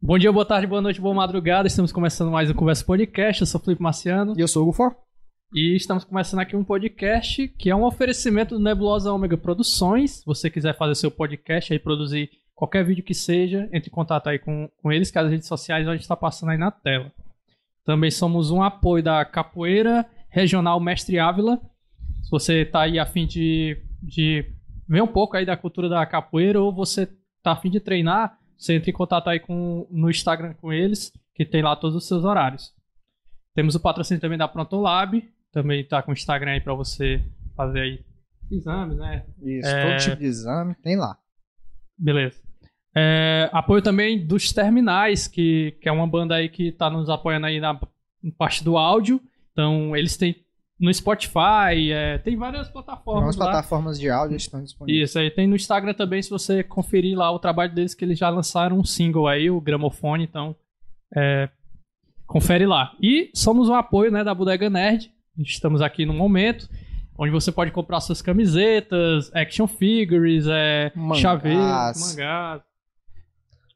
Bom dia, boa tarde, boa noite, boa madrugada. Estamos começando mais um Conversa Podcast. Eu sou Felipe Marciano E eu sou o Gufor. e estamos começando aqui um podcast que é um oferecimento do Nebulosa Ômega Produções. Se você quiser fazer seu podcast aí, produzir qualquer vídeo que seja, entre em contato aí com, com eles, que as redes sociais a gente está passando aí na tela. Também somos um apoio da Capoeira Regional Mestre Ávila. Se você está aí a fim de, de ver um pouco aí da cultura da capoeira ou você está a fim de treinar, você entra em contato aí com, no Instagram com eles, que tem lá todos os seus horários. Temos o patrocínio também da Pronto Lab, também tá com o Instagram aí para você fazer aí exames, né? Isso, É. todo tipo de exame tem lá. Beleza. É, apoio também dos Terminais, que, que é uma banda aí que tá nos apoiando aí na, na parte do áudio. Então, eles têm no Spotify, é, tem várias plataformas Algumas lá. plataformas de áudio estão disponíveis. Isso aí tem no Instagram também, se você conferir lá o trabalho deles, que eles já lançaram um single aí, o Gramofone, então é, confere lá. E somos um apoio né, da Bodega Nerd, estamos aqui no momento, onde você pode comprar suas camisetas, action figures, é, Mangás. chaveiros, mangás,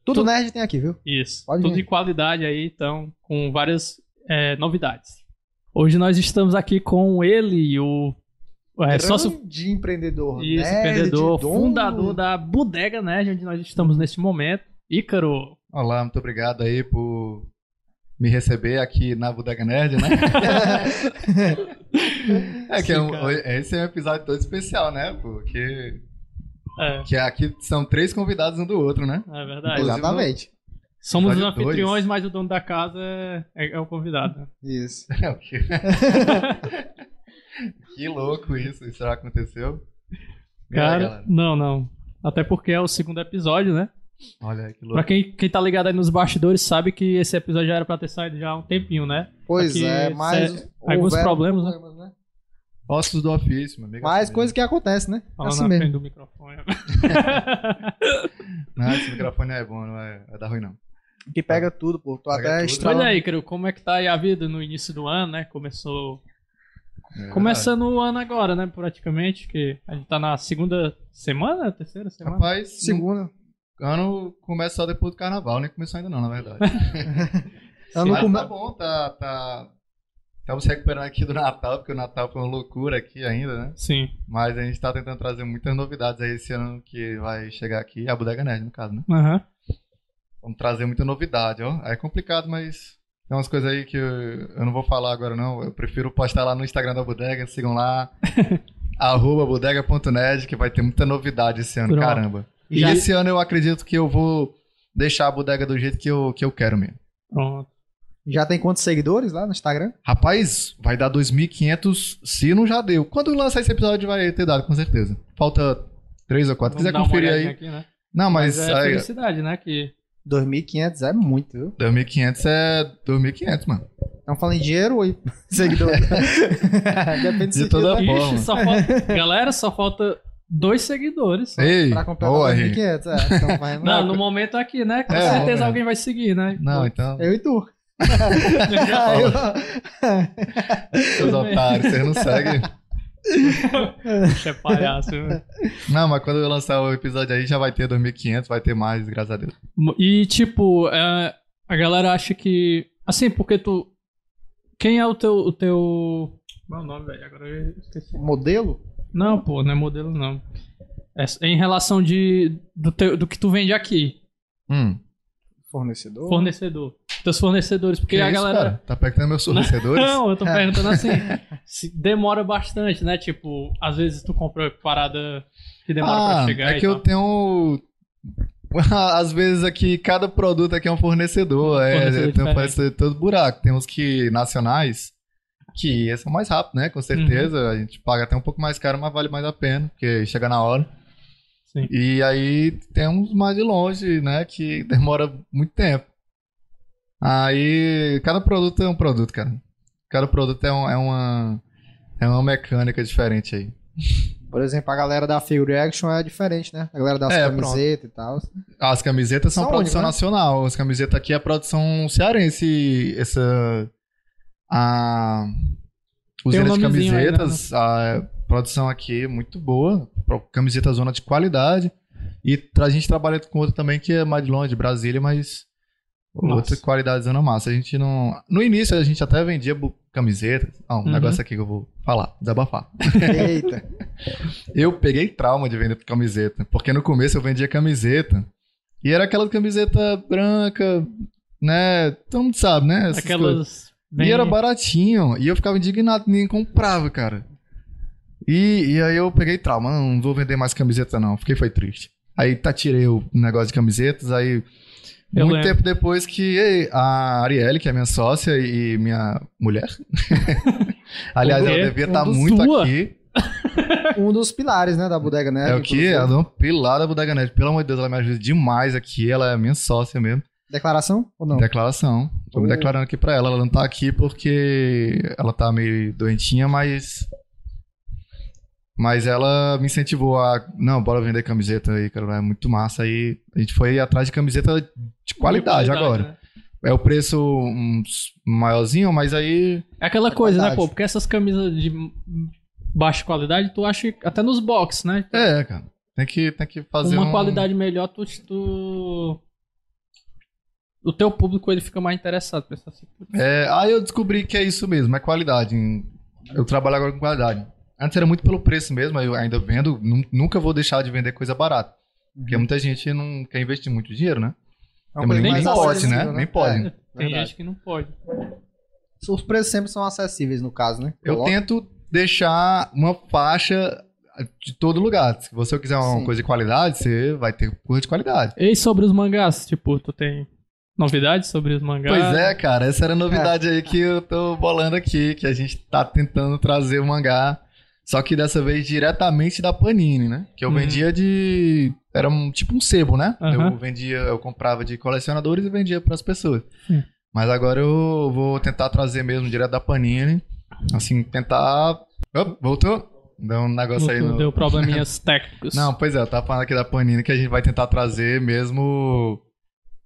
Tudo Tu- nerd tem aqui, viu? isso, Pode tudo vir. de qualidade aí, então, com várias é, novidades. Hoje nós estamos aqui com ele, o é, sócio de empreendedor. isso, nerd, empreendedor, dono. fundador da Bodega Nerd, onde nós estamos neste momento. Ícaro, Olá, muito obrigado aí por me receber aqui na Bodega Nerd, né? é que é um- Sim, cara. esse é um episódio todo especial, né? Porque é, que aqui são três convidados um do outro, né? é verdade. Exato. Exatamente. Somos os Episódio dois. anfitriões, mas o dono da casa é, é- é o convidado. né? Isso. É o quê? que louco isso, isso já aconteceu? E aí, Cara, galera? não, não. Até porque é o segundo episódio, né? olha aí que louco. Pra quem, quem tá ligado aí nos bastidores sabe que esse episódio já era pra ter saído já há um tempinho, né? Pois Aqui, é, mas. cê- alguns houveram problemas, né? né? Ossos do ofício, meu amigo. Mas Assim coisa que acontece, né? Falando assim na mesmo. frente do microfone. mesmo. Não, esse microfone é bom, não é, é da ruim, não. Que pega tudo, pô. Tu Pega até tudo. estrala. Olha aí, Ícaro, como é que tá aí a vida no início do ano, né? Começou É Começando o ano agora, né? Praticamente, que a gente tá na segunda semana, terceira verdade. semana. Rapaz, Segunda. o ano começa só depois do carnaval, nem começou ainda não, na verdade. Eu não Mas come- tá bom, tá, tá. Estamos se recuperando aqui do Natal, porque o Natal foi uma loucura aqui ainda, né? Sim. Mas a gente tá tentando trazer muitas novidades aí esse ano que vai chegar aqui, a Bodega Nerd, no caso, né? Aham. Vamos trazer muita novidade, ó. É complicado, mas tem umas coisas aí que eu, eu não vou falar agora, não. Eu prefiro postar lá no Instagram da Bodega, sigam lá. arroba bodega.nerd, que vai ter muita novidade esse ano, Pronto. caramba. E Já- esse ano eu acredito que eu vou deixar a bodega do jeito que eu, que eu quero mesmo. Pronto. Já tem quantos seguidores lá no Instagram? Rapaz, vai dar 2.500 se não já deu. Quando lançar esse episódio vai ter dado, com certeza. Falta três ou quatro. Vamos quiser dar uma conferir aí. olhadinha Aqui, né? Não, mas, Mas é aí, felicidade, né? Que 2.500 é muito, viu? 2.500 é 2.500, mano. Não fala em dinheiro ou em seguidores? Depende De toda- né? Tá bom, Ixi, mano. só falta... Galera, só falta dois seguidores. só. Ei, Pra completar boa, Henrique. 2.500, é. Então vai Não, na- no momento aqui, né? Com É, certeza mano. alguém vai seguir, né? Não, então, Eu e tu. seus otários, vocês não seguem. Isso é palhaço. né? Não, mas quando eu lançar o episódio aí já vai ter 2.500, vai ter mais, graças a Deus. E, tipo, é, a galera acha que... Assim, porque tu... Quem é o teu... O teu... Qual é o nome, velho? Agora eu esqueci. Modelo? Não, pô, não é modelo, não. É s- em relação de, do, teu- do que tu vende aqui, Hum, Fornecedor? fornecedor. Teus fornecedores, porque que a isso, galera. cara? é. Tá apertando meus fornecedores? Não, eu tô perguntando assim. se demora bastante, né? Tipo, às vezes tu compra parada que demora pra chegar. É e que eu tal. tenho. Às vezes aqui, cada produto aqui é um fornecedor. é, Fornecedor tem um diferente. fornecedor de todo buraco. Tem uns que nacionais, que são mais rápidos, né? Com Uhum. certeza. A gente paga até um pouco mais caro, mas vale mais a pena, porque chega na hora. Sim. E aí tem uns mais de longe, né? Que demora muito tempo. Aí cada produto é um produto, cara. Cada produto é, um- é uma. É uma mecânica diferente aí. Por exemplo, a galera da Figure Action é diferente, né? A galera das É, camisetas e tal. As camisetas são, São produção né? únicas, nacional. As camisetas aqui é produção cearense. Essa. A. Usina de nomezinho aí, né? camisetas. A produção aqui é muito boa. pro- Camiseta zona de qualidade. E tra- a gente trabalha com outra também que é mais de longe, Brasília, mas Massa. Outra qualidadezona massa. A gente não. No início a gente até vendia bu- camiseta. Ah, um Uhum. negócio aqui que eu vou falar, desabafar. Eita. Eu peguei trauma de vender camiseta, porque no começo eu vendia camiseta. E era aquela camiseta branca, né? Todo mundo sabe, né? Essas coisas. é Aquelas. bem- E era baratinho. E eu ficava indignado, ninguém comprava, cara. E, e aí eu peguei trauma, não, não vou vender mais camiseta, não. Fiquei foi triste. Aí tá, tirei o negócio de camisetas, aí. Eu muito lembro. tempo depois que ei, a Arielle, que é minha sócia e minha mulher. Aliás, ela Mulher, devia um estar dos muito sua. aqui. Um dos pilares, né, da bodega, né? É o que? Ela é um pilar da Bodega Nerd. Pelo amor de Deus, ela me ajuda demais aqui. Ela é minha sócia mesmo. Declaração É, ou não? Declaração. Tô me Oh. declarando aqui pra ela. Ela não tá aqui porque ela tá meio doentinha, mas. Mas ela me incentivou a. Não, bora vender camiseta aí, cara. É muito massa. Aí a gente foi atrás de camiseta de qualidade, agora. né? É o preço um, maiorzinho, mas aí. É aquela É coisa, né, qualidade. pô? Porque essas camisas de baixa qualidade tu acha até nos box, né? É, cara. Tem que, tem que fazer uma um- qualidade melhor, tu, tu- O teu público ele fica mais interessado. Pensa assim, putz, É, aí eu descobri que é isso mesmo, é qualidade. Eu trabalho agora com qualidade. Antes era muito pelo preço mesmo, eu ainda vendo, nu- nunca vou deixar de vender coisa barata. Porque muita gente não quer investir muito dinheiro, né? É uma Tem coisa nem mais pode, acessível, É, né? Nem pode. tem verdade. gente que não pode. É. Os preços sempre são acessíveis, no caso, né? Eu Coloca- tento deixar uma faixa de todo lugar. Se você quiser uma Sim. coisa de qualidade, você vai ter coisa de qualidade. E sobre os mangás, tipo, tu tem novidades sobre os mangás? Pois é, cara, essa era a É. novidade aí que eu tô bolando aqui, que a gente tá tentando trazer o mangá, só que dessa vez diretamente da Panini, né? Que eu Uhum. vendia de. Era um, tipo um sebo, né? Aham. Eu vendia, eu comprava de colecionadores e vendia pras pessoas. Sim. Mas agora eu vou tentar trazer mesmo direto da Panini. Assim, tentar. Opa, voltou? Deu um negócio aí Não no. deu probleminhas técnicos. Não, pois é, eu tava falando aqui da Panini que a gente vai tentar trazer mesmo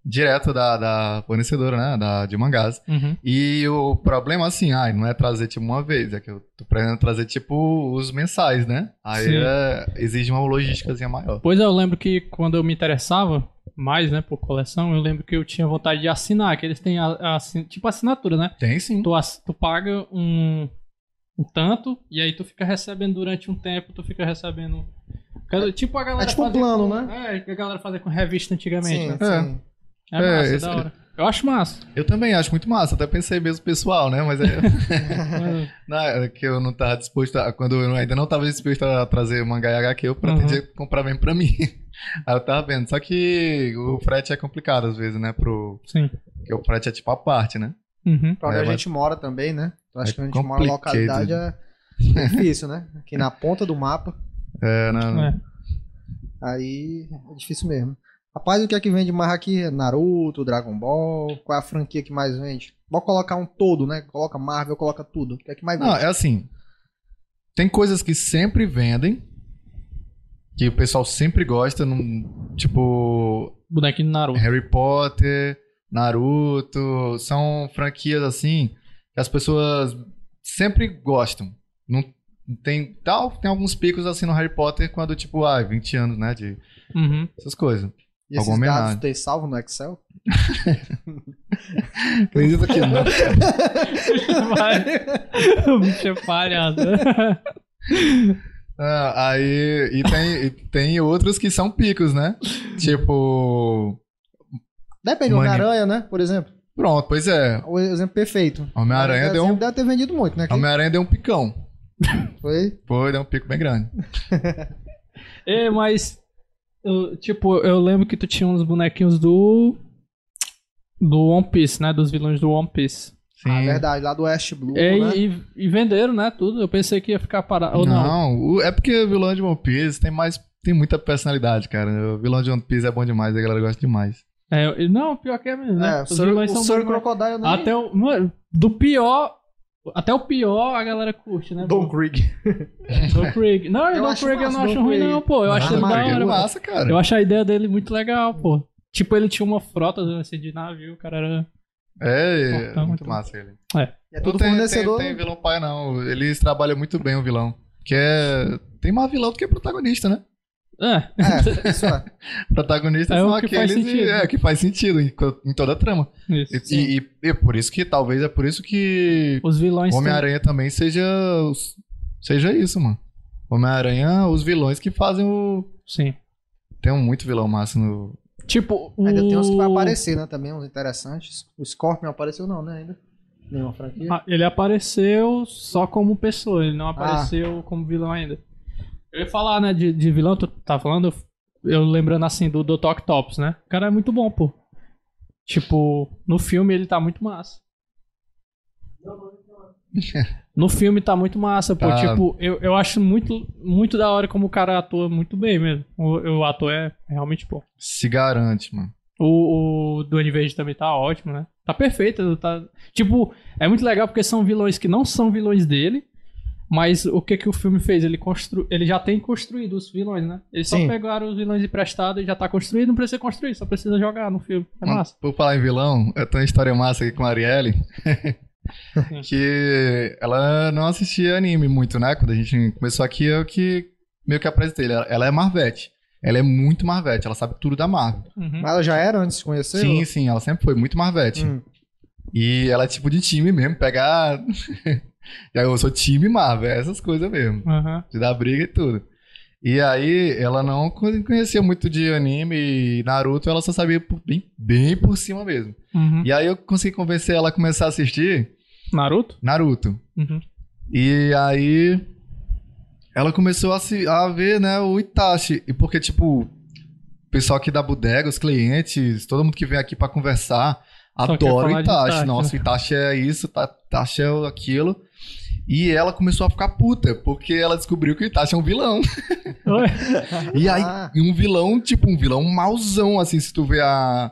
direto da, da fornecedora, né? Da, de mangás. Uhum. E o problema, assim, ai, não é trazer tipo uma vez, é que eu tô pretendendo trazer tipo os mensais, né? Aí Sim. é, exige uma logísticazinha maior. Pois é, eu lembro que quando eu me interessava mais, né, por coleção, eu lembro que eu tinha vontade de assinar, que eles têm a, a assin- tipo assinatura, né? Tem sim. Tu, ass- tu paga um, um tanto e aí tu fica recebendo durante um tempo, tu fica recebendo. Cada- Tipo a galera. É tipo um fazia plano, com- É, que a galera fazia com revista antigamente. né? É, É, massa, esse- da hora. Eu acho massa. Eu também acho muito massa, até pensei mesmo pessoal, né? Mas é, Mas- na era que eu não tava disposto a. Quando eu ainda não tava disposto a trazer mangá e HQ, eu pretendia comprar mesmo pra mim. Aí eu tava vendo. Só que o frete é complicado às vezes, né? Pro, Sim. porque o frete é tipo a parte, né? Uhum. Pra onde É, a mas- gente mora também, né? Eu acho É que onde a gente mora na complicado. localidade é difícil, né? Aqui na ponta do mapa, É, na, É. aí é difícil mesmo. Rapaz, o que é que vende mais aqui? Naruto, Dragon Ball, qual é a franquia que mais vende? Bora colocar um todo, né? Coloca Marvel, coloca tudo. O que é que mais vende? Não, é assim. Tem coisas que sempre vendem, que o pessoal sempre gosta, num- tipo Bonequinho do Naruto. Harry Potter, Naruto, são franquias assim que as pessoas sempre gostam. Não tem tal, tem alguns picos assim no Harry Potter quando tipo, ah, 20 anos, né, de Uhum. essas coisas. E esses alguma dados homenagem. tem salvo no Excel? Acredito que não. Vai. o bicho é palhado. Ah, aí e tem e tem outros que são picos, né? Tipo, Depende, Mano. Homem-Aranha, né? Por exemplo. pronto, pois é, O exemplo perfeito. Homem-Aranha deu um Deve ter vendido muito, né? Que Homem-Aranha deu um picão. Foi. Foi, deu um pico bem grande. Ah, É, mas. eu- tipo, eu lembro que tu tinha uns bonequinhos do. Do One Piece, né? Dos vilões do One Piece. Sim. Ah, verdade, lá do West Blue, É, né? e, e venderam, né? Tudo. Eu pensei que ia ficar parado. Ou não. Não, o- é porque o vilão de One Piece tem mais. Tem muita personalidade, cara. O vilão de One Piece é bom demais, a galera gosta demais. É, eu- não, pior que é mesmo. Né? É, o Os Sr. vilões o são Sr. bons, Crocodile, mas- né? Até o. Mano, do pior. Até o pior a galera curte, né? Don pô? Krieg. Don Krieg. Não, Eu Don acho Krieg eu massa, não acho Don ruim, Krieg. não, pô. Eu Ah, acho Don da Krieg é hora. pô. massa, cara. Eu acho a ideia dele muito legal, pô. Tipo, ele tinha uma frota assim, de navio, o cara era. É, Fortão, é muito então. massa ele. É Não tudo tem, tem, fornecedor. tem vilão pai, não. Eles trabalham muito bem o vilão. Que é. Tem mais vilão do que protagonista, né? É, É, isso é. Protagonistas É são o que faz aqueles e- sentido. é, que faz sentido em, co- em toda a trama. isso. E, e, e é por isso que talvez é por isso que Os vilões. têm- Homem-Aranha também seja os- seja isso, mano. Homem-Aranha, os vilões que fazem o Sim. tem um muito vilão massa no Tipo, o. Ainda tem uns que vai aparecer, né? Também, uns interessantes. O Scorpion apareceu não, né? Ainda. Nenhuma franquia. Ah, ele apareceu só como pessoa, ele não apareceu como vilão ainda. Eu ia falar, né, de, de vilão, tu tá falando, eu, eu lembrando assim do Dr. Octopus, né? O cara é muito bom, pô. Tipo, no filme ele tá muito massa. No filme tá muito massa, pô. Tá. Tipo, eu, eu acho muito, muito da hora como o cara atua muito bem mesmo. O, o ator é realmente bom. Se Garante, mano. O, o Duende Verde também tá ótimo, né? Tá perfeito. Tá... Tipo, é muito legal porque são vilões que não são vilões dele. Mas o que que o filme fez? Ele, constru... ele já tem construído os vilões, né? Eles só Sim. pegaram os vilões emprestados e já tá construído. Não precisa construir, só precisa jogar no filme. É Mano, massa. Por falar em vilão, eu tenho uma história massa aqui com a Arielle. Sim. que ela não assistia anime muito, né? Quando a gente começou aqui, eu que meio que apresentei. Ela, ela é Marvete. Ela é muito Marvete. Ela sabe tudo da Marvel. Uhum. Mas ela já era antes de se conhecer? sim, sim. Ela sempre foi muito Marvete. Hum. E ela é tipo de time mesmo. Pegar... eu sou time Marvel. é Essas coisas mesmo. Aham. De dar briga e tudo. E aí, ela não con- conhecia muito de anime e Naruto, ela só sabia por- bem, bem por cima mesmo. Uhum. E aí eu consegui convencer ela a começar a assistir Naruto? Naruto. Uhum. E aí ela começou a, se, a ver, né, o Itachi. E porque, tipo, o pessoal aqui da bodega, os clientes, todo mundo que vem aqui pra conversar, Só quer adora o falar de Itachi. Itachi, né? Nossa, o Itachi é isso, Ta- Itachi é aquilo. E ela começou a ficar puta, porque ela descobriu que o Itachi é um vilão. Oi? E aí, Ah. e um vilão, tipo, um vilão mauzão, assim, se tu vê a,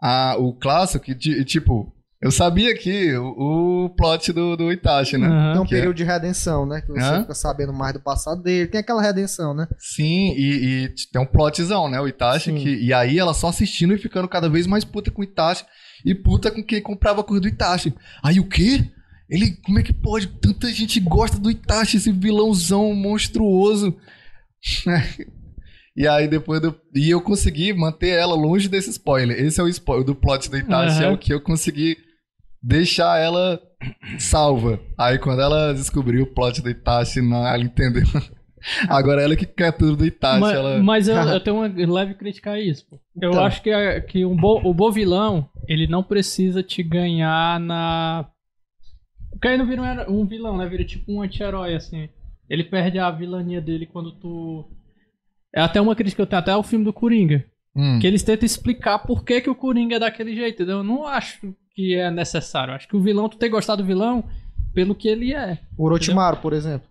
a, o clássico, que, ti- tipo, eu sabia que o, o plot do, do Itachi, né? Aham. Tem um Que é? período de redenção, né? Que você Hã? fica sabendo mais do passado dele. Tem aquela redenção, né? Sim, e, e t- tem um plotzão, né? O Itachi, Sim. que, e aí ela só assistindo e ficando cada vez mais puta com o Itachi e puta com quem comprava coisa do Itachi. Aí o quê? Ele, como é que pode? Tanta gente gosta do Itachi, esse vilãozão monstruoso. e aí depois do, E eu consegui manter ela longe desse spoiler. Esse é o spoiler do plot do Itachi, é Aham. o que eu consegui deixar ela salva. Aí quando ela descobriu o plot do Itachi, não, ela entendeu. Agora ela que quer tudo do Itachi. Ma- ela... Mas eu, eu tenho uma leve crítica a isso. pô. Eu Então. acho que, a- que um bo, o bom vilão, ele não precisa te ganhar na. Porque aí não vira um, hero- um vilão, né? Vira tipo um anti-herói, assim. Ele perde a vilania dele quando tu. É até uma crítica que eu tenho, até o filme do Coringa. Hum. Que eles tentam explicar por que, que o Coringa é daquele jeito, entendeu? Eu não acho que é necessário. Eu acho que o vilão, tu tem gostado do vilão pelo que ele é. O Orochimaru, por exemplo.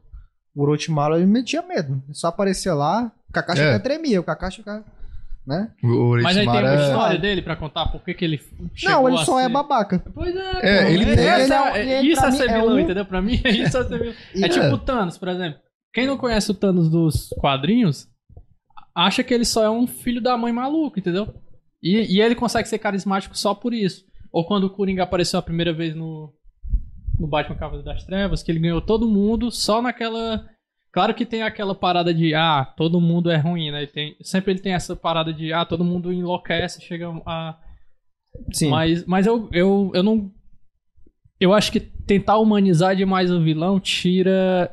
O Orochimaru, ele metia medo. Ele Só aparecia lá, o Kakashi É. até tremia. O Kakashi ficava... Né? O Mas aí tem Orochimaru uma é- história dele pra contar por que, que ele. não, chegou ele a só é ser- babaca. Pois é, É, pô, ele né? tem- Essa- ele é um- ele isso é pra ser mim é vilão, um- entendeu? Pra mim, é isso é ser vilão. E- É tipo o Thanos, por exemplo. Quem não conhece o Thanos dos quadrinhos, acha que ele só é um filho da mãe maluco, entendeu? E, e ele consegue ser carismático só por isso. Ou quando o Coringa apareceu a primeira vez no, no Batman Cavaleiro das Trevas, que ele ganhou todo mundo só naquela... Claro que tem aquela parada de, ah, todo mundo é ruim, né? Ele tem, sempre ele tem essa parada de, ah, todo mundo enlouquece, chega a... Sim. Mas, mas eu, eu, eu não. Eu acho que tentar humanizar demais o vilão tira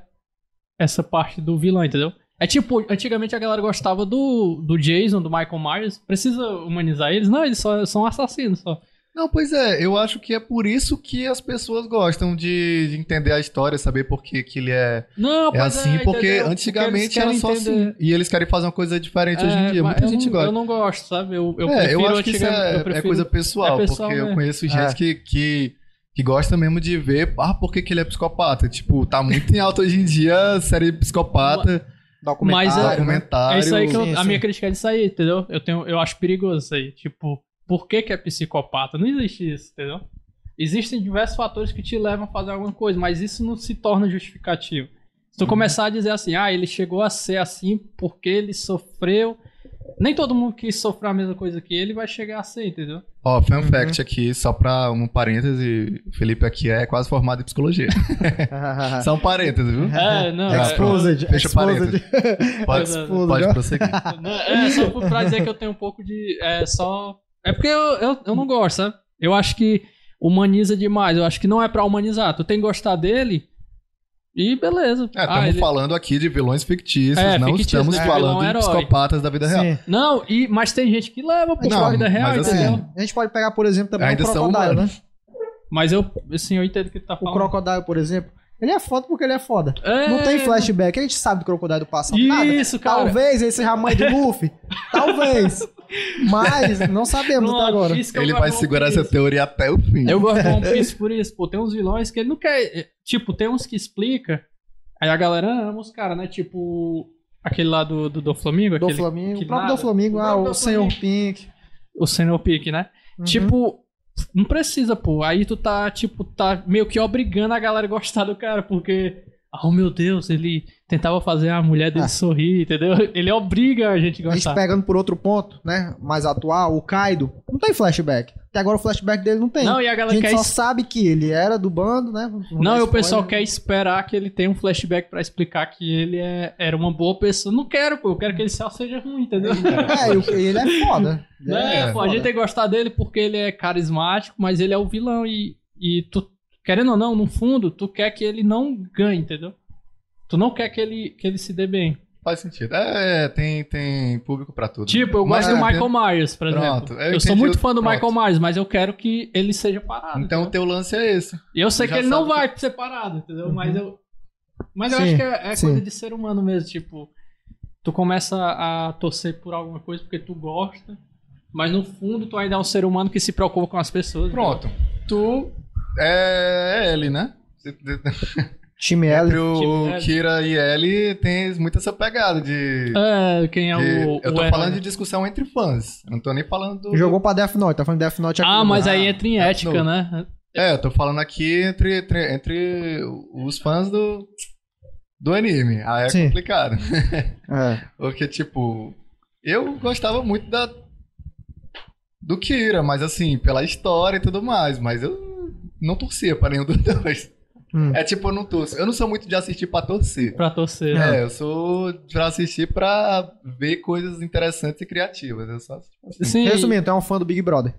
essa parte do vilão, entendeu? É tipo, antigamente a galera gostava do, do Jason, do Michael Myers. Precisa humanizar eles? Não, eles só são assassinos só. Não, pois é, eu acho que é por isso que as pessoas gostam de, de entender a história, saber por que, que ele é, Não, é pois assim, porque entendeu? antigamente eles era querem só entender. assim. E eles querem fazer uma coisa diferente hoje em É, dia. mas Muita eu gente não, gosta. Eu não gosto, sabe? Eu, eu é, prefiro eu acho que isso antigamente- é, eu é prefiro- coisa pessoal, é pessoal, porque eu né? conheço gente que, que, que gosta mesmo de ver, ah, por que, que ele é psicopata? Tipo, tá muito em alta hoje em dia, série psicopata, Documentário. Mas é- né? documentário. É isso aí que eu- Sim, a sim. minha crítica é disso aí, entendeu? Eu, tenho, eu acho perigoso isso aí. Tipo, por que, que é psicopata? Não existe isso, entendeu? Existem diversos fatores que te levam a fazer alguma coisa, mas isso não se torna justificativo. Se tu começar a dizer assim, ah, ele chegou a ser assim porque ele sofreu Nem todo mundo que sofrer a mesma coisa que ele vai chegar a ser, entendeu? Ó, fun Uhum. fact aqui, só pra um parêntese, Felipe aqui é quase formado em psicologia. Só um parêntese, viu? É, não. É, É, Exposed, Fecha exposed. Pode, Exato. pode prosseguir. não, é só por- pra dizer que eu tenho um pouco de. É só. É porque eu, eu, eu não gosto, sabe? Eu acho que humaniza demais. Eu acho que não é pra humanizar. Tu tem que gostar dele e beleza. É, estamos Ah, ele- falando aqui de vilões fictícios, É, não fictício, estamos né? Vilão falando de herói. psicopatas da vida real. Sim. Não, e, mas tem gente que leva pro Não, não, vida real, mas entendeu? assim- A gente pode pegar, por exemplo, também Ainda o são Crocodile, né? Mas eu, assim, eu entendo que tu tá O falando. Crocodile, por exemplo, ele é foda porque ele é foda. É, Não tem flashback, a gente sabe do Crocodile do passado, nada. Tá Isso, cara. Talvez ele seja a mãe de Luffy. talvez. Mas não sabemos até Pronto, agora. isso que eu Ele gosto vai do One segurar Piece. essa teoria até o fim. um Eu gosto do One Piece por isso, pô. Tem uns vilões que ele não quer. é, Tipo, tem uns que explica. Aí a galera ama os caras, né? Tipo, aquele lá do, do, do Flamingo, Do aquele, Flamengo, que o próprio nada. do Flamengo, O ah, próprio o do Senhor Flamengo. Pink. o Senhor Pick, né? Uhum. Tipo, não precisa, pô. Aí tu tá, tipo, tá meio que obrigando a galera a gostar do cara, porque. Oh meu Deus, ele tentava fazer a mulher dele Ah. sorrir, entendeu? Ele obriga a gente a A gente gostar. pegando por outro ponto, né? Mais atual, o Kaido. Não tem flashback. Até agora o flashback dele não tem. Não, e a a galera gente quer só es- sabe que ele era do bando, né? Não, e o pessoal quer quer esperar que ele tenha um flashback pra explicar que ele é, era uma boa pessoa. Não quero, pô. Eu quero que ele só seja ruim, entendeu? É, eu- ele é foda. Ele É, pô, a foda. gente tem que gostar dele porque ele é carismático, mas ele é o vilão e, e tu, querendo ou não, no fundo, tu quer que ele não ganhe, entendeu? Tu não quer que ele, que ele se dê bem. Faz sentido. É, é, tem, tem público pra tudo. Tipo, eu Mas gosto do é, Michael Myers, por Pronto, exemplo. eu Eu, sou entendi muito o- fã do pronto. Michael Myers, mas eu quero que ele seja parado. Então o entendeu? teu lance é esse. E eu sei tu que já ele não sabe vai ser parado, entendeu? Uhum. Mas eu. Mas eu Sim, acho que é, é sim. coisa de ser humano mesmo, tipo. Tu começa a torcer por alguma coisa porque tu gosta, mas no fundo tu ainda é um ser humano que se preocupa com as pessoas. Pronto. Tu é, é L, né? Time L. Entre o Tipo, Kira e L tem muito essa pegada de. É, quem é de- o. eu o tô herói, falando né? de discussão entre fãs. Eu não tô nem falando do. Jogou pra Death Note, tá falando de Death Note aqui. Ah, mas Ah, aí entra em é ética, novo. né? É, eu tô falando aqui entre, entre, entre os fãs do. Do anime. Aí é Sim. complicado. É. Porque, tipo, eu gostava muito da. Do Kira, mas assim, pela história e tudo mais, mas eu não torcia pra nenhum dos dois. Hum. É tipo, eu não torço. Eu não sou muito de assistir pra torcer. Pra torcer. né? É, eu sou pra assistir pra ver coisas interessantes e criativas. Eu só assisto pra assistir. Sim, Resumindo, tu é um fã do Big Brother.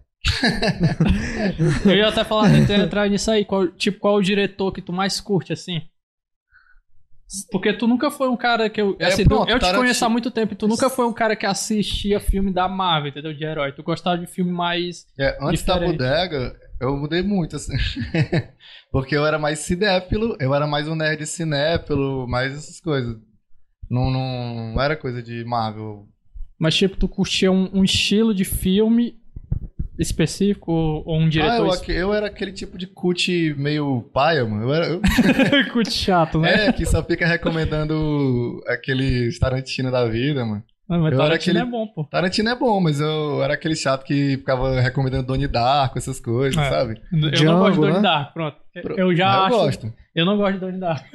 eu ia até falar, eu ia entrar nisso aí. Qual, tipo, qual o diretor que tu mais curte, assim? Porque tu nunca foi um cara que eu. É, assim, pronto, tu- eu te cara, conheço tipo- há muito tempo e tu nunca foi um cara que assistia filme da Marvel, entendeu? De herói. Tu gostava de filme mais. É, antes da Uhum. Diferente. bodega, eu mudei muito, assim. Porque eu era mais cinéfilo, eu era mais um nerd cinéfilo, mais essas coisas. Não, não, não era coisa de Marvel. Mas, tipo, tu curtia um, um estilo de filme específico ou, ou um Ah, eu, diretor aque- eu era aquele tipo de cut meio paia, mano. Eu era, eu- É? específico? Curte chato, né? é, que só fica recomendando aquele Tarantino da vida, mano. Não, mas eu era Tarantino aquele- é bom, pô. Tarantino é bom, mas eu era aquele chato que ficava recomendando Donnie Darko, essas coisas, É. sabe? Eu Django, não gosto de Donnie né? Darko, pronto. Eu já Mas acho. eu gosto. Eu não gosto de Donnie Darko.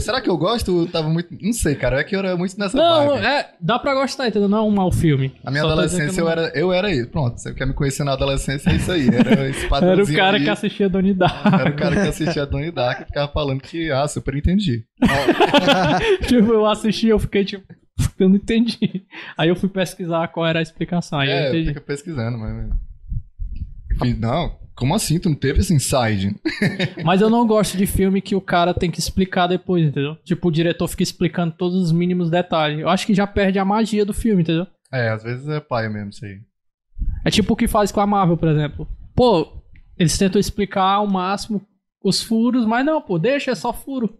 Será que eu gosto? Eu tava muito... Não sei, cara. É que eu era muito nessa Não, vibe. é, dá pra gostar, entendeu? Não é um mau filme. A minha Só tô dizendo adolescência, que eu não- era, eu era isso. Pronto, você quer me conhecer na adolescência, é isso aí. Era esse Era o padrãozinho cara aí. que assistia Donnie Darko. Era o cara que assistia Donnie Darko e ficava falando que, ah, super entendi. tipo, eu assisti e eu fiquei tipo, eu não entendi. Aí eu fui pesquisar qual era a explicação. Aí eu é, entendi. fica pesquisando, mas... Eu fiz, não, como assim? Tu não teve esse inside? Mas eu não gosto de filme que o cara tem que explicar depois, entendeu? Tipo, o diretor fica explicando todos os mínimos detalhes. Eu acho que já perde a magia do filme, entendeu? É, às vezes é paia mesmo isso aí. É tipo o que faz com a Marvel, por exemplo. Pô, eles tentam explicar ao máximo os furos, mas não, pô, deixa, é só furo.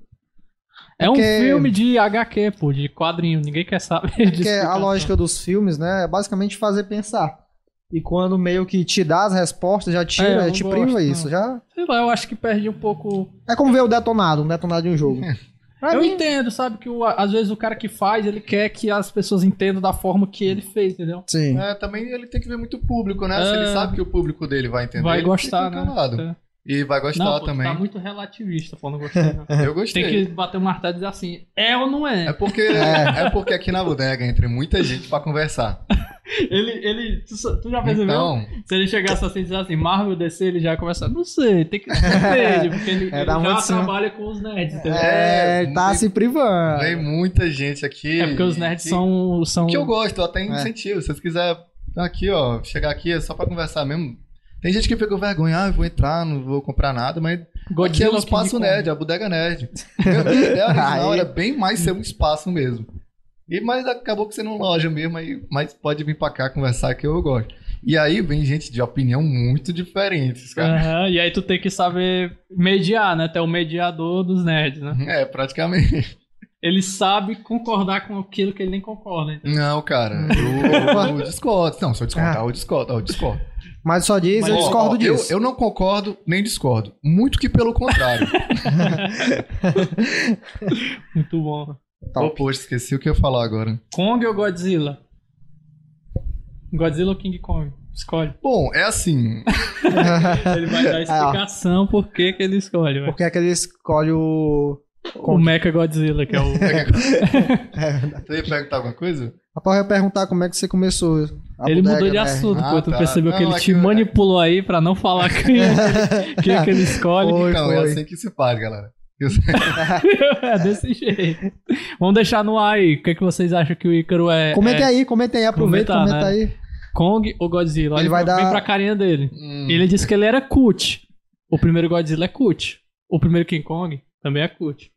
É um Porque- filme de HQ, pô, de quadrinho, ninguém quer saber disso. Porque é a lógica dos filmes, né, é basicamente fazer pensar. E quando meio que te dá as respostas, já É, eu tira, não te gosto, priva não. isso. Já... Sei lá, eu acho que perde um pouco. É como ver o detonado, um detonado de um jogo. Pra eu mim, entendo, sabe? Que o- às vezes o cara que faz, ele quer que as pessoas entendam da forma que ele fez, entendeu? sim. É, também ele tem que ver muito o público, né? Se É. ele sabe que o público dele vai entender, Vai ele gostar, fica né? calado. E vai gostar não, pô, tu também. tá muito relativista, pô, não gostei. Não. Eu gostei. Tem que bater o martelo e dizer assim, é ou não É é? porque, é. porque aqui na bodega entra muita gente pra conversar. Ele, ele, tu, só- tu já percebeu? Então, Se ele chegasse assim e dissesse assim, Marvel DC, ele já começa, não sei, tem que ter, porque ele, É, ele dá já muito assim. sim. trabalha com os nerds, entendeu? É, É, ele tá muito- se privando. vem muita gente aqui. É porque os nerds que- são, É. são... Que eu gosto, eu até incentivo. Se vocês quiserem tá aqui, ó, chegar aqui é só pra conversar mesmo. Tem gente que fica com vergonha, ah, eu vou entrar, não vou comprar nada, mas aqui é um Godzilla, espaço King Kong. nerd, a bodega é nerd. Meu, a ideia original Aí. era bem mais ser um espaço mesmo. E, mas acabou que você não loja mesmo, aí, mas pode vir pra cá conversar que eu gosto. E aí vem gente de opinião muito diferentes, cara. Aham, e aí tu tem que saber mediar, né? Tu é o mediador dos nerds, né? É, praticamente. Ele sabe concordar com aquilo que ele nem concorda. entendeu? Não, cara, eu, eu discordo. Não, se eu discordar, eu discordo, eu discordo. Ah. Mas só diz, Mas, eu Ó, discordo ó, disso. Eu, eu não concordo nem discordo. Muito que pelo contrário. Muito bom. Ô, poxa, esqueci o que eu ia falar agora. Kong ou Godzilla? Godzilla ou King Kong? Escolhe. Bom, é assim. Ele vai dar É, Aí, ó. explicação por que, que ele escolhe, velho. Porque é que ele escolhe o. O Mecha Godzilla, que é o. Você ia perguntar alguma coisa? Rapaz, eu ia perguntar como é que você começou. a ele bodega, mudou de né? assunto, Ah, pô. Tu tá. percebeu que Não, ele é te que- manipulou aí pra não falar quem é que ele, quem é que ele escolhe. Foi, então, é foi. assim que se faz, galera. é desse jeito. Vamos deixar no ar aí. O que, que vocês acham que o Ícaro é. Comenta aí, comenta aí, aproveita, Comentar, comenta né? aí. é? Kong ou Godzilla? Olha Ele vai pra- dar- Vem pra carinha dele. Hum, Ele disse que ele era cut. O primeiro Godzilla é cut. O primeiro King Kong também é cut.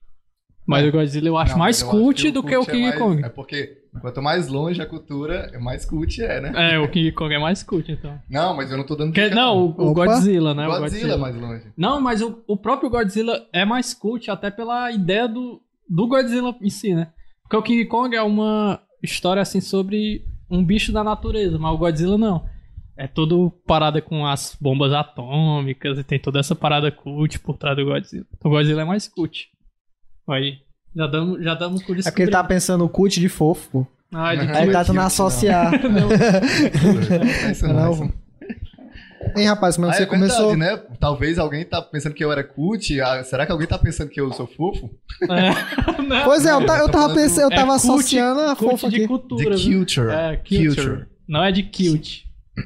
Mas o Godzilla eu acho É. não, mais mas eu cult acho do cult que o é King mais- Kong. É porque quanto mais longe a cultura, é mais cult é, né? É, o King Kong é mais cult, então. Não, mas eu não tô dando Que- dica, não, o, o Opa. Godzilla, né? Godzilla, o é mais longe. Não, mas o, o próprio Godzilla é mais cult até pela ideia do, do Godzilla em si, né? Porque o King Kong é uma história assim sobre um bicho da natureza, mas o Godzilla não. É todo parada com as bombas atômicas e tem toda essa parada cult por trás do Godzilla. O Godzilla é mais cult. Aí, já damos, já damos por isso. É porque ele tá pensando o cut de fofo. Ah, de Não, Aí tudo. tá tio, tentando não. associar. É isso não, é isso não. Hein, rapaz, mas Ah, você é verdade, começou. né? Talvez alguém tá pensando que eu era cult. ah, será que alguém tá pensando que eu sou fofo? É, né? Pois é, eu, ta- eu tava Tá falando- pensando, eu É tava cult- associando a Cult fofa de aqui. cultura. viu? culture. É, culture. Não é de cute. Sim,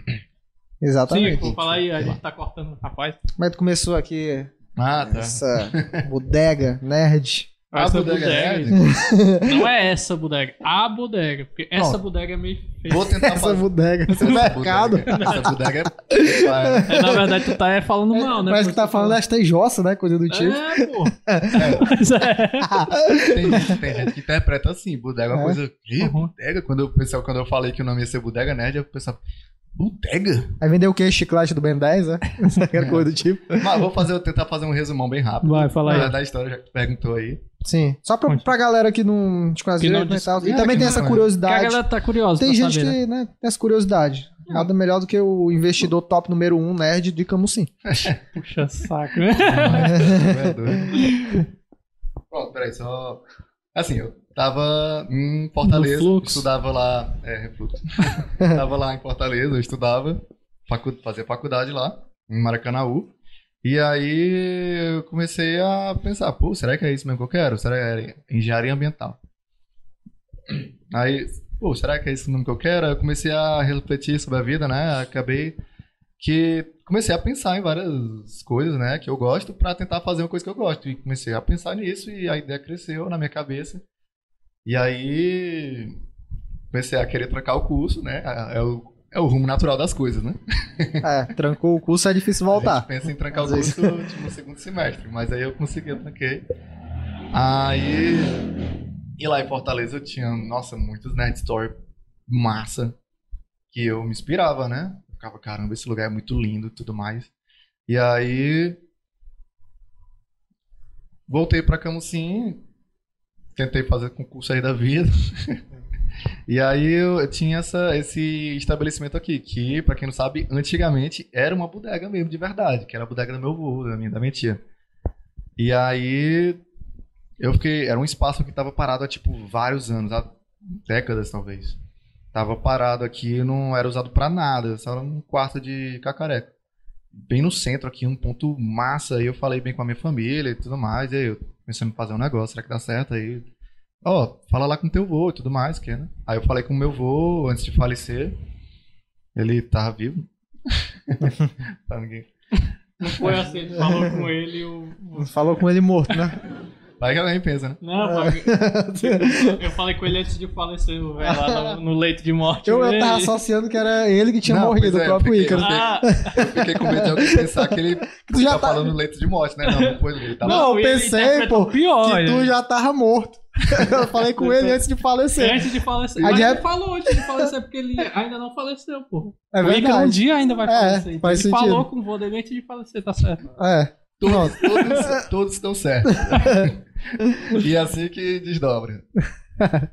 Exatamente. vou falar aí, a gente tá cortando, rapaz. Mas tu começou aqui Ah, tá. Ah, é essa bodega nerd. A Ah, Essa bodega bodega. nerd. Não é essa bodega, a bodega. Porque essa bodega é meio feia. Vou tentar Essa é fazer. bodega, esse mercado. Tá Bodega. Essa bodega é. Vai, né? É, na verdade, tu tá é, falando mal, né? Parece que tá falando das teijossas, né? Coisa do tipo. É, pô. Mas é. Tem gente, tem gente que interpreta assim, bodega é uma É. coisa. Ih, Uhum. bodega? Quando eu, pessoal, quando eu falei que o nome ia ser bodega nerd, o pessoal. Bodega? Aí vendeu o quê? Chiclete do Ben 10, né? Qualquer coisa do tipo. Mas vou fazer, eu tentar fazer um resumão bem rápido. Vai, fala Da, aí. da história, já que tu perguntou aí. Sim. Só pra, pra galera que não te conhece Que não direito né, e tal. discute. E É, também que tem não essa conhece. Que a curiosidade. galera tá curiosa Tem pra gente saber, né? que né, tem essa curiosidade. Nada melhor do que o investidor top número um nerd de Camusim. Puxa saco. É doido. Pronto, peraí, só. Assim, eu tava em Fortaleza, No fluxo. estudava lá. É, refluxo. tava lá em Fortaleza, eu estudava, facu... fazia faculdade lá, em Maracanaú. E aí eu comecei a pensar, pô, será que é isso mesmo que eu quero? Será que é engenharia ambiental? Aí, pô, será que é isso mesmo que eu quero? Aí Eu comecei a refletir sobre a vida, né? Acabei que comecei a pensar em várias coisas, né, que eu gosto pra tentar fazer uma coisa que eu gosto e comecei a pensar nisso e a ideia cresceu na minha cabeça. E aí comecei a querer trancar o curso, né? É o, é o rumo natural das coisas, né? É, trancou o curso, é difícil A gente voltar. pensa em trancar Às o vezes. curso tipo, no segundo semestre, mas aí eu consegui, eu tranquei. Aí. E lá em Fortaleza eu tinha, nossa, muitos Nerd Story massa que eu me inspirava, né? Eu ficava, caramba, esse lugar é muito lindo e tudo mais. E aí. Voltei pra Camusim, tentei fazer concurso aí da vida. E aí eu eu tinha essa, esse estabelecimento aqui, que, pra quem não sabe, antigamente era uma bodega mesmo, de verdade, que era a bodega do meu avô, da minha, da minha tia. E aí eu fiquei. Era um espaço que tava parado há tipo vários anos, há décadas talvez. Tava parado aqui, não era usado pra nada, só era um quarto de cacareco. Bem no centro aqui, um ponto massa, aí eu falei bem com a minha família e tudo mais, e aí eu comecei a me fazer um negócio, será que dá certo? Aí ó, fala lá com teu vô e tudo mais, que, né? Aí eu falei com meu vô antes de falecer. Ele tá vivo? tá ninguém. Não foi assim, tu falou com ele e o. Falou com ele morto, né? Vai que alguém pensa, né? Não, É. pai, eu falei com ele antes de falecer, o velho, lá no, no leito de morte. Eu, Ei. eu tava associando que era ele que tinha Não, morrido, pois o é, próprio porque- Ícaro. Ah, Eu fiquei com medo de alguém pensar que ele Tu já tá, tá- falando leito de morte, né? Não, não foi ele. Ele tava Não, eu ele pensei, interpretou pô, Pior, é. que tu ele. já tava morto. Eu falei com ele antes de falecer. Antes de falecer. Aí Mas de ele rep- falou antes de falecer, porque ele ainda não faleceu, pô. É o Ícaro um verdade. dia ainda vai É, falecer. então faz ele sentido. falou com o vô dele antes de falecer, tá certo. É. Pronto. Todos, todos estão certos. e é assim que desdobra.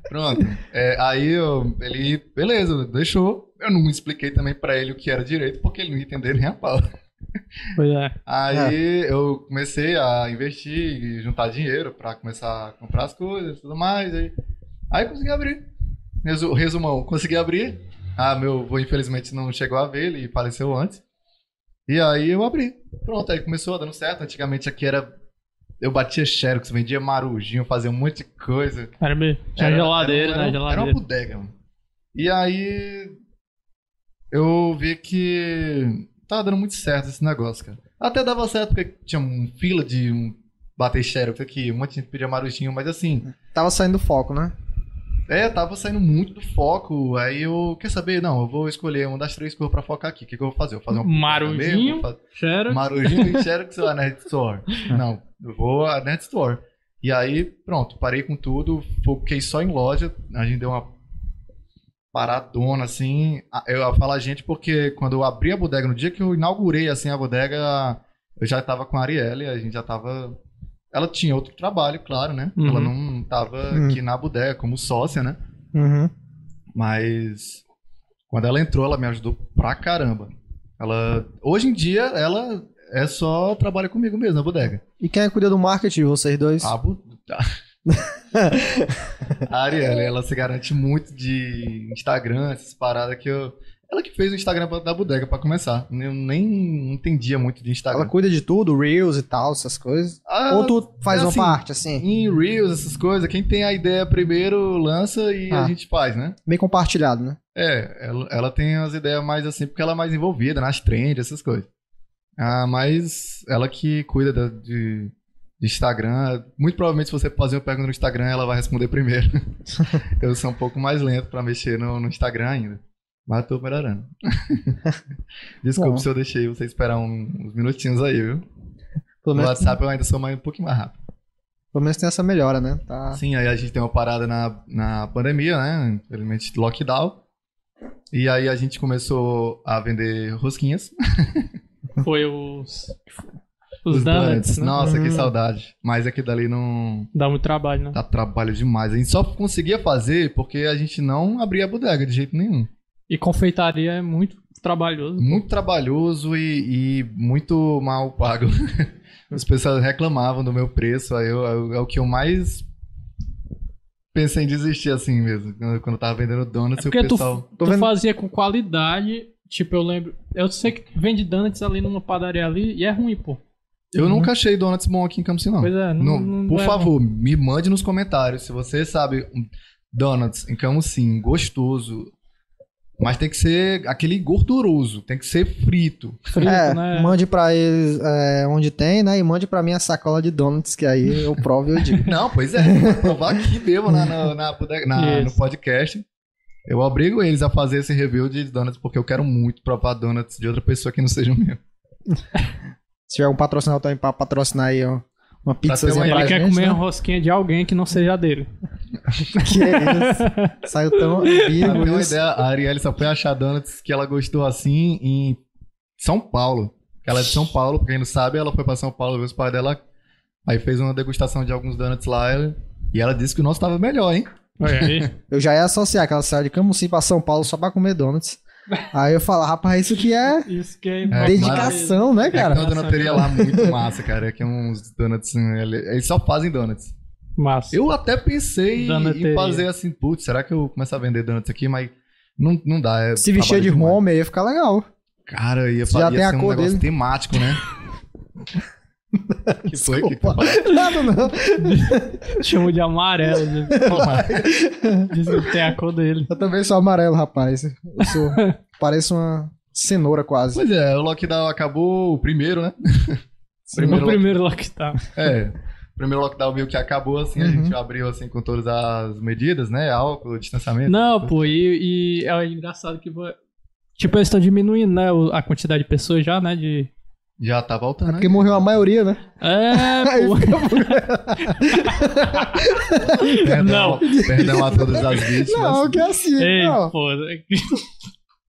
Pronto. É, aí eu- ele, beleza, deixou. Eu não expliquei também pra ele o que era direito, porque ele não ia entender nem a pau. Pois é. Aí eu comecei a investir e juntar dinheiro pra começar a comprar as coisas e tudo mais. Aí, aí consegui abrir. Resu- resumão, consegui abrir. Ah, meu avô infelizmente não chegou a ver, ele faleceu antes. E aí eu abri. Pronto, aí começou dando certo. Antigamente aqui era. Eu batia xerox, vendia marujinho, fazia um monte de coisa. Era mesmo. Tinha Era- geladeira, era, um- né? era, Era Geladeira. uma bodega, mano. E aí. Eu vi que. Tava dando muito certo esse negócio, cara. Até dava certo porque tinha um fila de um bater xerox aqui, um monte de gente pedia marujinho, mas assim. Tava saindo do foco, né? É, tava saindo muito do foco. Aí eu. Quer saber? Não, eu vou escolher uma das três cores pra focar aqui. O que, que eu vou fazer? Eu vou fazer uma. Marujinho. Vou fazer- Xerox. Marujinho e Xerox ou a Nerd Store? Não, eu vou à Nerd Store. E aí, pronto, parei com tudo, foquei só em loja. A gente deu uma paradona, assim. A- Eu ia falar gente porque quando eu abri a bodega, no dia que eu inaugurei, assim, a bodega, eu já tava com a Arielle, a gente já tava... Ela tinha outro trabalho, claro, né? Uhum. Ela não tava Uhum. aqui na bodega como sócia, né? Uhum. Mas quando ela entrou, ela me ajudou pra caramba. Ela hoje em dia ela é só trabalha comigo mesmo na bodega. E quem é que cuida do marketing? Vocês dois? Ah, A, bu- a Ariela, ela se garante muito de Instagram, essas paradas que eu ela que fez o Instagram da bodega pra começar. Eu nem entendia muito de Ela Instagram. cuida de tudo, Reels e tal, essas coisas. Ah, Ou tu faz é uma assim, parte, assim, em Reels, essas coisas, quem tem a ideia primeiro lança e Ah. a gente faz, né? bem compartilhado, né? É, ela, ela tem as ideias mais assim, porque ela é mais envolvida nas trends, essas coisas. Ah, mas ela que cuida da- de, de Instagram. Muito provavelmente, se você fazer uma pergunta no Instagram, ela vai responder primeiro. Eu sou um pouco mais lento pra mexer no, no Instagram ainda. Mas tô melhorando. Desculpa Bom. se eu deixei você esperar um- uns minutinhos aí, viu? Pelo No menos, WhatsApp eu ainda sou mais, um pouquinho mais rápido. pelo menos tem essa melhora, né? Tá. Sim, aí a gente tem uma parada na, na pandemia, né? Infelizmente, lockdown. E aí a gente começou a vender rosquinhas. Foi os. Os donuts. né? Nossa, que Hum. saudade. Mas aqui dali não Dá muito trabalho, né? dá trabalho demais. A gente só conseguia fazer porque a gente não abria a bodega de jeito nenhum. E confeitaria é muito trabalhoso. Muito trabalhoso e, e muito mal pago. As pessoas reclamavam do meu preço. Aí eu, eu- é o que eu mais pensei em desistir assim mesmo. Quando quando eu tava vendendo donuts, É o porque tu, pessoal. tu vendo- fazia com qualidade. Tipo, eu lembro. Eu sei que vende donuts ali numa padaria ali e é ruim, pô. Eu Uhum. nunca achei donuts bom aqui em Campos, não. Pois é, não, Não, não por é bom. favor, me mande nos comentários se você sabe um donuts em Camusim, gostoso, mas tem que ser aquele gorduroso, tem que ser frito. Frito, é, né? mande pra eles é, onde tem, né? E mande pra mim a sacola de donuts, que aí eu provo e eu digo. Não, pois é, pode provar aqui mesmo na, na, na bodega- na- no Isso. podcast. Eu obrigo eles a fazer esse review de donuts, porque eu quero muito provar donuts de outra pessoa que não seja o meu. Se tiver um patrocinador também pra patrocinar aí ó, uma pizzazinha ter pra, uma- Ele gente, quer comer né? uma rosquinha de alguém que não seja dele. Que é isso? Saiu tão Pra ter ambíguo uma isso. ideia, a Arielle só foi achar donuts que ela gostou assim em São Paulo. Ela é de São Paulo, pra quem não sabe, ela foi pra São Paulo ver os pais dela. Aí fez uma degustação de alguns donuts lá e ela disse que o nosso tava melhor, hein? Olha aí. Eu já ia associar que ela saiu de Camusim pra São Paulo só pra comer donuts. Aí eu falo, rapaz, isso que é Isso que é. dedicação, né, Cara, é cara? que tem uma donuteria lá muito massa, cara. Que é uns donuts. né, ele- Eles só fazem donuts. Massa. Eu até pensei Donuteria. em fazer assim, putz, será que eu começar a vender donuts aqui? Mas não, não dá. é Se vestir de trabalho demais. home aí ia ficar legal. Cara, ia, Já ia tem a ser um cor negócio dele. temático, né? Que foi que Desculpa. Nada não. Chamou de amarelo. né? Diz que tem a cor dele. Eu também sou amarelo, rapaz. Eu sou. pareço uma cenoura quase. Pois é, o lockdown acabou o primeiro, né? No Primeiro primeiro tá? lockdown. É. O primeiro lockdown meio que acabou, assim, a Uhum. gente abriu assim com todas as medidas, né? Álcool, distanciamento. Não, pô, e, e é engraçado que. vo- Tipo, eles estão diminuindo, né? o- A quantidade de pessoas já, né? De. Já tá voltando, né? É Porque morreu a maioria, né? É, Aí pô. Perdão, perdão a todas as vítimas. Não, que é assim. Ei, não. pô. é,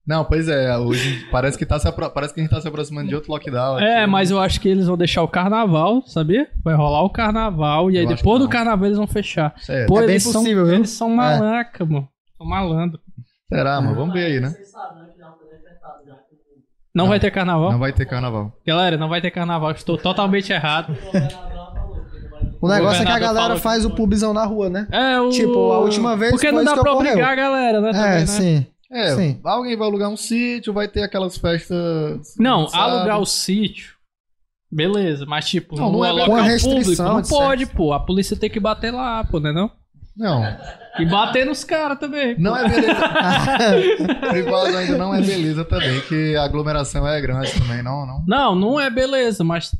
Não, pois é, hoje parece que, tá se apro- parece que a gente tá se aproximando de outro lockdown. É, aqui. né? mas eu acho que eles vão deixar o carnaval, sabia? Vai rolar o carnaval e aí Eu acho depois que do não. carnaval eles vão fechar. Cê- Pô, É bem eles são, possível, viu? Eles são malaca, mano. São malandro. Será, mano? Vamos ver aí, né? Não, Não. vai ter carnaval? Não vai ter carnaval. Galera, não vai ter carnaval. Estou totalmente errado. O negócio é que a governador galera falou- faz o pubzão na rua, né? É, o... Tipo, a última vez Porque foi não isso dá que pra ocorreu. obrigar a galera, né? também, É, né? sim. É, Sim. alguém vai alugar um sítio, vai ter aquelas festas. Não, sabe? alugar o sítio. Beleza, mas tipo, Não, não não é é bem- local Uma público. restrição, Não de pode, pô. A polícia tem que bater lá, pô, né não? Não, E bater nos caras também. não é beleza. Privado ainda não é beleza também, que a aglomeração é grande também, não, não. Não, não é beleza, mas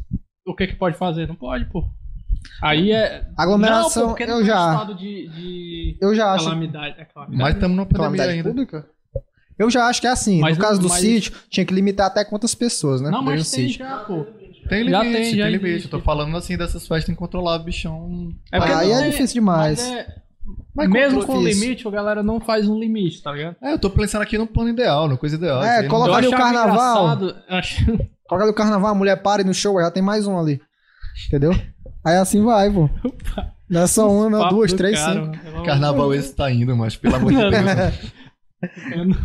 o que que pode fazer? Não pode, pô. Aí é. Aglomeração, não, pô, porque não tá eu tem já- estado de, de Eu já acho. calamidade. É calamidade. Mas estamos numa pandemia Calamidade ainda. pública? Eu já acho que é assim. Mas no não- caso do mas- sítio, tinha que limitar até quantas pessoas, né? não, Dentro mas do tem sítio. já, pô. Tem limite, Já tem, tem, já limite. existe. Eu tô falando assim dessas festas incontroláveis, bichão. É porque Aí não é tem- difícil demais. Mas é- Mas é mesmo com controle isso. limite, a galera não faz um limite, tá ligado? É, eu tô pensando aqui no plano ideal, na coisa ideal. É, assim, não- coloca- Colocar ali o achava carnaval. engraçado, eu ach- Toca do carnaval, a mulher para e no show, já tem mais um ali. Entendeu? Aí assim vai, pô. Não é só uma, não, papo duas, do três, cara, cinco. mano. Pelo amor de Carnaval esse tá indo, mas pelo amor de Deus. Deus.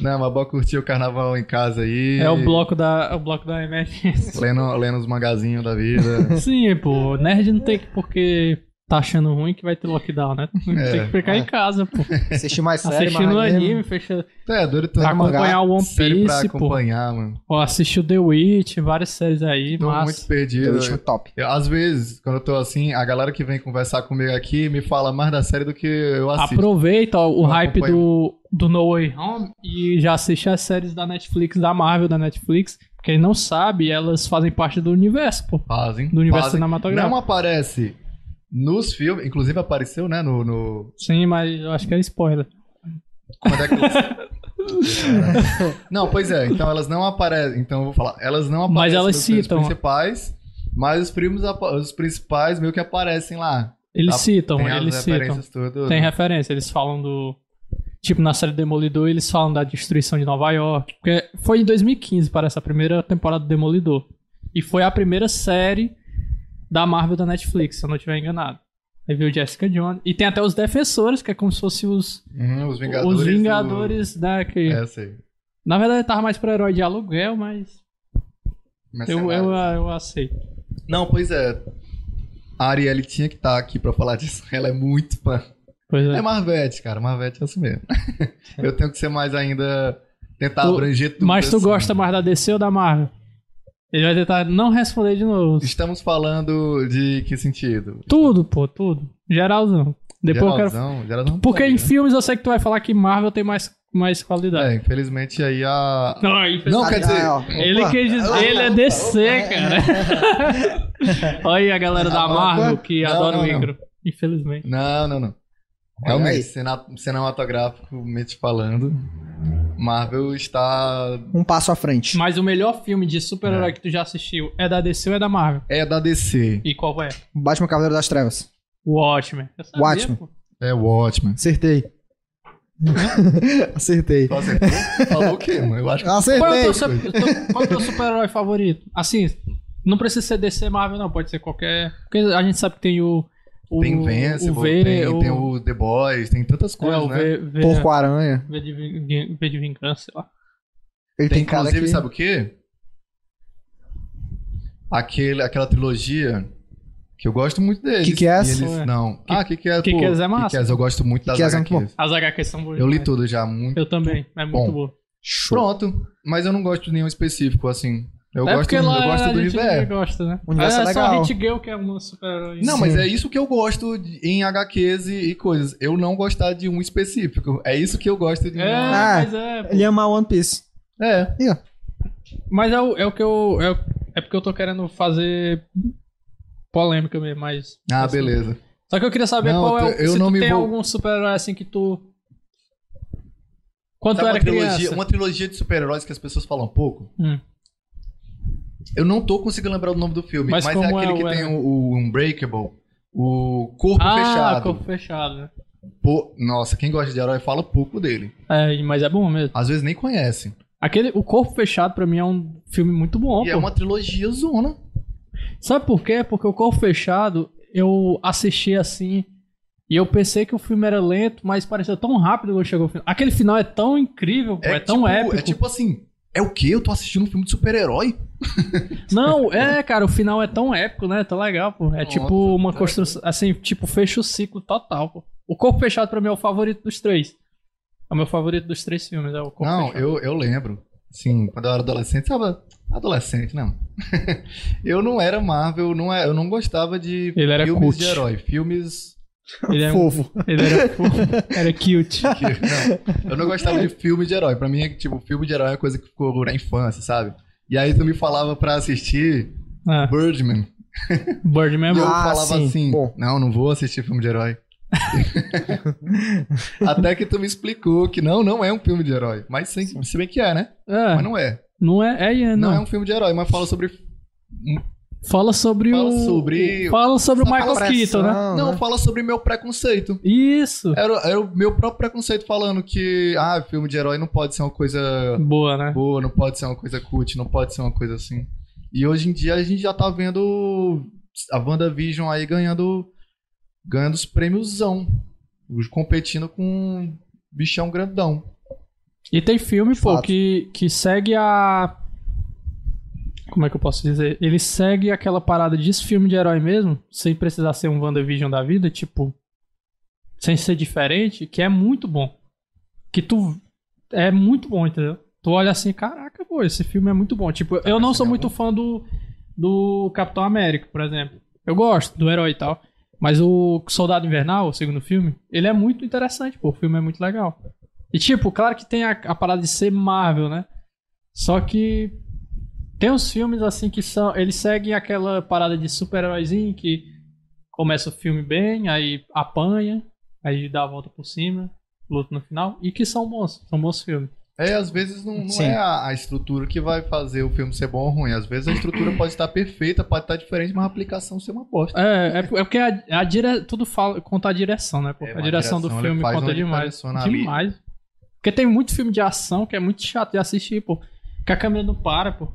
Não, mas bora curtir o carnaval em casa aí. É o bloco da, é o bloco da emergência. Lendo, lendo os mangazinhos da vida. É. Sim, pô. Nerd não tem que, porque tá achando ruim que vai ter lockdown, né? É. Tem que ficar em casa, pô. Assistir mais série, Tá Assistindo mais anime, fecha... Tu é doido, tu pra é uma acompanhar o One série pra Piece, pô. acompanhar, mano. Ó, assistiu The Witch, várias séries aí, Tô mas... muito The perdido. Witch foi top. Eu- às vezes, quando eu tô assim, a galera que vem conversar comigo aqui me fala mais da série do que eu assisto. Aproveita ó, o Eu hype acompanho. do, do No Way Home e já assiste as séries da Netflix, da Marvel, da Netflix. Quem não sabe, elas fazem parte do universo, pô. Fazem. Do universo fazem. cinematográfico. Não aparece nos filmes, inclusive apareceu, né, no... no... Sim, mas eu acho que é spoiler. Quando é que eles- Cara. não, pois é, então elas não aparecem, então eu vou falar, elas não aparecem Mas elas nos filmes citam. principais, mas os primos, apa- os principais meio que aparecem lá. Eles Tá, citam, Tem Então, eles as citam. referências tudo. Tem né? referência, eles falam do. Tipo, na série Demolidor, eles falam da destruição de Nova York. Porque foi em 2015, parece, a primeira temporada do Demolidor. E foi a primeira série da Marvel da Netflix, se eu não estiver enganado. Aí veio Jessica Jones. E tem até os Defensores, que é como se fosse os Uhum, os Vingadores. Vingadores, os do- Vingadores né, que- É, sei. Na verdade, tava mais pro herói de aluguel, mas eu, é eu, eu aceito. Não, pois é. A Arielle tinha que estar aqui pra falar disso. Ela é muito fã. Pois é. É Marvete, cara. Marvete é assim mesmo. eu tenho que ser mais ainda. Tentar Tu- abranger tudo. Mas tu assim. gosta mais da DC ou da Marvel? Ele vai tentar não responder de novo. Estamos falando de que sentido? Tudo, pô, tudo. Geralzão. Depois eu quero. Geralzão, Geralzão Porque pode, em né? filmes eu sei que tu vai falar que Marvel tem mais, mais qualidade. É, infelizmente aí a. Não, aí- É. Não, quer dizer. Ah, ó. ele Opa. quer dizer, ele é DC, cara. Olha aí a galera da Ah, Marvel que não, adora não, o não. Ingro. Infelizmente. Não, não, não. Olha aí. Realmente, cena- cinematograficamente falando, Marvel está. Um passo à frente. Mas o melhor filme de super-herói que tu já assistiu é da DC ou é da Marvel? É da DC. E qual é? Batman Cavaleiro das Trevas. O Watchmen. Eu sabia, Watchmen. pô. É o Watchmen. Acertei. Acertei. Então, assim, Tu acertou? Falou o quê, mano? Eu acho que. Eu Qual é o Acertei. teu su- teu- qual é o teu super-herói favorito? Assim, não precisa ser DC Marvel, não. Pode ser qualquer. Porque a gente sabe que tem o. o Tem Invincible, o V, tem, o, tem o The Boys, tem tantas é, coisas, o né? v, v, Porco-aranha. v de, ving- v de Vingança, sei lá. Ele Tem, tem, cara inclusive, que... sabe o quê? Aquele, aquela trilogia que eu gosto muito deles. Que que é E essa? eles- É. não. ah, que que é? Que pô, que é, Zé Massa? que que é? Eu gosto muito das que é, Zé HQs. Massa? As HQs são boas. Eu li demais. tudo já, muito. Eu também. É muito Bom. boa. Show. Pronto, mas eu não gosto de nenhum específico, assim. Eu Até gosto, É porque lá eu gosto a do gente universo. gosta, né? O universo Ah, é só legal. Hit Girl que é uma super-herói. Não, mas Sim. é isso que eu gosto de- em HQs e, e coisas. Eu não gostar de um específico. É isso que eu gosto de. É, Ah, mas é. Ele ama One Piece. É. Mas é o, é o que eu. É, o- é porque eu tô querendo fazer polêmica mesmo, mas. Ah, assim, beleza. Só que eu queria saber Não, qual é o. eu se não tu me tem vou- algum super-herói assim que tu. Quando tu Sabe era uma, trilogia, criança. uma trilogia de super-heróis que as pessoas falam um pouco. Hum. Eu não tô conseguindo lembrar o nome do filme, Mas mas, é como é aquele o- que é- tem o, o Unbreakable, o Corpo ah, Fechado. corpo fechado. né? Pô, nossa, quem gosta de herói fala pouco dele. É, mas é bom mesmo. Às vezes nem conhece. Aquele, o Corpo Fechado pra mim é um filme muito bom, e pô. é uma trilogia zona. Sabe por quê? Porque o Corpo Fechado eu assisti assim e eu pensei que o filme era lento, mas pareceu tão rápido quando chegou o final. Aquele final é tão incrível, pô, é, tão tipo, épico. É tipo assim, é o quê? Eu tô assistindo um filme de super-herói? Não, é, cara, o final é tão épico, né? Tão legal, pô. É Nossa, tipo uma cara. construção, assim, tipo, fecha o ciclo total, pô. O Corpo Fechado pra mim é o favorito dos três. É o meu favorito dos três filmes, é o Corpo Não, Fechado. eu, eu lembro. Sim, quando eu era adolescente, tava adolescente, não. eu não era Marvel, não é, eu não gostava de Ele era filmes cult. de herói, filmes Ele, é um- Fofo. ele era fofo, era cute. que- não, eu não gostava de filme de herói. Pra mim, é que, tipo, filme de herói é coisa que ficou na infância, sabe? E aí tu me falava pra assistir Ah, Birdman. Birdman é E eu bom. Ah, falava sim, assim, bom. não, não vou assistir filme de herói. Até que tu me explicou que não, não é um filme de herói. Mas sim, se bem que é, né? É, Mas não é. não é, é, é, Não, não. é um filme de herói, mas fala sobre. Fala sobre Fala o. sobre- Fala sobre o Fala Michael Keaton, Pressão, né? Não, fala sobre meu preconceito. Isso. Era, era o meu próprio preconceito falando que, ah, filme de herói não pode ser uma coisa Boa, né? boa, não pode ser uma coisa cult, não pode ser uma coisa assim. E hoje em dia a gente já tá vendo a WandaVision aí ganhando, ganhando os prêmiosão, os- competindo com um bichão grandão. E tem filme, De pô, fato. que, que segue a. Como é que eu posso dizer? Ele segue aquela parada de filme de herói mesmo, sem precisar ser um WandaVision da vida, tipo. Sem ser diferente, que é muito bom. Que tu. É muito bom, entendeu? Tu olha assim, caraca, pô, esse filme é muito bom. Tipo, eu não sou esse é muito fã do, do Capitão América, por exemplo. Eu gosto do herói e tal. Mas o Soldado Invernal, o segundo filme, ele é muito interessante, pô. O filme é muito legal. E tipo, claro que tem a, a parada de ser Marvel, né? Só que tem uns filmes assim que são. Eles seguem aquela parada de super-heróizinho que começa o filme bem, aí apanha, aí dá a volta por cima, luta no final, e que são bons, são bons filmes. É, às vezes não, não Sim. é a, a estrutura que vai fazer o filme ser bom ou ruim. Às vezes a estrutura pode estar perfeita, pode estar diferente, mas a aplicação ser uma bosta. É, é, por- é porque a, a dire, tudo fala, conta a direção, né? pô? É, a uma direção do direção, ele filme faz tá conta uma demais. diferençona ali. Demais. Porque tem muito filme de ação que é muito chato de assistir, pô. Que a câmera não para, pô.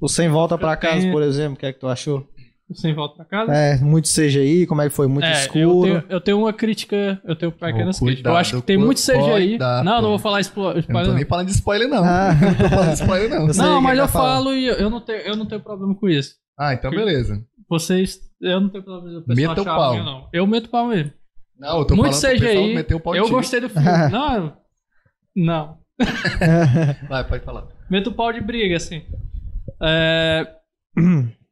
O Sem Volta Pra Eu Casa, tenho- por exemplo, o que é que tu achou? Sem volta pra casa. É, muito CGI, como é que foi? Muito É, escuro. Eu tenho, eu tenho uma crítica, eu tenho pequenas Oh, críticas. Eu acho que cuidado, tem muito CGI. cuidado. Não, não vou falar explo- Eu não tô spoiler. nem não. falando de spoiler, não. Ah. Não tô falando de spoiler, não. Eu sei Não, quem mas tá eu falando. falo e eu eu não tenho, eu não tenho problema com isso. Ah, então beleza. Vocês, eu não tenho problema com Meta o pau. não. Eu meto o pau mesmo. Não, eu tô muito falando pro pessoal CGI. meter o pau em eu ti. gostei do filme. não, não. Vai, pode falar. Meto o pau de briga, assim. É,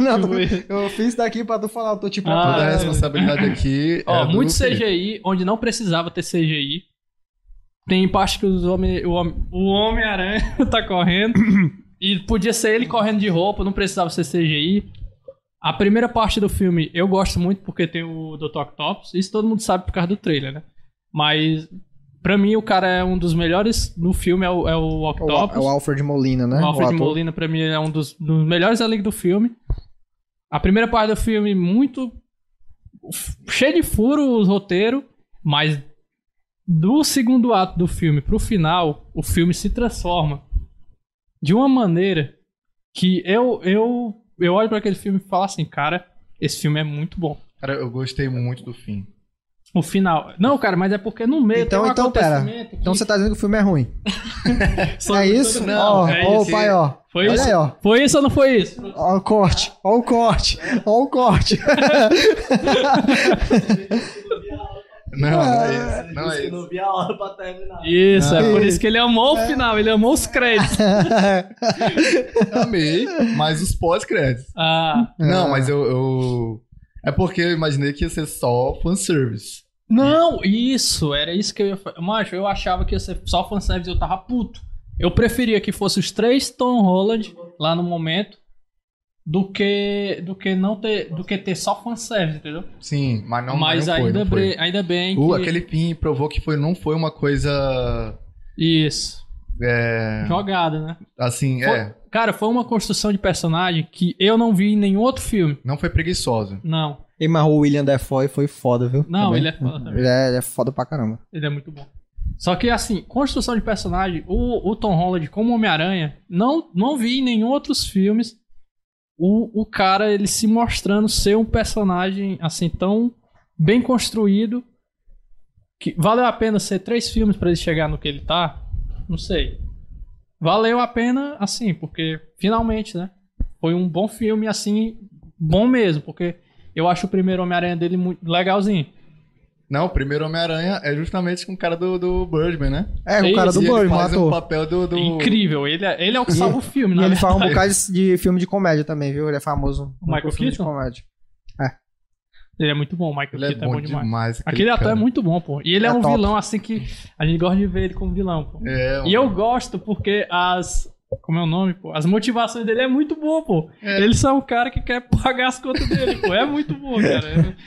Não, tu- eu fiz daqui pra tu falar, eu tô tipo. Ah, Toda a é. responsabilidade aqui é ó, do muito Felipe. CGI, onde não precisava ter CGI. Tem parte que os homem, o Homem- o Homem-Aranha tá correndo. e podia ser ele correndo de roupa, não precisava ser CGI. A primeira parte do filme eu gosto muito porque tem o Dr. Octopus. Isso todo mundo sabe por causa do trailer, né? Mas, pra mim, o cara é um dos melhores no filme, é o, é o É o, Octopus. é o Alfred Molina, né? O Alfred ator. Molina, pra mim, é um dos, dos melhores além do filme. A primeira parte do filme, muito. f- cheio de furo o roteiro, mas do segundo ato do filme pro final, o filme se transforma de uma maneira que eu, eu, eu olho pra aquele filme e falo assim, cara, esse filme é muito bom. Cara, eu gostei muito do fim. O final. Não, cara, mas é porque no meio Então- tem um então, pera. acontecimento que- Então você tá dizendo que o filme é ruim. Sobre é tudo- isso? Não, ó, é ó isso. o pai, ó. Foi Olha isso? aí, ó. Foi isso ou não foi isso? Ó o corte, ó o corte, ó o corte. Não, não é Ah, isso. Não é Eu isso. não vi a hora pra terminar. Isso, é Ah. por isso que ele amou o final, ele amou os créditos. Amei, mas os pós-créditos. Ah, Não, Ah. mas eu, eu- É porque eu imaginei que ia ser só fanservice. não, é, isso, era isso que eu ia falar. Mancho, eu achava que ia ser só fanservice, eu tava puto. Eu preferia que fosse os três Tom Holland lá no momento do que do que não ter do que ter só fanservice, entendeu? Sim, mas não Mas não foi, ainda, não foi. bre- ainda bem que Uh, aquele fim provou que foi, não foi uma coisa. isso, é, jogada, né? assim, Foi- é. Cara, foi uma construção de personagem que eu não vi em nenhum outro filme. Não foi preguiçosa. Não. E mas o William Defoe foi foda, viu? Não, Também. ele é foda também. Ele é, ele é foda pra caramba. Ele é muito bom. Só que, assim, construção de personagem, o, o Tom Holland como Homem-Aranha, não, não vi em nenhum outros filmes o, o cara ele se mostrando ser um personagem, assim, tão bem construído que valeu a pena ser três filmes pra ele chegar no que ele tá? Não sei. Valeu a pena, assim, porque finalmente, né? Foi um bom filme, assim, bom mesmo, porque eu acho o primeiro Homem-Aranha dele muito legalzinho. Não, o primeiro Homem-Aranha é justamente com o cara do, do Birdman, né? É, o Isso, cara do e ele Birdman, faz matou. um papel do. do... Incrível, ele é, ele é o que E- salva o filme, E né? ele faz um bocado de- de filme de comédia também, viu? Ele é famoso. O Michael por filme de Keaton? comédia. Ele é muito bom, o Michael Ele é Keaton bom, demais. Aquele ator é cara. muito bom, pô. E ele é, É um top. vilão assim que a gente gosta de ver ele como vilão, pô. É, E eu gosto porque as. Como é o nome, pô? As motivações dele é muito boa, pô. Ele só é um cara que quer pagar as contas dele, pô. É muito bom, cara.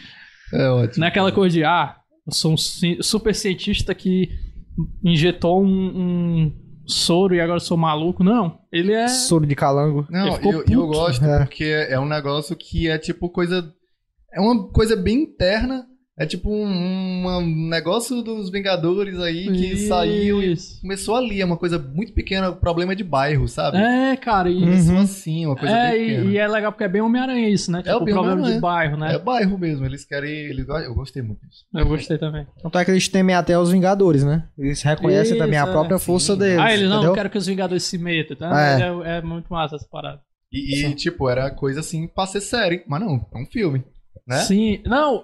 É- é ótimo. Não é aquela coisa de, ah, eu sou um ci- super cientista que injetou um, um soro e agora eu sou maluco. Não. Ele é. Soro de calango. Ele Não, e ficou eu, e puto. eu né? gosto É. porque é um negócio que é tipo coisa. É uma coisa bem interna. É tipo um, um- um negócio dos Vingadores aí que saiu e Isso. começou ali. É uma coisa muito pequena, problema de bairro, sabe? É, cara, e Uhum. Começou assim, uma coisa é, bem e, pequena. e é legal porque é bem Homem-Aranha isso, né? É o Tipo, o bem problema de Homem-Aranha. bairro, né? É bairro mesmo, eles querem. Eles, go- eu gostei muito disso. Eu gostei também. Tanto é que eles temem até os Vingadores, né? Eles reconhecem Isso, também a é. própria força Sim. deles. ah, ele não, entendeu? eu quero que os Vingadores se metam, tá? É. Ele É, é muito massa essa parada. E, e, tipo, era coisa assim pra ser série. Mas não, é um filme. Né? Sim. Não,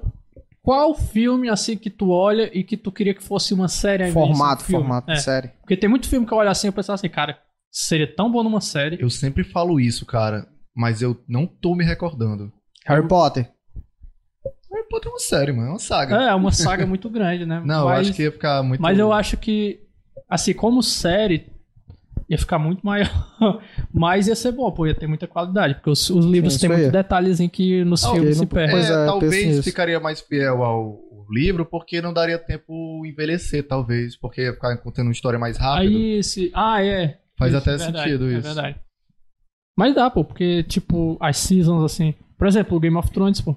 qual filme assim que tu olha e que tu queria que fosse uma série ao invés de ser um Formato, filme? formato, É. série. Porque tem muito filme que eu olho assim e eu pensava assim, cara, seria tão bom numa série. Eu sempre falo isso, cara. Mas eu não tô me recordando. Harry Potter. Harry Potter é uma série, mano. É uma saga. É, é uma saga muito grande, né? Não, mas, eu acho que ia ficar muito. Mas eu acho que, assim, como série, ia ficar muito maior. mas ia ser bom, pô, ia ter muita qualidade. Porque os, os livros Sim, têm isso muitos aí. é. detalhes em que nos Ah, filmes ok, se não- perdem. Pois é, penso talvez nisso. ficaria mais fiel ao ao livro, porque não daria tempo envelhecer, talvez, porque ia ficar contando uma história mais rápido. Aí se. Ah, é. Faz Isso, até é verdade, sentido É isso. verdade. Mas dá, pô, porque, tipo, as seasons, assim. Por exemplo, o Game of Thrones, pô.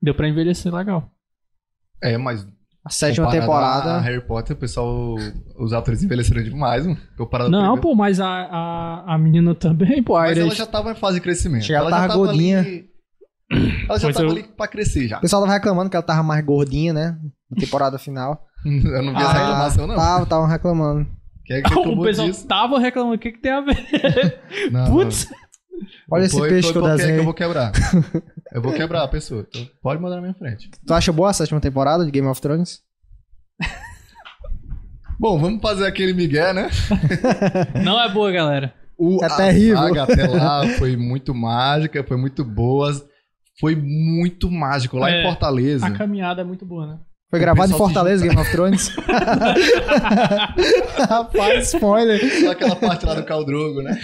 Deu pra envelhecer legal. É, mas A sétima comparado a temporada. Harry Potter, o pessoal, os atores envelheceram demais, mano. Comparado ao Não, primeiro. pô, mas a, a, a menina também, pô. A Mas ela Iris, já tava em fase de crescimento. Chegava, ela já tava gordinha. ali... Ela já Pois tava eu- ali pra crescer já. O pessoal tava reclamando que ela tava mais gordinha, né? Na temporada final. Eu não vi Ah. essa reclamação, não. Tava, tava reclamando. Quem é que O reclamou pessoal disso? Ah, tava reclamando, o que que tem a ver? Não, Putz! Olha esse foi- peixe foi que eu porque é que desenhei. eu vou quebrar. Eu vou quebrar a pessoa. Então, pode mandar na minha frente. Tu acha boa a sétima temporada de Game of Thrones? Bom, vamos fazer aquele migué, né? Não é boa, galera. O, É a terrível. saga até lá foi muito mágica, foi muito boa. Foi muito mágico lá É. em Fortaleza. A caminhada é muito boa, né? Foi O gravado em pessoal se Fortaleza, Game of Thrones? Rapaz, spoiler. Só aquela parte lá do Caldrogo, né?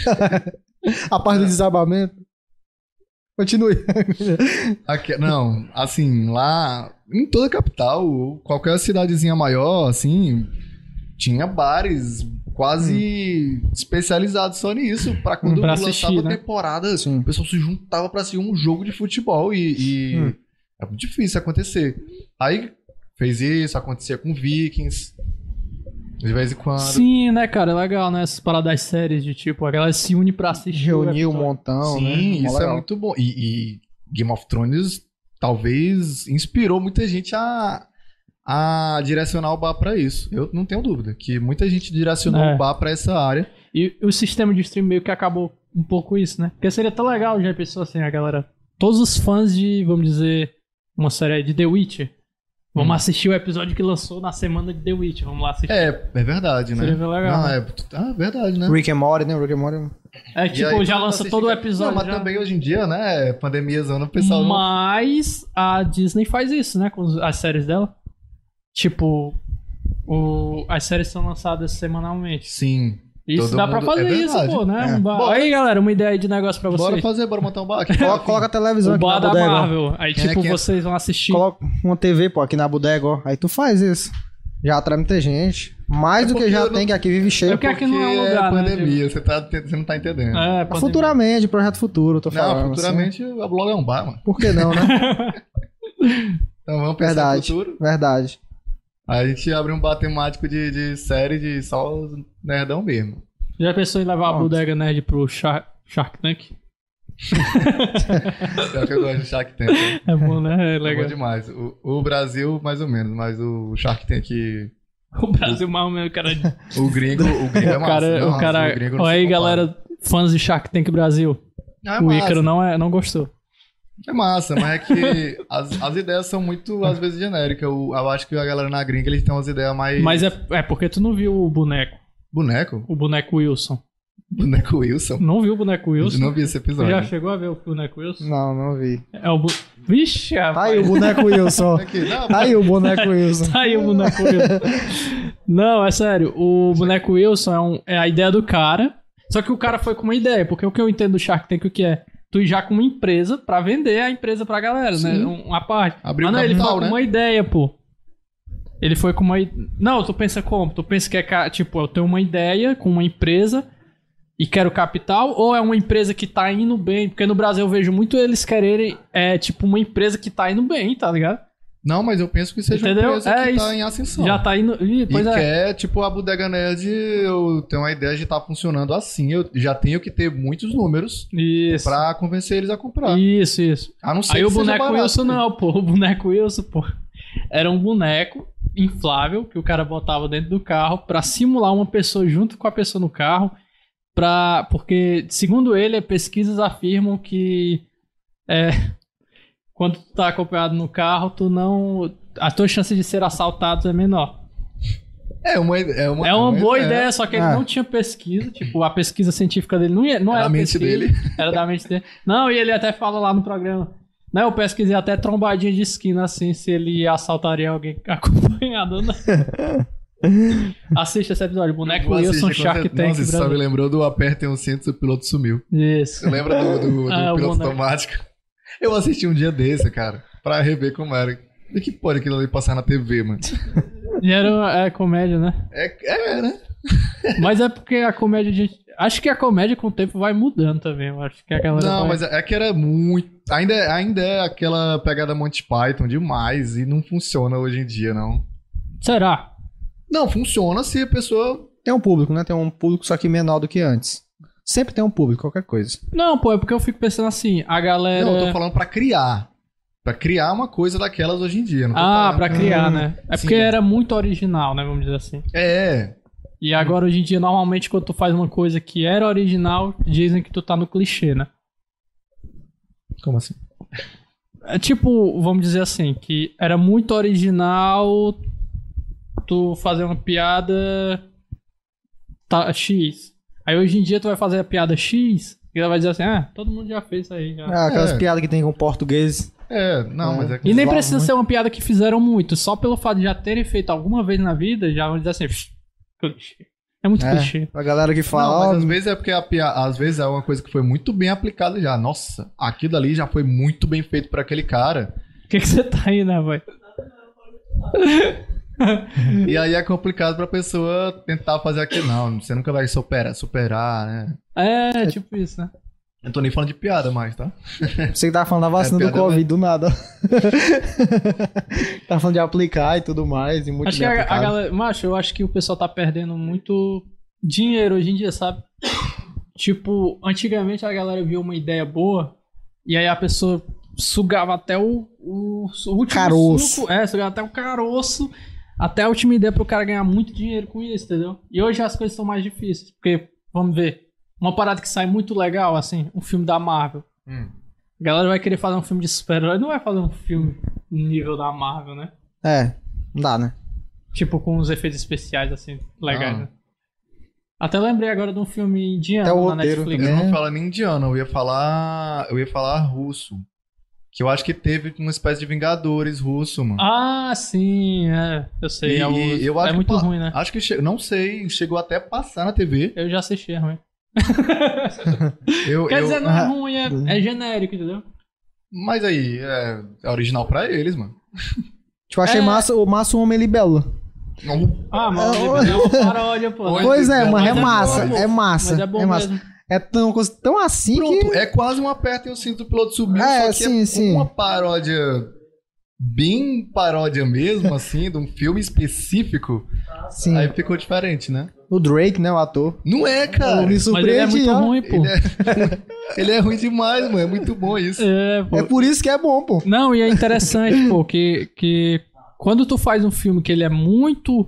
A parte É. do desabamento. Continue. Aque- não, assim, lá em toda a capital, qualquer cidadezinha maior, assim, tinha bares quase especializados só nisso. Pra quando Pra lançava assistir, né? temporada, Sim. o pessoal se juntava pra assistir um jogo de futebol e, e Hum. é muito difícil acontecer. Aí fez isso, acontecia com Vikings, de vez em quando. Sim, né, cara? É legal, né? Essas paradas das séries de tipo, aquelas se une pra assistir. o Reuniu um episódio. montão, né? Sim, Mó isso é legal. muito bom. E, e Game of Thrones talvez inspirou muita gente a, a direcionar o bar pra isso. Eu não tenho dúvida que muita gente direcionou É. o bar pra essa área. E o sistema de stream meio que acabou um pouco isso, né? Porque seria tão legal já pensou assim, a galera. Todos os fãs de, vamos dizer, uma série de The Witcher. Vamos assistir o episódio que lançou na semana de The Witch. Vamos lá assistir. Hum. É, é verdade, né? Seria legal, Não, né? é ah, verdade, né? Rick and Morty, né? Rick and Morty. É, E tipo, aí, já quando lança assiste- todo o episódio. Não, mas já. também hoje em dia, né? Pandemiazona, o pessoal não Mas a Disney faz isso, né? Com os- as séries dela. Tipo, o- as séries são lançadas semanalmente. Sim. Isso Todo dá pra mundo- fazer é isso, verdade. pô, né? É. Um bar- Bora. Aí, galera, uma ideia aí de negócio pra É, Bora vocês. fazer, bora montar um bar aqui. Coloca, coloca a televisão O aqui bar na da bodega. ó. Marvel. Aí, É, tipo, que- vocês vão assistir. Coloca uma TV, pô, aqui na bodega, ó. Aí tu faz isso. Já atrai muita gente. Mais É do que porque já eu não- tem, que aqui vive É cheio. porque aqui não é um lugar, né, pandemia, você, tá, você não tá entendendo. É, pandemia. pô. Futuramente, projeto futuro, eu tô falando. não, assim. futuramente o blog é um bar, mano. Por que não, né? Então vamos pensar no Verdade. futuro. Verdade. Aí a gente abre um bar temático de, de série de só os nerdão mesmo. Já pensou em levar a Pronto. bodega nerd pro Shark, Shark Tank? É o que eu gosto do Shark Tank. né? É bom, né? É É bom legal. demais. O, o Brasil, mais ou menos, mas o Shark Tank. O Brasil mal mesmo, cara. O gringo, o gringo é O massa. cara, nossa, o cara... gringo não Olha se aí, compara. galera, fãs de Shark Tank Brasil. É o massa. Ícaro não, é, não gostou. É massa, mas é que as, as ideias são muito, às vezes, genéricas. O- eu acho que a galera na gringa, eles têm umas ideias mais... Mas é, é porque tu não viu o boneco, Boneco? o boneco Wilson. Boneco é Wilson? Não viu o boneco Eu Wilson? não vi esse Tu episódio. já chegou a ver o boneco Wilson? Não, não vi. É o bu... Vixe, Tá rapaz. aí o boneco Wilson. Aqui, não, Tá aí o boneco Wilson. Tá aí o boneco Wilson. Não, é sério. O boneco Wilson é, um- é a ideia do cara. Só que o cara foi com uma ideia, porque o que eu entendo do Shark Tank o que é? Tu ir já com uma empresa pra vender a empresa pra galera, né? Sim. Um- Uma parte. Abriu ah, o não, ele foi capital, com né? uma ideia, pô. Ele foi com uma. i- Não, tu pensa como? Tu pensa que é. ca- Tipo, eu tenho uma ideia com uma empresa e quero capital, ou é uma empresa que tá indo bem? Porque no Brasil eu vejo muito eles quererem. É tipo uma empresa que tá indo bem, tá ligado? Não, mas eu penso que seja Entendeu? uma empresa É que isso. tá em ascensão. Já tá indo. Ih, pois e é. quer, tipo, a Bodega Nerd, eu tenho uma ideia de estar funcionando assim. Eu já tenho que ter muitos números Isso. pra convencer eles a comprar. Isso, isso. A não ser Aí que o seja boneco barato. Wilson não, pô. O boneco Wilson, pô. Era um boneco inflável que o cara botava dentro do carro pra simular uma pessoa junto com a pessoa no carro. Pra... Porque, segundo ele, pesquisas afirmam que é, quando tu tá acompanhado no carro, tu não. A tua chance de ser assaltado é menor. É uma, é uma, É uma boa é- ideia, só que ele Ah. não tinha pesquisa. Tipo, a pesquisa científica dele não, ia, não Era era a mente pesquisa, dele. Era da mente dele. Não, e ele até fala lá no programa. Né, eu pesquisei até trombadinha de esquina, assim, se ele assaltaria alguém acompanhado ou não. Assista esse episódio. Boneco Vou Wilson, assistir, com Shark certeza. Tank Nossa, você só me Brasil. lembrou do apertem o cinto e o piloto sumiu. Isso. Você lembra do, do, do Ah, o piloto boneco. automático? Eu assisti um dia desse, cara, pra rever como era. E que pode aquilo ali passar na TV, mano? E era uma- é, comédia, né? É, é, né? Mas é porque a comédia de... Acho que a comédia com o tempo vai mudando também. Eu acho que a galera Não, vai- mas é que era muito. Ainda, é- ainda é aquela pegada Monty Python demais e não funciona hoje em dia, não. Será? Não, funciona se a pessoa. Tem um público, né? Tem um público só que menor do que antes. Sempre tem um público, qualquer coisa. Não, pô, é porque eu fico pensando assim, a galera... Não, eu tô falando pra criar. Pra criar uma coisa daquelas hoje em dia. Não tô Ah, falando- pra criar, né? É sim. porque era muito original, né? Vamos dizer assim. É. E agora, hoje em dia, normalmente, quando tu faz uma coisa que era original, dizem que tu tá no clichê, né? Como assim? É tipo, vamos dizer assim, que era muito original tu fazer uma piada tá, X. Aí hoje em dia tu vai fazer a piada X e ela vai dizer assim, ah, todo mundo já fez isso aí. já." Ah, aquelas É. piadas que tem com português. É, não, É. mas é que. E nem zoava precisa muito. ser uma piada que fizeram muito, só pelo fato de já terem feito alguma vez na vida, já vão dizer assim, "Pff, clichê. É muito É. clichê. A galera que Não, fala, mas às ó, vezes é porque a pia- às vezes é uma coisa que foi muito bem aplicada já. Nossa, aquilo ali já foi muito bem feito pra aquele cara. O que que você tá aí, né, vai? E aí é complicado pra pessoa tentar fazer aquilo. Não, você nunca vai supera, superar, né? É, tipo isso, né? Eu tô nem falando de piada mais, tá? você que tava falando da vacina É, do piada, Covid, do nada. tava falando de aplicar e tudo mais, e muito acho que bem a, a aplicado. galera. Macho, eu acho que o pessoal tá perdendo muito dinheiro hoje em dia, sabe? tipo, antigamente a galera via uma ideia boa e aí a pessoa sugava até o, o, o último Caroço. suco. É, sugava até o caroço. Até a última ideia pro cara ganhar muito dinheiro com isso, entendeu? E hoje as coisas são mais difíceis. Porque, vamos ver, uma parada que sai muito legal, assim, um filme da Marvel. A galera vai querer fazer um filme de super-herói, não vai fazer um filme nível da Marvel, né? É, não dá, né? Tipo, com uns efeitos especiais, assim, legais, Ah. né? Até lembrei agora de um filme indiano Até o na roteiro Netflix. né? também. Eu É. não falo nem indiano, eu ia falar. Eu ia falar russo. Que eu acho que teve uma espécie de Vingadores russo, mano. Ah, sim, é. Eu sei. E- é o- e eu acho é que muito pa- ruim, né? Ah. Acho que che- não sei, chegou até a passar na TV. Eu já assisti, é ruim. Eu, Quer eu- dizer, não é Ah. ruim, é, é genérico, entendeu? Mas aí, é, é original pra eles, mano. Tipo, achei É. massa, o massa o Homem Libelo. Não- Ah, mas Ah, é uma paródia, pô. Pois né? Pois é, é, mano, é mas é massa, bom. é massa. Mas é bom massa. mesmo. É tão, coisa- tão assim que. Pronto, é quase um aperto e o cinto do piloto subiu. É, só que sim, é sim. uma paródia bem paródia mesmo, assim, de um filme específico. Sim. Aí ficou diferente, né? O Drake, né, o ator. Não é, Eu me cara. Mas ele é surpreendi, muito ó. ruim, pô. Ele Ele é ruim demais, mano. É muito bom isso. É, pô. É por isso que é bom, pô. Não, e é interessante, pô, que, que quando tu faz um filme que ele é muito.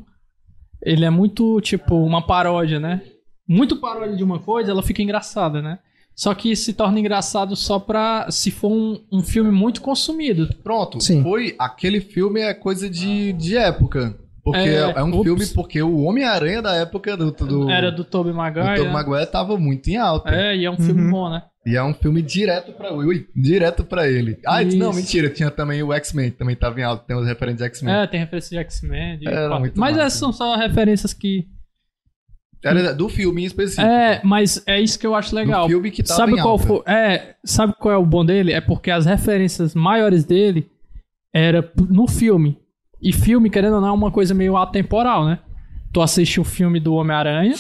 Ele é muito, tipo, uma paródia, né? Muito paródia de uma coisa, ela fica engraçada, né? Só que se torna engraçado só pra. se for um, um filme muito consumido. Pronto, Sim. foi aquele filme é coisa de, de época. Porque É, é, é um ups. filme porque o Homem-Aranha da época do, do, Era do Tobey do Maguire. Tobey né? Maguire tava muito em alta. É, e é um filme Uhum. bom, né? E é um filme direto pra ui, direto para ele. Ah, Isso. não, mentira, tinha também o X-Men, também tava em alta, tem umas referências de X-Men. É, tem referência de X-Men. de Era quatro- muito Mas massa. essas são só referências que. Era do filme em específico. É, mas é isso que eu acho legal. Do filme que tava sabe em qual alta. foi, é, sabe qual é o bom dele? É porque as referências maiores dele era p- no filme. E filme, querendo ou não, é uma coisa meio atemporal, né? Tu assiste o filme do Homem-Aranha,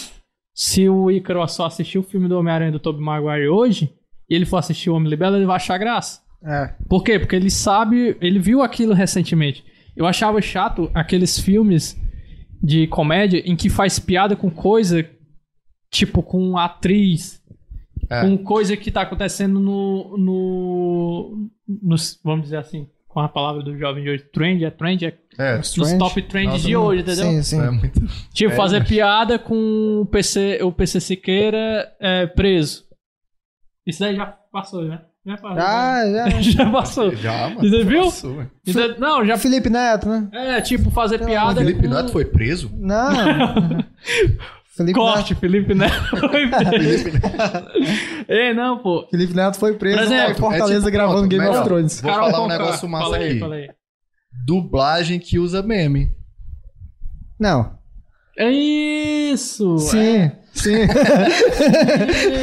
se o Ícaro só assistir o filme do Homem-Aranha do Tobey Maguire hoje, e ele for assistir o Homem Libelo, ele vai achar graça. É. Por quê? Porque ele sabe, ele viu aquilo recentemente. Eu achava chato aqueles filmes de comédia em que faz piada com coisa tipo com atriz, É. com coisa que tá acontecendo no, no, nos- vamos dizer assim, com a palavra do jovem de hoje, trend, é trend, é É, Os nos trends. top trends Nossa, de não- hoje, entendeu? Sim, sim. é muito. Tipo, É, fazer mas- piada com o PC, o PC Siqueira é, preso. Isso daí já passou, né? Já passou. Ah, já. já passou. Já, mano. Você viu? Passou, velho. Entendeu? Não, já Felipe Neto, né? É, tipo, fazer Pelo piada. Felipe com... Neto foi preso? Não. Felipe, Neto, Corte, Felipe Neto. foi preso. Ei, não, pô. Felipe Neto foi preso Por exemplo, tá em Fortaleza É tipo, gravando pronto, Game melhor. of Thrones. Vou Carol falar um Conká. negócio massa Fala aí, aqui. fala aí. Dublagem que usa meme. Não. É isso! Sim, sim.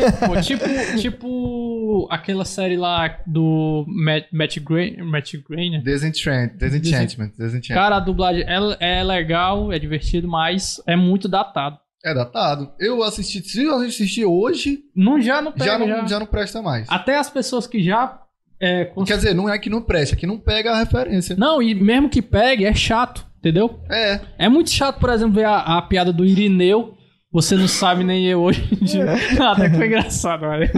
É, pô, tipo, tipo aquela série lá do Matt, Matt, Gray, Matt Grainer. Desenchant, Desenchantment. Desenchant. Cara, a dublagem é, é legal, é divertido, mas é muito datado. É datado. Eu assisti, se eu assistir hoje, Não já não pega. já, Já Ah, não, já não presta mais. Até as pessoas que já. é, cons- Quer dizer, não é que não presta, é que não pega a referência. Não, e mesmo que pegue, é chato, entendeu? É, É muito chato, por exemplo, ver a, a piada do Irineu. Você não sabe nem eu hoje em dia. Ah, Até que foi engraçado, velho.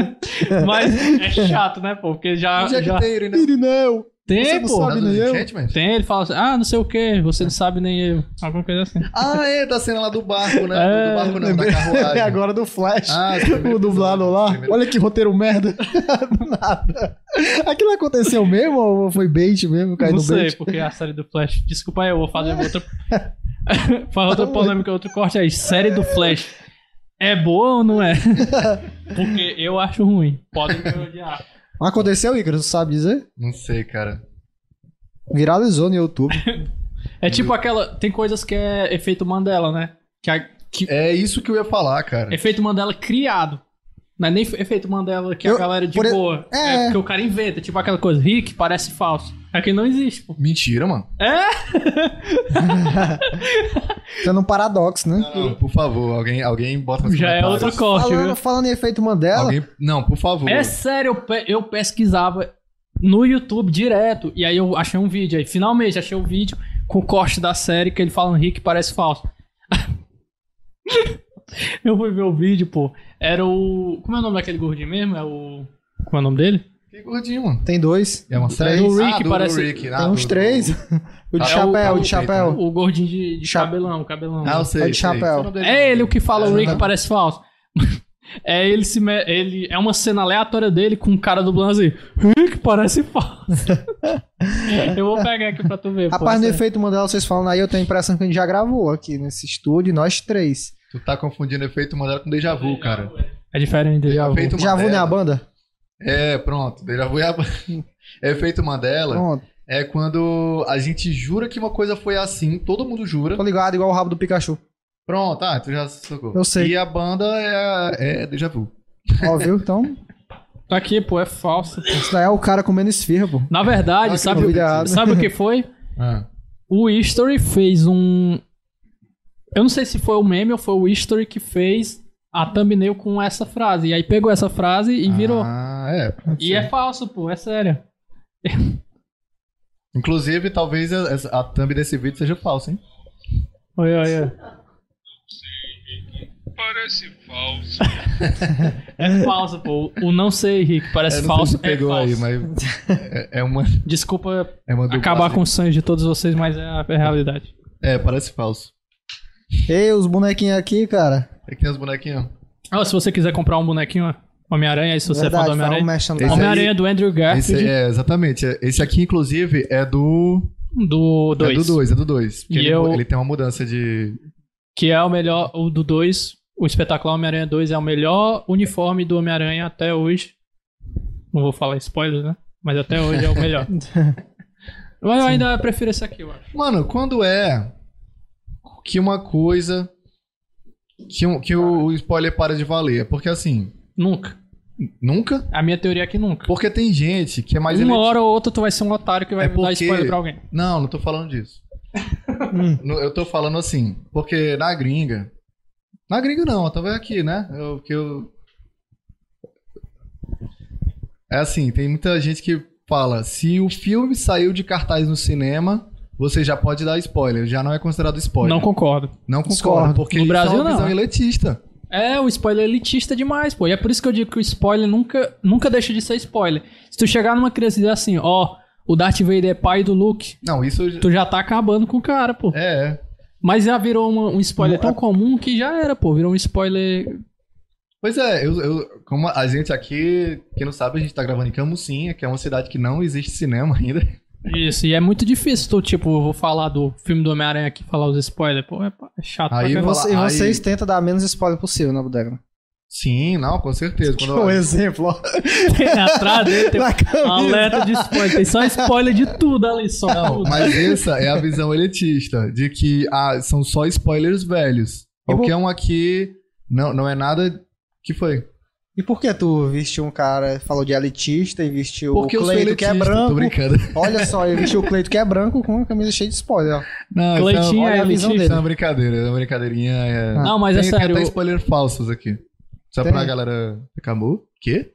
Mas é chato, né, pô? Porque já, onde é já que tem ele, né? Irineu. você tem, não pô. sabe. Nada do nem eu. Enchantment? Tem, ele fala assim, ah, não sei o que, você não sabe nem eu. Alguma coisa assim. Ah, é, da cena lá do barco, né? É, do barco não, da E carruagem. É agora do Flash. Ah, esse primeiro o dublado episódio, lá. primeiro. Olha que roteiro merda. do nada. Aquilo aconteceu mesmo ou foi bait mesmo? Caiu não no sei, bait? porque a série do Flash. Desculpa aí, eu vou fazer outra. Faz outra polêmica, outro corte aí. Série do Flash. É boa ou não é? Porque eu acho ruim. Podem me odiar. Mas aconteceu, Igor? Você sabe dizer? Não sei, cara. Viralizou no YouTube. É tipo aquela. Tem coisas que é efeito Mandela, né? Que a- que É isso que eu ia falar, cara. É Efeito Mandela criado. Não é nem efeito Mandela que Eu- a galera de por e- boa. É. É. porque o cara inventa, tipo aquela coisa, Rick parece falso. É que não existe, pô. Mentira, mano. Sendo um paradoxo, né? Não, por favor, alguém, alguém bota nos Já é comentários. outro corte, Falando, viu? falando em efeito Mandela, Alguém... Não, por favor. É sério, eu, pe- eu pesquisava no YouTube direto. E aí eu achei um vídeo aí. Finalmente achei um vídeo com o corte da série que ele fala Rick parece falso. eu fui ver o vídeo, pô. Era o. Como é o nome daquele gordinho mesmo? É o. Como é o nome dele? Que gordinho, mano. tem dois. É uma série. O Rick Ah, do- do parece- Rick, ah, Tem uns do- três. O Tá de no- chapéu, tá o no de peito, chapéu. O gordinho de, de Chap- cabelão, cabelão. Ah, eu sei. É de sei. chapéu. Esse nome dele. É ele o que fala o Rick Aham. parece falso. É ele se me- ele é uma cena aleatória dele com um cara dublando assim, "Ih, que parece falso. eu vou pegar aqui pra tu ver. pô, é Rapaz, no essa- efeito Mandela, vocês falam aí, eu tenho a impressão que a gente já gravou aqui nesse estúdio, nós três. Tu tá confundindo efeito Mandela com déjà vu, cara. é diferente dele. Déjà vu. Efeito Já vou Mandela. na banda? É, pronto. Déjà vu é a... Efeito Mandela Pronto, é quando a gente jura que uma coisa foi assim, todo mundo jura. tô ligado, igual o rabo do Pikachu. Pronto, ah, tu já sacou. Eu sei. E a banda é, é déjà vu. Ó, viu? Então, Tá aqui, pô, é falso. isso daí é o cara comendo esfirra, pô. Na verdade, Ah, sabe, que o- obrigado. sabe o que foi? Ah, O History fez um. Eu não sei se foi o meme ou foi o History que fez a thumbnail com essa frase. E aí pegou essa frase e virou. Ah, é. e é falso, pô, é sério. Inclusive, talvez a, essa- a thumb desse vídeo seja falsa, hein? Oi, oi, oi. Parece falso. É falso, pô. O não sei, Henrique, parece Eu não sei falso. se pegou é falso. aí, mas é, é uma, Desculpa é uma acabar dublagem. com os sonhos de todos vocês, mas é a é a realidade. É, parece falso. Ei, os bonequinhos aqui, cara. É que tem os bonequinhos. Ah, se você quiser comprar um bonequinho, ó, Homem-Aranha, aí se você for do Verdade, fala um Homem-Aranha. merchandising. tá Esse aí- Homem-Aranha é do Andrew Esse, Garfield, é, exatamente. Esse aqui, inclusive, é do. do É 2. do 2, é do 2. E Ele, eu- ele tem uma mudança de. Que é o melhor, o do 2, o espetacular Homem-Aranha 2 é o melhor uniforme do Homem-Aranha até hoje. Não vou falar spoiler, né? Mas até hoje é o melhor. Mas eu ainda prefiro esse aqui, eu acho. Mano, quando é que uma coisa. Que, um- que o, o spoiler para de valer? É Porque assim. Nunca. Nunca? A minha teoria é que nunca. Porque tem gente que é mais. Uma eleti- hora ou outra tu vai ser um otário que vai É dar porque- spoiler pra alguém. Não, não tô falando disso. Hum. No- eu tô falando assim, porque na gringa. Na gringa não, talvez aqui, né? Eu, que eu... É assim, tem muita gente que fala: se o filme saiu de cartaz no cinema, você já pode dar spoiler. Já não é considerado spoiler. Não concordo. Não concordo, Discordo. porque No isso Brasil, é uma não. visão elitista. É, o spoiler é elitista demais, pô. E é por isso que eu digo que o spoiler nunca, nunca deixa de ser spoiler. Se tu chegar numa criança e dizer assim, ó, o Darth Vader é pai do Luke, Não, isso. tu já tá acabando com o cara, pô. É, é. Mas já virou uma- um spoiler tão comum que já era, pô. Virou um spoiler. Pois é, eu, eu- como a gente aqui, quem não sabe, a gente tá gravando em Camucinha, que é uma cidade que não existe cinema ainda. Isso, e é muito difícil tu, tipo, eu vou falar do filme do Homem-Aranha aqui, falar os spoilers, pô, é pa- é chato Aí pra E eu caramba. vou- você- e Aí- vocês tentam dar menos spoiler possível na bodega. Sim, não, com certeza. Quando Um exemplo, ó. Tem atrás dele, tem Na um camisa. alerta de spoiler. Tem só spoiler de tudo ali, só Não, tudo. mas essa é a visão elitista, de que ah, são só spoilers velhos. Eu Qualquer um aqui não, não é nada que foi. E por que tu vestiu um cara, falou de elitista e vestiu Porque o eu sou Cleito que elitista, é branco? tô brincando. Olha só, eu vesti o Cleito que é branco com a camisa cheia de spoiler, ó. Não, Cleitinho isso é, é olha a visão elitista. dele. Isso é uma brincadeira, é uma brincadeirinha. É... Ah, Não, mas é tem, tem sério. até spoilers falsos aqui. Só Tem. pra galera ficar mu. Quê?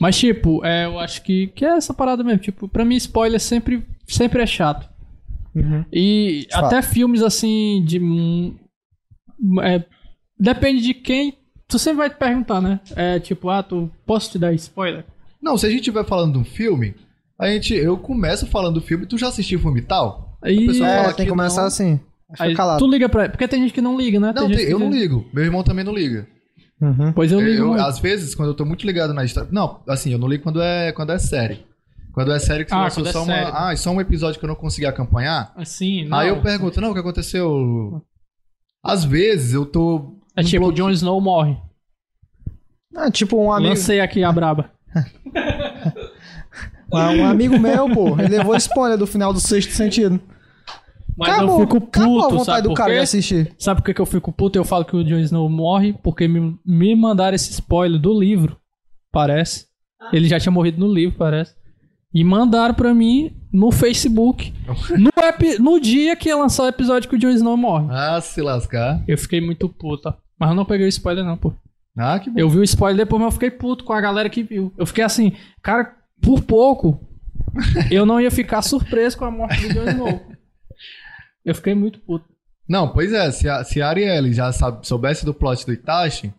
Mas, tipo, é, eu acho que, que é essa parada mesmo. Tipo, pra mim, spoiler sempre, sempre é chato. Uhum. E Fato. até filmes assim de. hum, é, depende de quem. Tu sempre vai te perguntar, né? É tipo, ah, tu posso te dar spoiler? Não, se a gente estiver falando de um filme, a gente, eu começo falando do filme, tu já assistiu o filme tal? Aí, pessoal É, fala tem que que começar não. assim. Fica aí calado. tu liga pra. Porque tem gente que não liga, Ah, né? Não, gente tem- que eu não diz, ligo. Meu irmão também não liga. Uhum. Pois eu ligo. Eu, muito. às vezes, quando eu tô muito ligado na história. Não, assim, eu não ligo quando é, quando é série. Quando é série que você Ah, lançou quando é só, série. uma, ah, e só um episódio que eu não consegui acompanhar. Assim, não. Aí eu pergunto, não, o que aconteceu? Às vezes eu tô. É no tipo, o blog- Jon Snow morre. Ah, tipo um amigo. Lancei aqui a braba. Ah, Um amigo meu, pô, ele levou spoiler do final do sexto sentido. Mas acabou, eu fico acabou a puto, vontade sabe do por cara de quê? assistir. Sabe por que, que eu fico puto? Eu falo que o Jon Snow morre porque me, me mandaram esse spoiler do livro, parece. Ele já tinha morrido no livro, parece. E mandaram pra mim no Facebook. No, epi- no dia que ia lançar o episódio que o Jon Snow morre. Ah, se lascar. Eu fiquei muito puta. Mas eu não peguei o spoiler, não, pô. Ah, que bom. Eu vi o spoiler depois, mas eu fiquei puto com a galera que viu. Eu fiquei assim, cara, por pouco eu não ia ficar surpreso com a morte do Jon Snow. Eu fiquei muito puto. Não, pois é, se a, se a Arielle já sabe- soubesse do plot do Itachi,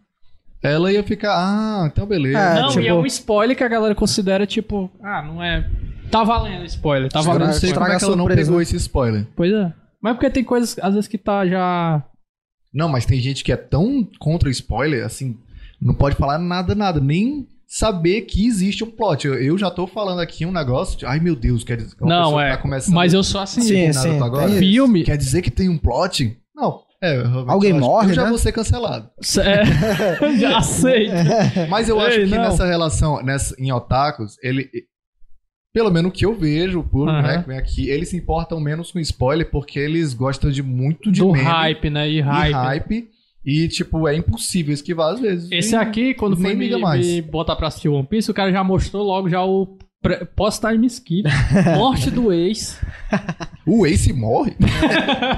ela ia ficar. Ah, então beleza. É, não, tipo- e é um spoiler que a galera considera tipo, ah, não é. Tá valendo spoiler, tá Agora eu valendo não sei spoiler. Estraga como é que ela não a surpresa, pegou né? esse spoiler. Pois é. Mas porque tem coisas, às vezes, que tá já. Não, mas tem gente que é tão contra o spoiler, assim. Não pode falar nada, nada, nem saber que existe um plot. Eu, eu já tô falando aqui um negócio de, ai meu Deus, quer dizer, uma Não, pessoa que é. tá começando Mas eu sou assim. Sim, nada sim. até agora. tem isso. Filme. Quer dizer que tem um plot? Não. É, Robert, Alguém eu acho- morre, Eu já né? vou ser cancelado. É, já aceito. É. Mas eu acho Ei, que não. nessa relação, nessa, em otakus, ele. Pelo menos o que eu vejo, o público, Aham. né, que vem aqui, eles se importam menos com spoiler porque eles gostam de muito de Do meme hype, né? E e hype. hype. E, tipo, é impossível esquivar às vezes. Esse é E- aqui, quando Nem foi me, liga mais. me botar pra assistir One Piece, o cara já mostrou logo já o pré- pós-time skip, morte do ex. O Ace morre?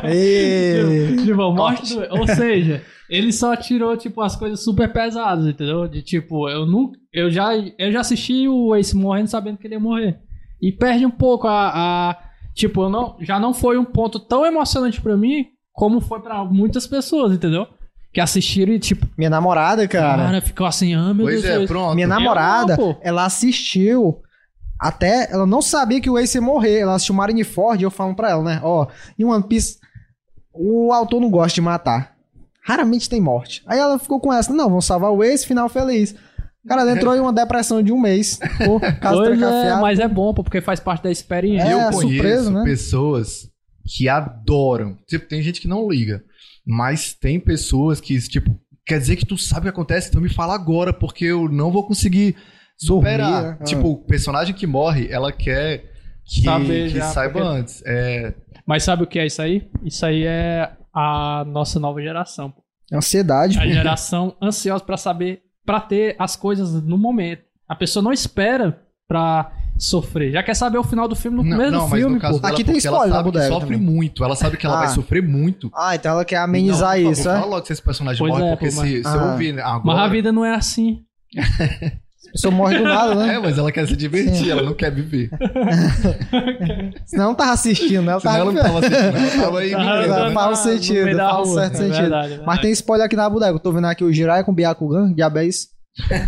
Ei. Tipo, morte do ex. Ou seja, ele só tirou, tipo, as coisas super pesadas, entendeu? De tipo, eu nunca. Eu já, eu já assisti o Ace morrendo sabendo que ele ia morrer. E perde um pouco a. a- tipo, eu não, já não foi um ponto tão emocionante pra mim como foi pra muitas pessoas, entendeu? Que assistiram e, tipo, Minha namorada, cara, cara. ficou assim, ah, meu pois Deus. do é, céu. pronto. Minha Eu namorada, não, pô. ela assistiu. Até ela não sabia que o Ace ia morrer. Ela assistiu Marineford e eu falo pra ela, né? Ó, em One Piece, o autor não gosta de matar. Raramente tem morte. Aí ela ficou com essa. Não, vão salvar o Ace, final feliz. Cara, ela entrou em uma depressão de um mês. Por causa Pois é, trancafiada. mas é bom, pô, porque faz parte da experiência. É, eu a conheço surpresa, né? pessoas que adoram. Tipo, tem gente que não liga. Mas tem pessoas que, tipo, quer dizer que tu sabe o que acontece, então me fala agora, porque eu não vou conseguir Dormir, superar. né? Ah. Tipo, o personagem que morre, ela quer que, Saber Tá que já, saiba porque- antes. É, Mas sabe o que é isso aí? Isso aí é a nossa nova geração. pô. Ansiedade. A geração ansiosa pra saber, pra ter as coisas no momento. A pessoa não espera pra sofrer. Já quer saber o final do filme no não, primeiro não, mas filme, no caso pô. dela, Aqui tem porque ela spoiler na sabe que bodega sofre também. muito. Ela sabe que ela Ah. vai sofrer muito. Ah, então ela quer Então, amenizar por favor, isso, é? Fala logo se esse personagem Pois morre, é, porque pô, se, se Ah. eu ouvir né, Mas a agora... vida não é assim. A pessoa morre do nada, né? É, mas ela quer se divertir, ela não quer viver. Senão eu não tava assistindo, né? Eu Senão tava... ela não tava assistindo, ela tava aí Tá, vivendo, tá, né? tá, Faz no sentido, meio da faz um rua. certo É sentido. verdade, é Mas tem spoiler aqui na bodega. Eu tô vendo aqui o Jirai com Byakugan, Diabés.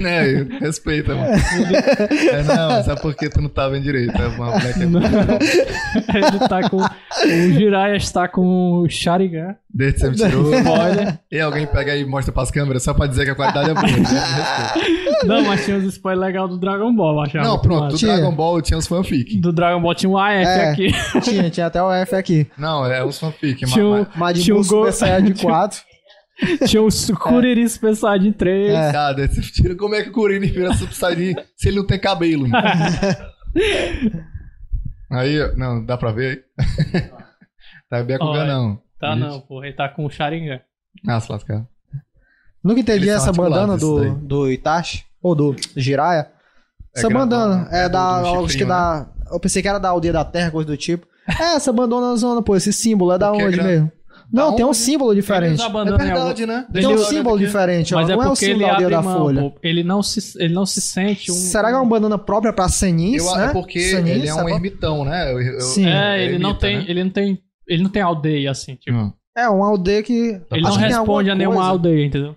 É, respeita, mano. É, não, sabe por que tu não tá vendo direito? É uma mulher que é muito verdade. Ele tá com. O Jiraiya está com o Sharingan. Desde que você me tirou. Spoiler. E alguém pega e mostra pras câmeras só pra dizer que a qualidade é boa. Respeita. Não, mas tinha os spoilers legais do Dragon Ball, eu achava. Não, muito pronto, massa. do Tinha. Dragon Ball tinha uns fanfic. Do Dragon Ball tinha um AF É. aqui. Tinha, tinha até o F aqui. Não, é uns fanfic, mas. Tinha um- Majin Tinha Buu um gol- Super Saiyajin 4. Tinha o Kuriri Pensado em 3. É. Cara, desde que você me tira, como é que o Kurini vira subsaiyajin se ele não tem cabelo? mano? Aí, não, dá pra ver aí? Tá bem com Olha, não. Tá Gente. não, porra, ele tá com o Sharingan. Ah, se lascar. Nunca entendi Eles são essa bandana articulados, do, isso do Itachi, ou do Jiraiya. É essa grandão, bandana né? é Do- da. do acho que chifrinho, né? da eu pensei que era da aldeia da terra, coisa do tipo. É, essa bandana zona, pô, esse símbolo é da Porque é onde grande. mesmo? Não, tem um onde? símbolo Ele diferente. usa a É bandana em algum- verdade, né? Tem um símbolo diferente, ó. Mas é não é o porque símbolo ele da aldeia abre da mão, folha. pô. Ele não se, ele não se sente um... Será que é uma bandana própria pra Senins, Eu, né? É porque Senins, ele é um sabe? ermitão, né? Eu- eu- Sim. É, ele, ermita, não tem, né? ele não tem... Ele não tem aldeia, assim, tipo... Hum. É uma aldeia que... é Tá Ele acho não que tem alguma responde a nenhuma coisa. aldeia, entendeu?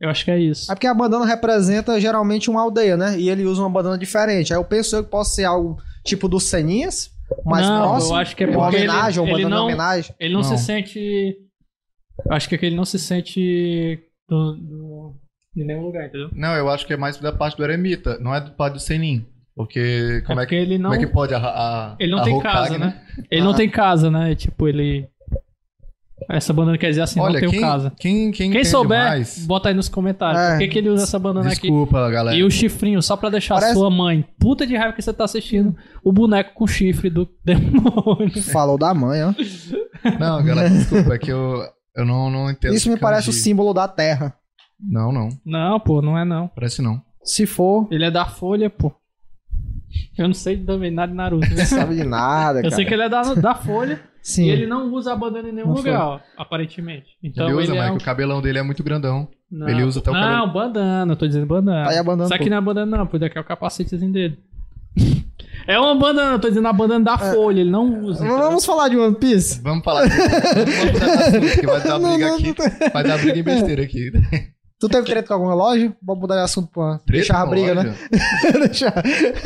Eu acho que é isso. É porque a bandana representa geralmente uma aldeia, né? E ele usa uma bandana diferente. Aí eu penso que possa ser algo tipo do Seninhas, mais não, próximo. eu acho que é uma porque ele, homenagem, uma ele bandana não, homenagem. ele não, se Não. sente... Eu acho que é que ele não se sente do, do, em nenhum lugar, entendeu? Não, eu acho que é mais da parte do eremita, não é do parte do Senin. Porque como é é, porque que, ele não... como é que pode a, a Ele não a tem Hokage, casa, né? Ele não Ah. tem casa, né? Tipo, ele. Essa bandana quer dizer assim, Olha, não quem, tem casa. quem, quem, Quem entende souber, mais, bota aí nos comentários. É. Por que, que ele usa essa bandana desculpa, aqui? galera. E o chifrinho, só pra deixar Parece- sua mãe puta de raiva que você tá assistindo o boneco com chifre do demônio. Falou da mãe, ó. Não, galera, desculpa, é que eu, eu não, não entendo. Isso me esse parece o kanji. símbolo da terra. Não, não, Não, pô, não é não. parece não. Se for, Ele é da Folha, pô. Eu não sei também nada de Naruto. né? não sabe de nada, Eu cara. sei que ele é da, da Folha Sim. e ele não usa a bandana em nenhum Não foi. lugar, ó, aparentemente. Então ele ele, usa, é mas um... que o cabelão dele é muito grandão. não. ele usa até o Não, cabelo. bandana, eu tô dizendo bandana. Tá aí a bandana, Isso aqui pô. não é bandana, não, pô. Daqui é o capacetezinho dele. É uma bandana, eu tô dizendo a bandana da folha, ele não usa. Não É. Vamos falar de One Piece? Vamos falar disso. Vamos mudar de assunto, que vai dar Não, briga não, aqui. Vai dar briga em besteira aqui. Tu teve treta com alguma loja? Vamos mudar de assunto pra deixar a Treta, briga, né? lógico. Deixar.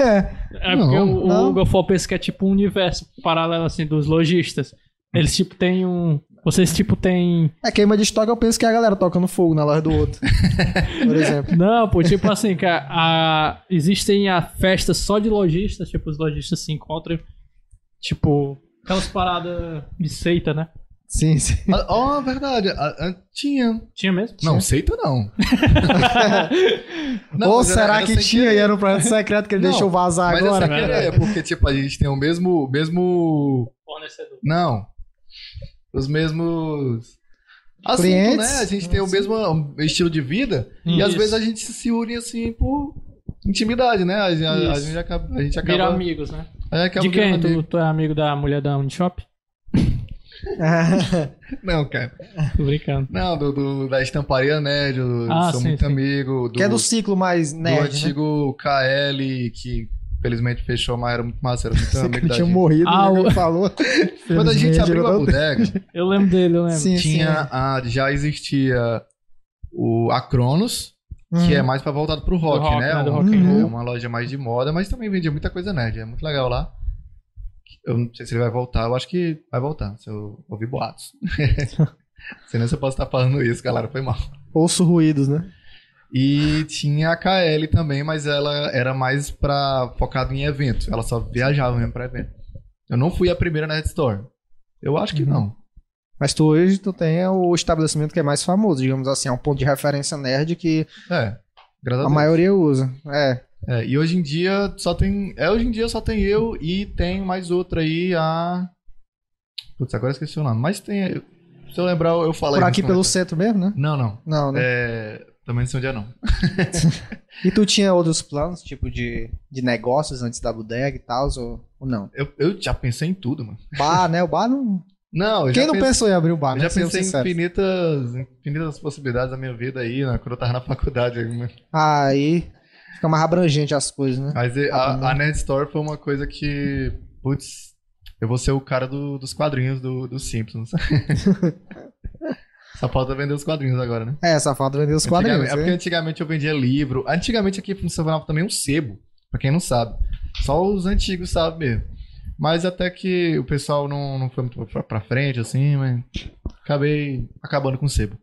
É. é porque não, o, não. o Golfol pensa que é tipo um universo paralelo assim dos lojistas. Eles tipo têm um. Vocês, tipo, tem. É queima de estoque, eu penso que é a galera tocando fogo na loja do outro. por exemplo. Não, pô, tipo assim, que a, a- existem a festa só de lojistas, tipo, os lojistas se encontram, tipo, aquelas paradas de seita, né? Sim, sim. Ah, Ó, verdade. Ah, ah, tinha. Tinha mesmo? Não, seita não. Não, Ou mas era- será era que sem tinha querer. e era um projeto secreto que ele é. Não, deixou vazar Mas agora? essa aqui é porque, tipo, a gente tem o mesmo. o mesmo... Fornecedor. Não. Os mesmos. assunto, Clientes? Ah, né? A gente tem o mesmo estilo de vida. E às Isso. vezes a gente se une assim por intimidade, né? A, a- a Isso. gente acaba. A gente acaba, Vira amigos, né? a gente acaba De quem? virando Tu, tu é amigo da mulher da Unishop? É. amigo. Não, cara. Tô brincando. Não, do, do- da estamparia nerd. do- Ah, sou sim, muito sim. amigo. Do, que é do ciclo mais do nerd, né? antigo KL, que infelizmente fechou, mas era muito massa, era muito Pensei que amigo ele da tinha gente. morrido, Ah, ah, o- ele falou. Quando a gente abriu a bodega, Eu lembro dele, eu lembro. Sim, tinha a, já existia o a Cronos, sim. que é mais pra voltado pro rock, rock, né? né? Do Um- rock and roll. É uma loja mais de moda, mas também vendia muita coisa nerd. É muito legal lá. Eu não sei se ele vai voltar, eu acho que vai voltar, se eu ouvir boatos. Senão se eu posso estar falando isso, galera, foi mal. Ouço ruídos, né? E tinha a KL também, mas ela era mais pra, focado em evento. Ela só viajava mesmo pra evento. Eu não fui a primeira Nerd Store. Eu acho que Uhum. não. Mas tu hoje tu tem o estabelecimento que é mais famoso, digamos assim, é um ponto de referência nerd que É. Graças a a Deus. maioria usa. É. É, e hoje em dia só tem. É, hoje em dia só tem eu e tem mais outra aí, a. Putz, agora eu esqueci o nome. Mas tem. Se eu lembrar, eu falo Por aí aqui nos pelo centro mesmo, né? comentários. Não, não. Não, né? É, também não sei onde é, não. E tu tinha outros planos, tipo de, de negócios antes da bodega e tal, ou, ou não? Eu, eu já pensei em tudo, mano. Bar, né? O bar não. Não, eu Quem já não pensei, pensou em abrir o bar, eu né? já Sendo pensei em sincero. infinitas, infinitas possibilidades da minha vida aí, né, quando eu tava na faculdade. Aí fica mais abrangente as coisas, né? Mas e- Ah, a, a Nerd Store foi uma coisa que. Putz, eu vou ser o cara do- dos quadrinhos do, dos Simpsons. Só falta vender os quadrinhos agora, né? É, safado vendeu os quadrinhos. Antigamente- É porque né? antigamente eu vendia livro. Antigamente aqui funcionava também um sebo, pra quem não sabe. Só os antigos sabem mesmo. Mas até que o pessoal não, não foi muito pra, pra frente, assim, mas acabei acabando com o sebo.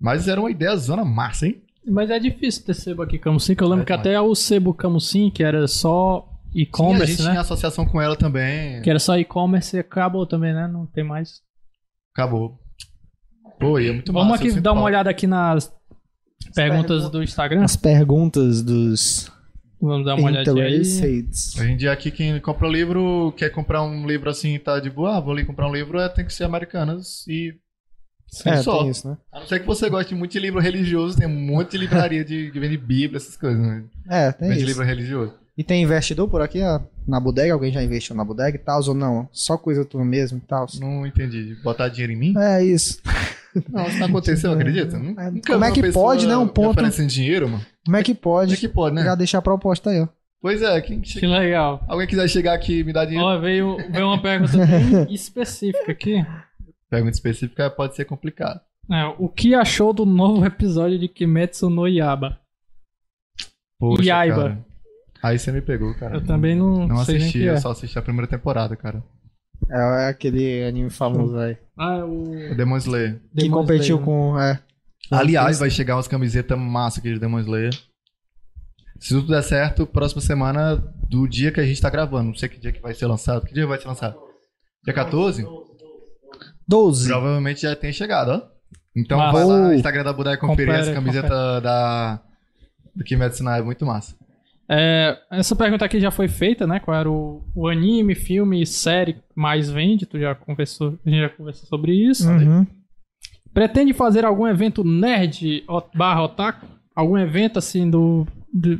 Mas era uma ideia zona massa, hein? Mas é difícil ter sebo aqui, Camusim, que eu lembro É que demais. até o sebo Camusim, que era só E a e-commerce, gente né? tinha associação com ela também. Que é- era só e-commerce e acabou também, né? Não tem mais. Acabou. Pô, e é muito Vamos massa. eu aqui sempre dar uma falo. olhada aqui nas perguntas perguntas. do Instagram. As perguntas dos Vamos dar uma Então, é olhadinha aí. Interessates. Hoje em dia aqui quem compra o livro, quer comprar um livro assim e tá de boa, ah, vou ali comprar um livro, é, tem que ser americanas e É, só. tem isso, né? A não ser que você goste muito de livro religioso, tem um monte de livraria de, que vende Bíblia, essas coisas, né? É, tem vende isso. livro religioso. E tem investidor por aqui, ó, na bodega? Alguém já investiu na bodega e tal, ou não? Só coisa tua mesmo e tal? Não entendi. Botar dinheiro em mim? É isso. Não, isso não aconteceu, acredita? É, Nunca como vi é uma que pessoa pode, né, um me ponto- oferecendo dinheiro, mano. Como é que Como é pode? que pode, né? Já deixar a proposta aí, ó. Pois é, quem che- Que legal. alguém quiser chegar aqui e me dar dinheiro. Ó, veio, veio uma pergunta bem específica aqui. Pergunta específica pode ser complicado. É, o que achou do novo episódio de Kimetsu no Yaiba? Poxa, E Aiba? cara. Aí você me pegou, cara. Eu também não, Não sei assisti, nem o eu que é. só assisti a primeira temporada, cara. É, é aquele anime famoso aí. Ah, é o O Demon Slayer. Que Demon competiu Slayer, né? com. É, Aliás, vai chegar umas camisetas massa aqui de Demon Slayer. Se tudo der certo, próxima semana do dia que a gente tá gravando. Não sei que dia que vai ser lançado. Que dia vai ser lançado? Dia 14? 12. Provavelmente já tem chegado, ó. Então Massa. vai lá no Ou- Instagram da Budai conferir Compara, essa camiseta da do Kimetsu na é muito massa. É, essa pergunta aqui já foi feita, né? Qual era o, o anime, filme, série que mais vende? Tu já conversou, a gente já conversou sobre isso. Uhum. Pretende fazer algum evento nerd o- barra otaku? Algum evento assim do. do-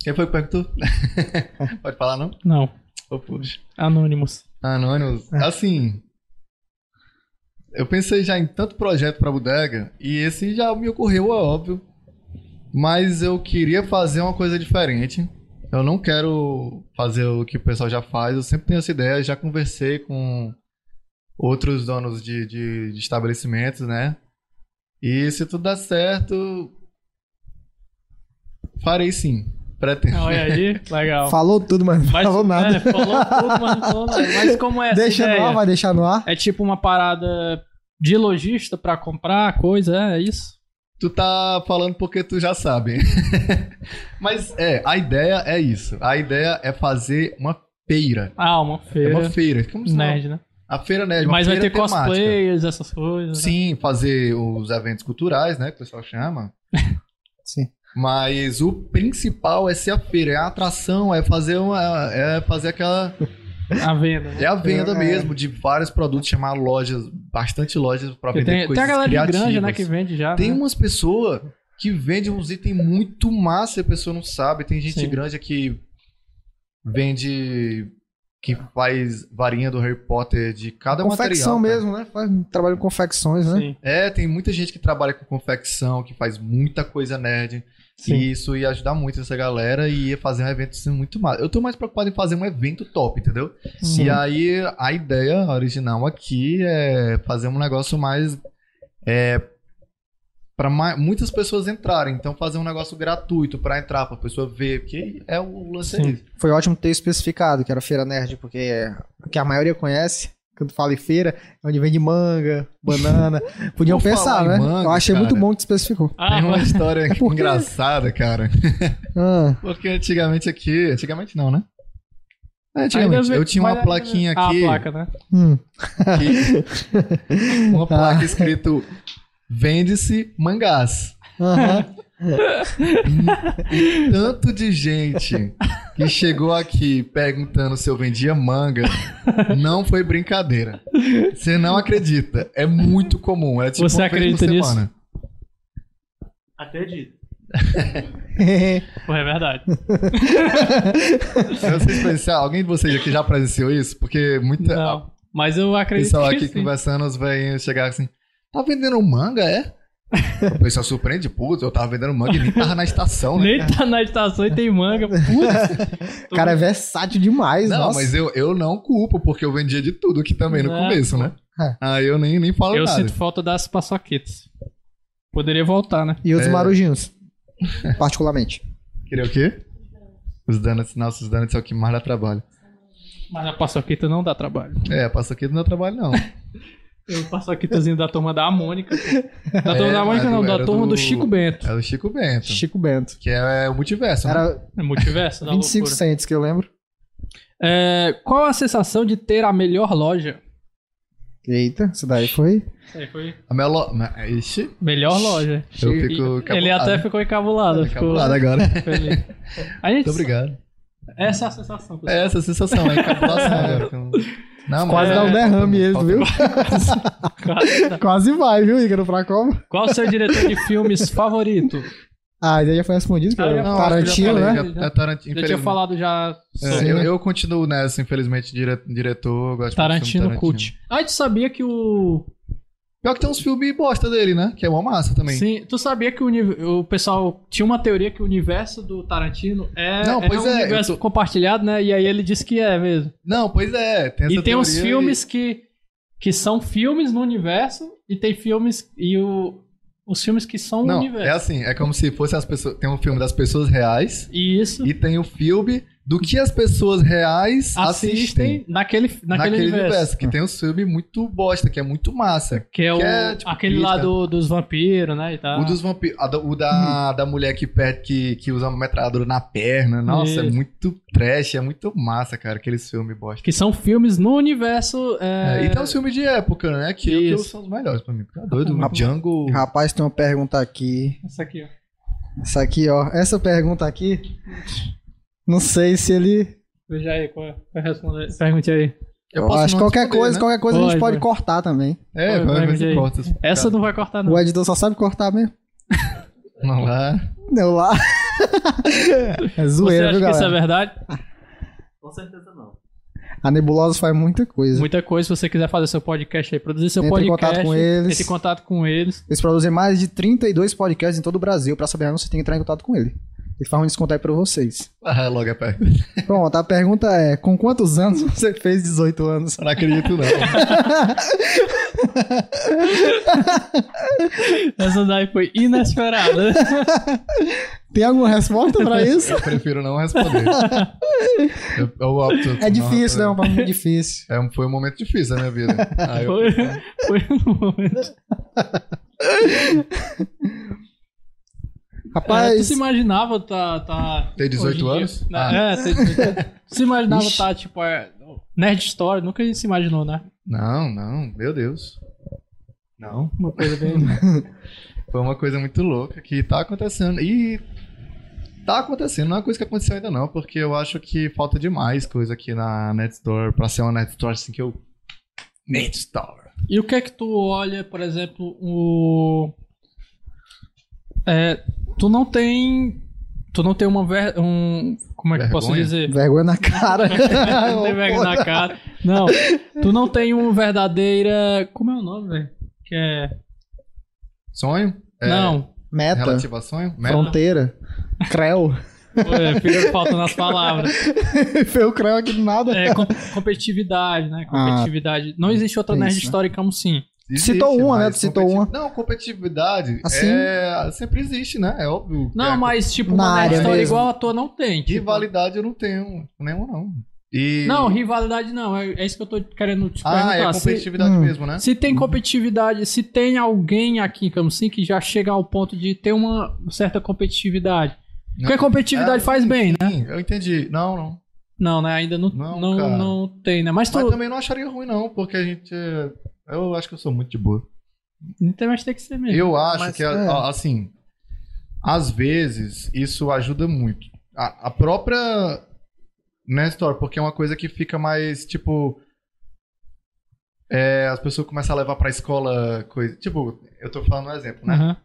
Quem foi que perguntou? Pode falar, não? Não, Ô, puxa. Anonymous. Ah, Anônimos, é assim. Eu pensei já em tanto projeto pra bodega e esse já me ocorreu, é óbvio. Mas eu queria fazer uma coisa diferente. Eu não quero fazer o que o pessoal já faz, eu sempre tenho essa ideia, já conversei com outros donos de, de- de estabelecimentos, né? E se tudo dar certo, farei sim. Pretendo. Olha aí, legal. Falou tudo, mas não Mas- falou nada. é, falou tudo, mas não falou nada. Mas como é essa Deixa no ar, ideia? vai deixar no ar. É tipo uma parada de lojista pra comprar coisa, é isso? Tu tá falando porque tu já sabe. Mas é, a ideia é isso. A ideia é fazer uma feira. Ah, uma É feira. uma feira. Como se chama? Nerd, né? A feira nerd. É Uma Mas vai feira ter temática. cosplayers, essas coisas. né? Sim, fazer os eventos culturais, né? Que o pessoal chama. Sim. Mas o principal é ser a feira, é a atração, é fazer uma. É fazer aquela. A venda. né? É a venda É. mesmo de vários produtos, chamar lojas, bastante lojas pra Tem, vender tem coisas a galera criativas. de granja, né, que vende já. Tem um né? umas pessoas que vendem uns itens muito massa e a pessoa não sabe. Tem gente Sim. grande que vende. que faz varinha do Harry Potter de cada Confecção material. cara. mesmo, né? Faz um Trabalho com confecções, né? Sim, É, tem muita gente que trabalha com confecção, que faz muita coisa nerd. sim. E isso ia ajudar muito essa galera e ia fazer um evento assim, muito massa. Eu tô mais preocupado em fazer um evento top, entendeu? Hum. Sim. E aí a ideia original aqui é fazer um negócio mais. É, para muitas pessoas entrarem. Então fazer um negócio gratuito pra entrar, pra pessoa ver. Porque é o lance Sim. aí. Foi ótimo ter especificado que era Feira Nerd, porque é o que a maioria conhece. Quando fala em feira, é onde vende manga, banana. Podiam Por pensar, falar em né? manga, Eu achei cara. muito bom que especificou. Ah, Tem um uma mas- história porque- engraçada, cara. Ah, Porque antigamente aqui. Antigamente não, né? É, Antigamente, ainda eu tinha mas uma ainda- plaquinha Ah, aqui. a placa, né? hum. que- uma Ah. placa escrito Vende-se mangás. Aham. Tanto de gente que chegou aqui perguntando se eu vendia manga, não foi brincadeira. Você não acredita. É muito comum. É tipo Você uma vez por acredita nisso? semana. Acredito. Pô, é verdade. Eu não sei se pensar, alguém de vocês aqui já presenciou isso? Porque muita a- Não. Mas eu acredito Então. pessoal que aqui sim. conversando, os velhinhos chegaram assim, tá vendendo manga, é? O pessoal surpreende, putz, eu tava vendendo manga e nem tava na estação, né? Nem tá na estação e tem manga. Putz. O cara é versátil demais, Não, nossa. mas eu, eu não culpo, porque eu vendia de tudo aqui também no Não. começo, né? É. Aí eu nem, nem falo Eu nada. sinto falta das paçoquetas. Poderia voltar, né? E outros É. marujinhos, particularmente. Queria o quê? Os donuts, nossa, os donuts é o que mais dá trabalho. Mas a paçoqueta não dá trabalho. É, passa aqui não dá trabalho, não. Eu paçoquetazinho da turma da Mônica. pô. Da turma É, da Mônica mas não, do- da era turma do... do- Chico Bento. É o Chico Bento, Chico Bento. que é o multiverso, né? Era É multiverso da 25 loucura. cents que eu lembro. É, qual a sensação de ter a melhor loja? Eita, isso daí foi. Aí foi A minha lo... ma- Ixi, melhor loja. eu Chico- fico Ele encabulado. até ficou encabulado. Ficou Encabulado agora. feliz. A gente, tá Muito obrigado. Essa é a sensação. pessoal. É essa a sensação, é encabulação agora. Não, mas- Quase É, dá um derrame falta- ele, falta- viu? Quase dá. Quase vai, viu, Ícaro, pra como? Qual o seu diretor de filmes favorito? Ah, ele já foi respondido, Ah, cara. já- Não, acho que eu já Tarantino, falei, né? né? já- é Tarantino, Já tinha infelizmente. falado já É, sobre eu, eu continuo nessa, infelizmente, dire- diretor. eu Gosto muito do filme Tarantino, Cult. Ah, e tu sabia que o. Pior que tem uns filmes bosta dele, né? Que é uma massa também. Sim, tu sabia que o, uni- o pessoal tinha uma teoria que o universo do Tarantino é, Não, pois um é, eu universo tô- compartilhado, né? E aí ele disse que é mesmo. Não, pois é. Tem essa e tem uns teoria filmes que, que são filmes no universo e tem filmes e o, os filmes que são e- no Não, é universo. assim. É como se fossem as pessoas... Tem um filme das pessoas reais E isso e tem o filme do que as pessoas reais assistem. assistem naquele, naquele, universo. Que tem uns filmes muito bosta, que é muito massa. Que é, o, Que é, tipo, aquele lá crítica. do, dos vampiros, né? E tal. O dos vampiros... a da- O Uhum. da, da mulher que, perde, que, que usa uma metralhadora na perna. Nossa, é Isso. muito trash. É muito massa, cara. Aqueles filmes bosta. Que são filmes no universo. É... É, e tem os filmes de época, né? Que, que Isso. são os melhores pra mim. Tá doido? Muito Django... Rapaz, tem uma pergunta aqui. Essa aqui, ó. Essa aqui, ó. Essa pergunta aqui. Não sei se ele. Veja aí, qual é? Vai responder. Pergunte aí. Eu Eu posso acho não qualquer responder, coisa, né? qualquer coisa a gente Pode, pode cortar também. É, Vai, vai vai, ver aí. se corta. Essa não vai cortar, não. O editor só sabe cortar mesmo. Não lá. Não lá. É Você zoeira, acha viu, que isso é galera? verdade? Com certeza não. A nebulosa faz muita coisa. Muita coisa. Se você quiser fazer seu podcast aí, produzir seu Entre em podcast. contato com eles. Entre em contato com eles. Eles produzem mais de 32 podcasts em todo o Brasil. Pra saber, você tem que entrar em contato com ele. Ele faz um desconto aí pra vocês. Ah, logo é perto. Pronto, a pergunta é: com quantos anos você fez 18 anos? Não acredito, não. Essa daí foi inesperada. Tem alguma resposta pra isso? Eu prefiro não responder. eu, eu opto. por É difícil, responder. não, pra mim é difícil. É, um- foi um momento difícil da minha vida. Aí eu- Foi, foi no momento. É, tu Rapaz, se imaginava tá, tá Tem 18 hoje em dia- anos? Né? Ah. É, tem 18 anos. Tu se imaginava Ixi. tá tipo é, nerd story, nunca se imaginou, né? Não, não, meu Deus. Não. Uma coisa bem Foi uma coisa muito louca que tá acontecendo. E tá acontecendo, não é uma coisa que aconteceu ainda não, porque eu acho que falta demais coisa aqui na NetStore pra ser uma NetStore assim que eu. NetStore. E o que é que tu olha, por exemplo, o. É, tu não tem. Tu não tem uma. Ver, um, como é que eu posso Vergonha? dizer? vergonha na cara. Ah, não tem vergonha na cara. Não. Tu não tem uma verdadeira. Como é o nome, velho? Que é. Sonho? É, Não. Meta, Relativo a sonho? Meta? fronteira, creu. É, fica faltando as palavras. Foi o creu aqui do nada. É, com- competitividade, né? Competitividade. não existe outra nerd Ah, isso. né? histórica como sim. Existe, Citou uma, mas né? Tu citou uma. competi- Não, competitividade Assim? é- sempre existe, né? É óbvio. que Não, é- mas tipo, Na uma nerd área história mesmo. igual a tua não tem. tipo. Rivalidade eu não tenho nenhuma, não. E... Não, rivalidade não. É, é isso que eu tô querendo te Ah, é perguntar. tá, Se- competitividade Hum. mesmo, né? Se tem competitividade, se tem alguém aqui em Camusim que já chega ao ponto de ter uma certa competitividade. Não. Porque a competitividade Ah, faz bem, né? Sim, eu entendi. Não, não. Não, né? Ainda não, não, Não, não, cara. tem, né? Mas, tu, Mas também não acharia ruim, não, porque a gente. é, Eu acho que eu sou muito de boa. então, mas tem que ser mesmo. Eu acho Mas, que, é. a- assim. Às vezes, isso ajuda muito. A, a própria. Nestor, porque é uma coisa que fica mais, tipo. é, as pessoas começam a levar pra escola coisa. Tipo, eu tô falando um exemplo, né? Aham.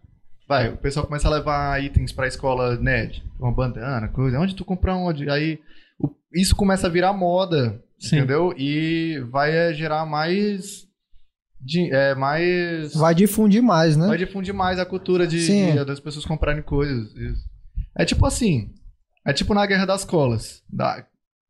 Vai, o pessoal começa a levar itens pra escola nerd, uma bandana, coisa. Onde tu compra onde? Aí o- isso começa a virar moda, Sim. entendeu? E vai é, gerar mais. De, é, mais. Vai, Vai difundir mais, né? difundir mais a cultura de, Sim. de- das pessoas comprarem coisas. isso. É tipo assim. É tipo na Guerra das Colas. Da,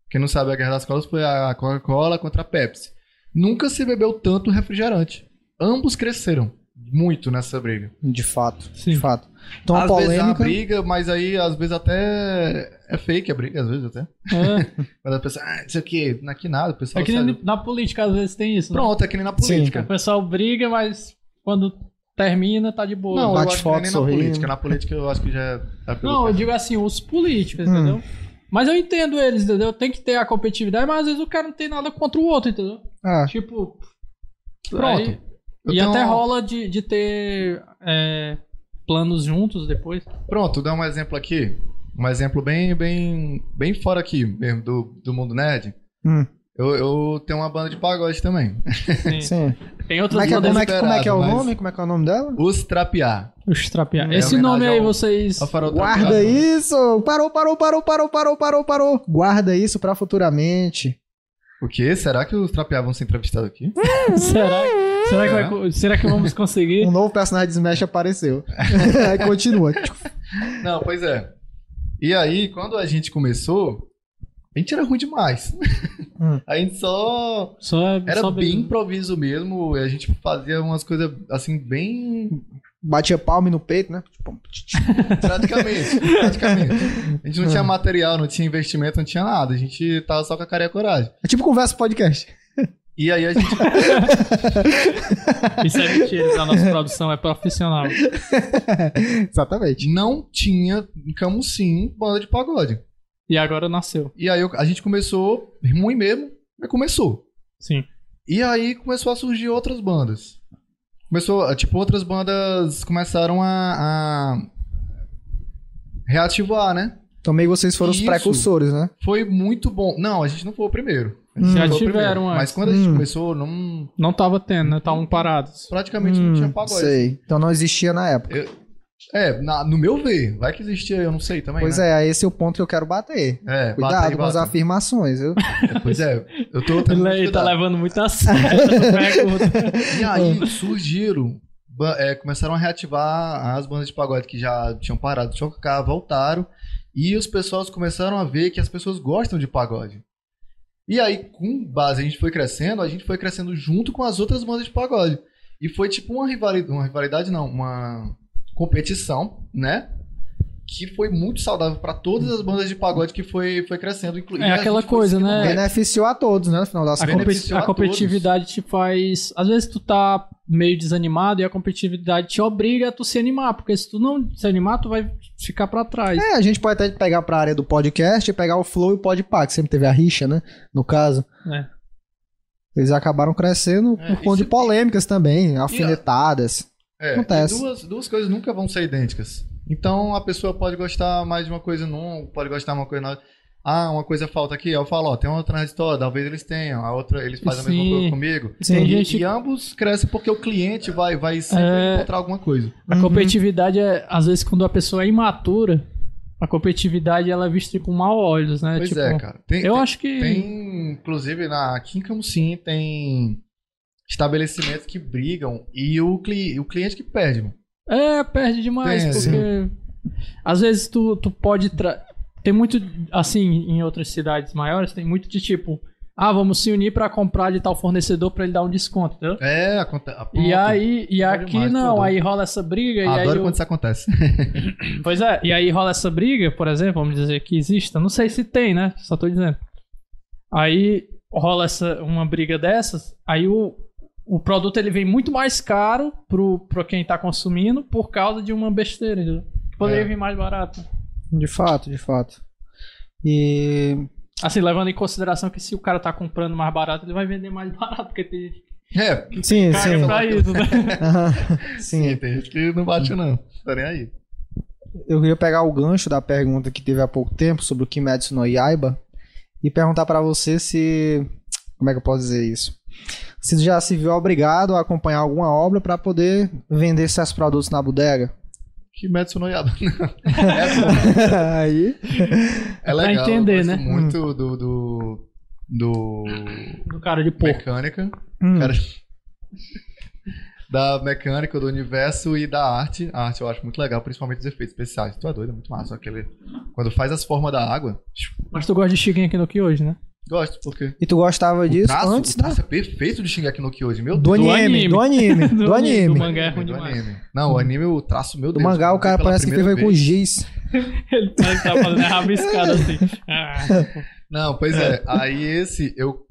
quem não sabe, a Guerra das Colas foi a Coca-Cola contra a Pepsi. Nunca se bebeu tanto refrigerante. Ambos cresceram muito nessa briga. De fato, Sim. de fato. Então a às vezes é uma polêmica. briga, mas aí às vezes até é fake a briga, às vezes até. É. Quando a pessoa, ah, isso aqui, não é que nada, o pessoal É que sai nem do- na política, às vezes, tem isso. né? Pronto, é que nem na política. O pessoal briga, mas quando termina, tá de boa. Não, eu Bate acho que não é foto, nem na sorrindo. política. Na política eu acho que já é- tá pelo Não, eu cara. digo assim, os políticos, Hum. entendeu? Mas eu entendo eles, entendeu? Tem que ter a competitividade, mas às vezes o cara não tem nada contra o outro, entendeu? Ah, Tipo, Pronto. aí- Eu e tenho até um- rola de, de ter é, planos juntos depois. Pronto, dá um exemplo aqui. Um exemplo bem, bem, bem fora aqui mesmo, do, do mundo nerd. hum, Eu, eu tenho uma banda de pagode também. Sim. sim. Tem outros Como é, que, como, é que, como é que é o Mas- nome? Como é que é o nome dela? Os trapear. Os trapear. É Esse homenagem nome aí ao- vocês. Ao farol Guarda trapeado. isso! Parou, parou, parou, parou, parou, parou, parou. Guarda isso pra futuramente. O quê? Será que os trapear vão ser entrevistados aqui? Será, será, que vai co- será que vamos conseguir? Um novo personagem de Smash apareceu. Aí continua. Tipo, Não, pois é. E aí, quando a gente começou, a gente era ruim demais. Hum. A gente só. Só, Era só bem improviso mesmo. e A gente fazia umas coisas assim, bem. Batia palme no peito, né? Tipo, Praticamente. praticamente. A gente não tinha material, não tinha investimento, não tinha nada. A gente tava só com a cara e a coragem. É tipo conversa podcast. E aí a gente. Isso é mentira, a nossa produção é profissional. Exatamente. não tinha, em Camusim, banda de pagode. E agora nasceu. E aí eu- a gente começou, ruim mesmo, mas começou. Sim. E aí começou a surgir outras bandas. Começou, tipo, outras bandas começaram a, a reativar, né? Também vocês foram os Isso. precursores, né? Foi muito bom. Não, a gente não foi o primeiro. A gente Hum. não Já foi o tiveram primeiro. antes. Mas quando a gente Hum. começou, não, Não tava tendo, né? Estavam parados. praticamente não tinha Hum, pagode. Sei. Então não existia na época. É, na- no meu ver, vai que existia, eu não sei também. Pois né? é, esse é o ponto que eu quero bater. É, bata Cuidado aí, com as bata. afirmações, viu? Pois é, eu tô tendo Ele aí tá cuidado. levando muito a sério né? é essa pergunta. E É. aí surgiram, ba- é, começaram a reativar as bandas de pagode que já tinham parado de tocar, voltaram, e os pessoas começaram a ver que as pessoas gostam de pagode. E aí, com base, a gente foi crescendo, a gente foi crescendo junto com as outras bandas de pagode. E foi tipo uma rivalidade, uma rivalidade não, uma competição, né? que foi muito saudável pra todas as bandas de pagode que foi, foi crescendo. inclu- É e a aquela gente foi coisa, seguindo né? bem. Beneficiou a todos, né? No final das A, contas. compe- Beneficiou a a competitividade te faz. Às vezes tu tá meio desanimado e a competitividade te obriga a tu se animar, porque se tu não se animar, tu vai ficar pra trás. É, a gente pode até pegar pra área do podcast e pegar o Flow e o Podpah, que sempre teve a rixa, né? No caso. É. Eles acabaram crescendo É, por conta isso- de polêmicas também, alfinetadas. É, Acontece. e Duas, duas coisas nunca vão ser idênticas. Então a pessoa pode gostar mais de uma coisa num, pode gostar de uma coisa na outra. Ah, uma coisa falta aqui, eu falo, ó, tem uma transistor, talvez eles tenham, a outra eles fazem a Sim. mesma coisa comigo. Tem E, gente- e ambos crescem porque o cliente vai, vai sempre É. encontrar alguma coisa. A Uhum. competitividade é, às vezes, quando a pessoa é imatura, a competitividade ela é vista com maus olhos, né? pois Tipo, é, cara. Tem, eu tem- acho que. Tem, inclusive, na, aqui em Camusim tem estabelecimentos que brigam e o, cli, o cliente que perde, mano. É, perde demais, Tem, porque. Às vezes tu, tu pode. Tra... Tem muito. Assim, em outras cidades maiores, tem muito de tipo. Ah, vamos se unir pra comprar de tal fornecedor pra ele dar um desconto, entendeu? É, acontece. E aí, e Bom aqui demais, não, tudo. aí rola essa briga e aí Adoro o- quando isso acontece. Pois é, e aí rola essa briga, por exemplo, vamos dizer que exista, não sei se tem, né? Só tô dizendo. Aí rola essa uma briga dessas, aí o, o produto ele vem muito mais caro pro, pro quem tá consumindo por causa de uma besteira, entendeu? Que poderia É. vir mais barato. De fato, de fato. E. Assim, levando em consideração que se o cara tá comprando mais barato, ele vai vender mais barato, porque tem É, Sim, cara sim. pra isso, né? Aham, Sim, sim. tem gente que não bate, não. Tá nem aí. Eu queria pegar o gancho da pergunta que teve há pouco tempo sobre o Kimetsu no Yaiba e perguntar pra você se. Como é que eu posso dizer isso? Se já se viu obrigado a acompanhar alguma obra pra poder vender seus produtos na bodega. Que Metsu no Yaba. é, Aí. bom, é legal. entender, eu gosto né? Muito do. do, do Do cara de porco. mecânica. hum, Cara, da mecânica, do universo e da arte. A arte eu acho muito legal, principalmente os efeitos especiais. Tu é doido, é muito massa. Aquele... Quando faz as formas da água. Mas tu gosta de Shingen aqui no que hoje, né? Gosto, porque. E tu gostava O disso traço, antes o da. traço é perfeito de Shingeki no Kyojin, meu Do Deus. anime, do anime, do Do anime. mangá é Do ruim demais. anime. Não, o anime, o traço, meu Do Deus. mangá o cara Pela parece que primeira foi com vez. giz. Ele tá, ele tá fazendo a rabiscada assim. Ah. Não, pois é. Aí esse, eu.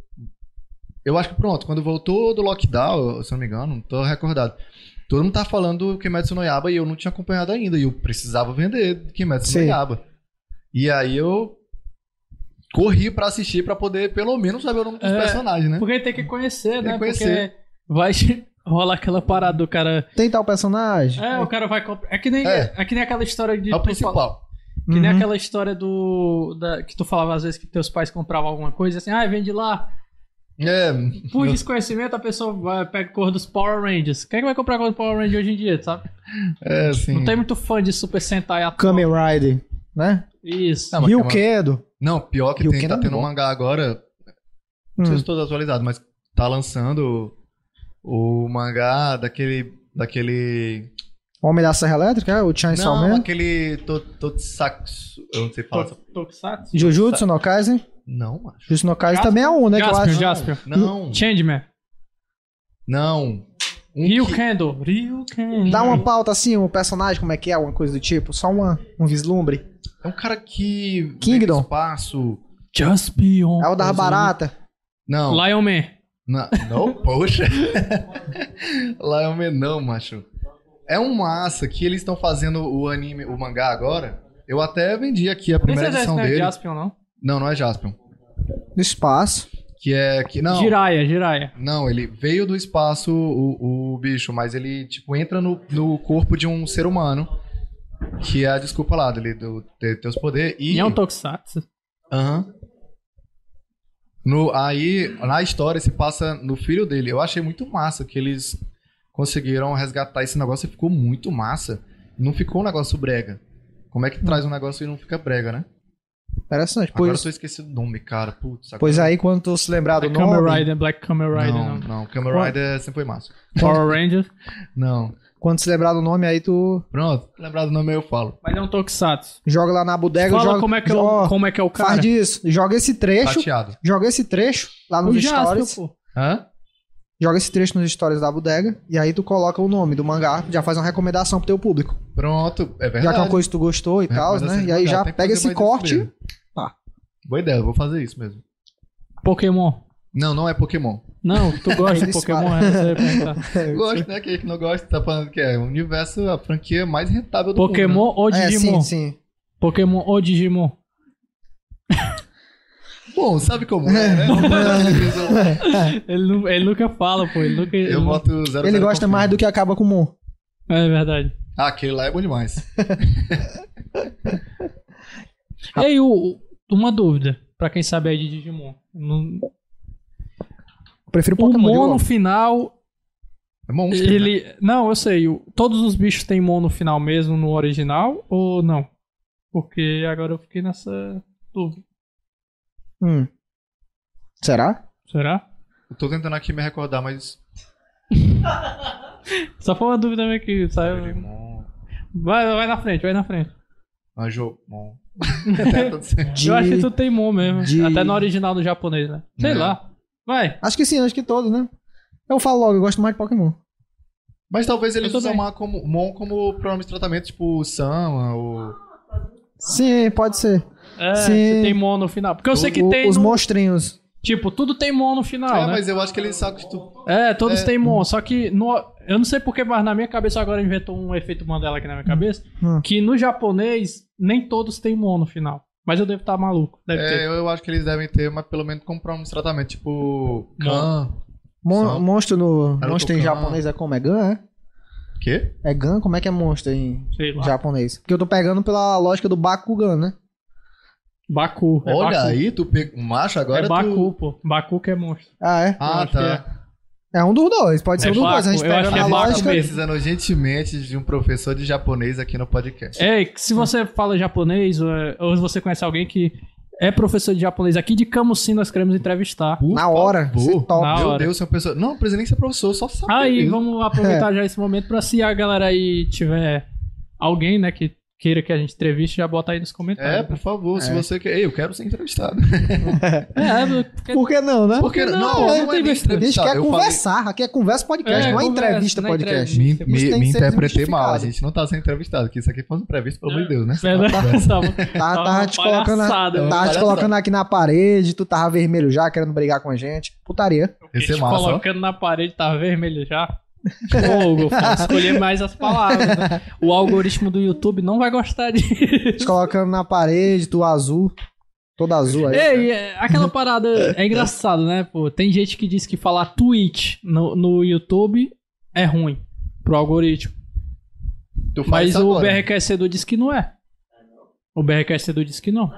Eu acho que pronto, quando voltou do lockdown, se eu não me engano, não tô recordado. Todo mundo tá falando do Kimetsu no Yaba e eu não tinha acompanhado ainda. E eu precisava vender Kimetsu Sim. no Yaba. E aí eu corri pra assistir pra poder, pelo menos, saber o nome dos É, personagens, né? Porque tem que conhecer, Tem né? que conhecer. Porque vai rolar aquela parada do cara. Tem tal personagem? É, o cara vai comprar. É que nem, é. É. que nem aquela história de. É o tu fala- principal. que nem Uhum. aquela história do. da- que tu falava às vezes que teus pais compravam alguma coisa assim, ah, vende lá. É, Por desconhecimento, a pessoa vai, pega cor dos Power Rangers. Quem é que vai comprar cor do Power Ranger hoje em dia, sabe? é assim. Não tem muito fã de Super Sentai atual. Kamen Rider, né? Isso. Não, Ah, mas E o Kamen- Kedo. Não, pior que E o tem, Ken tá é tendo bom. um mangá agora. Não sei Hum. se estou atualizado, mas tá lançando o mangá daquele. daquele. Homem da Serra Elétrica, é? o Chainsaw Não, Man. aquele to- Totsatsu. Eu não sei falar. essa- To- Tokusatsu? Jujutsu no Kaisen. Não, acho. Jujutsu no Kaisen Jasper? também é um, né? Que eu Jasper, acho. Jasper. Jaspion. Não, Changeman. não. Um Ryu que- Kendo. Ryu Kendo. Dá uma pauta assim, um personagem, como é que é, alguma coisa do tipo. Só uma, um vislumbre. É um cara que. vem do Kingdom. Espaço. Jaspion. É o da barata. Não. Lion Man. na- Não, poxa. Lion Man, não, macho. É um massa que eles estão fazendo o anime, o mangá agora. Eu até vendi aqui a Nem primeira sei se edição não é dele. Jaspion, não. Não, não é Jaspion. Do espaço. Que é. Que, não, Jiraya, Jiraya. não, ele veio do espaço, o, o bicho, mas ele, tipo, entra no, no corpo de um ser humano. Que é a desculpa lá dele, do, ter teus poderes. E. E é um Tokusatsu. Aham. No, aí, na história, se passa no filho dele. Eu achei muito massa que eles conseguiram resgatar esse negócio e ficou muito massa. Não ficou um negócio brega. Como é que traz um negócio e não fica brega, né? Interessante. Agora eu Pois, tô esquecendo o nome, cara. Putz, agora... pois aí, quando tu se lembrar do Black é Kamen nome. Rider, Black Kamen Rider, Não, não. não. Kamen Rider sempre foi massa. Power Ranger. Não. Quando se lembrar do nome, aí tu Pronto, lembrar do nome eu falo. Mas é um Tokusatsu. joga lá na bodega. Fala joga, como, é que é ó, o, como é que é o cara. Faz disso. Joga esse trecho. Chateado. Joga esse trecho lá O nos Jaspion, stories. pô. Hã? joga esse trecho nos stories da bodega e aí tu coloca o nome do mangá, já faz uma recomendação pro teu público. Pronto, é Já que é verdade. uma coisa que tu gostou e tal, Recomendação né? de E aí mangá, já tem que pega fazer esse mais isso corte. mesmo. Tá. Boa ideia, eu vou fazer isso mesmo. Pokémon. Não, não é Pokémon. Não, tu gosta de Eles Pokémon, falam. é, você ia perguntar. Gosto, né? Quem que não gosta tá falando que é o universo, a franquia mais rentável do mundo. Pokémon ou É, Digimon? sim, sim. Pokémon ou Digimon? Né? Bom, sabe como é, né? Vamos parar de televisão. Ele, nu- ele nunca fala, pô. Ele nunca. ele Eu nu- boto zero. Ele zero gosta confio. mais do que acaba com o Mon. É verdade. Ah, aquele lá é bom demais. E Ah. aí, o- o- uma dúvida, pra quem sabe aí de Digimon. No- Eu prefiro O Pokémon. de Mon novo. no final, É monstro. né? ele. Não, eu sei. o- Todos os bichos têm Mon no final mesmo, no original, ou não? Porque agora eu fiquei nessa dúvida. Hum. Será? Será? Eu tô tentando aqui me recordar, mas. Só foi uma dúvida meio que saiu. Digimon. Vai, vai na frente, vai na frente. Anjomon. Tá tudo certo. De- Eu acho que tu tem Mon mesmo. de- Até no original do japonês, né? Sei É. lá. Vai. Acho que sim, acho que todos, né? Eu falo logo, eu gosto mais de Pokémon. mas talvez eles Eu tô usam bem. Mon como, Mon como pronome de tratamento, tipo Sama ou. Sim, pode ser. É, Sim. se tem Mon no final. Porque eu sei que O- tem. os no- monstrinhos. Tipo, tudo tem Mon no final. é, né? mas eu acho que eles sacam. tu- É, todos É. têm Mon, só que no, eu não sei porquê, mas na minha cabeça agora inventou um efeito Mandela aqui na minha cabeça, Hum. que no japonês nem todos têm Mon no final. Mas eu devo estar maluco, deve É, ter. eu, eu acho que eles devem ter, mas pelo menos como pronome de tratamento, tipo. Mon. Kan. Mon- Só- monstro no. Naruto monstro em Kan. japonês é como? É Gun, é? Quê? É Gun? Como é que é monstro em Sei lá. japonês? Porque eu tô pegando pela lógica do Bakugan, né? Baku. é Olha Baku. aí, tu pega um macho agora. é tu... Baku, pô. Baku que é monstro. Ah, é? Eu Ah, acho que tá. É um dos dois, pode ser É um dos Baku, dois. A gente eu pega acho que na é Baku lógica. mesmo. precisando gentilmente de um professor de japonês aqui no podcast. É, que se você fala japonês, ou, é- ou se você conhece alguém que é professor de japonês aqui de Camusim, nós queremos entrevistar. Por Na hora, favor. se toca. tá- Na Meu hora. Deus, seu professor. Não, não precisa nem ser professor, só sabe. Aí, mesmo. vamos aproveitar É. já esse momento pra se a galera aí tiver alguém, né, que queira que a gente entreviste, já bota aí nos É, comentários. por favor, se É. você quer. Ei, eu quero ser entrevistado. É, porque Por que não, né? Porque não, não, não não, tem é besteira. nem A gente entrevistado. quer eu conversar. Aqui é conversa podcast, É, não é conversa, entrevista não é podcast. entrevista. Falei, me Isso tem me, que me ser interpretei mal, a justificado. gente não tá sendo entrevistado aqui. Isso aqui foi uma entrevista, pelo amor de Deus, né? Verdade, tá bom. Tá, Tava tava uma te colocando, palhaçada, tava né? te Palhaçada. colocando aqui na parede, tu tava vermelho já, querendo brigar com a gente. Putaria. Esse é Te massa. ó. colocando na parede, tá vermelho já. Ô, Hugo, fala, escolher mais as palavras. né? O algoritmo do YouTube não vai gostar disso. Te colocando na parede, tu azul. Todo azul aí. Ei, é, aquela parada é engraçado, né? Pô, tem gente que diz que falar Twitch no, no YouTube é ruim pro algoritmo. Tu faz Mas isso o agora. BRK Cedu diz que não é. O BRK Cedu diz que não.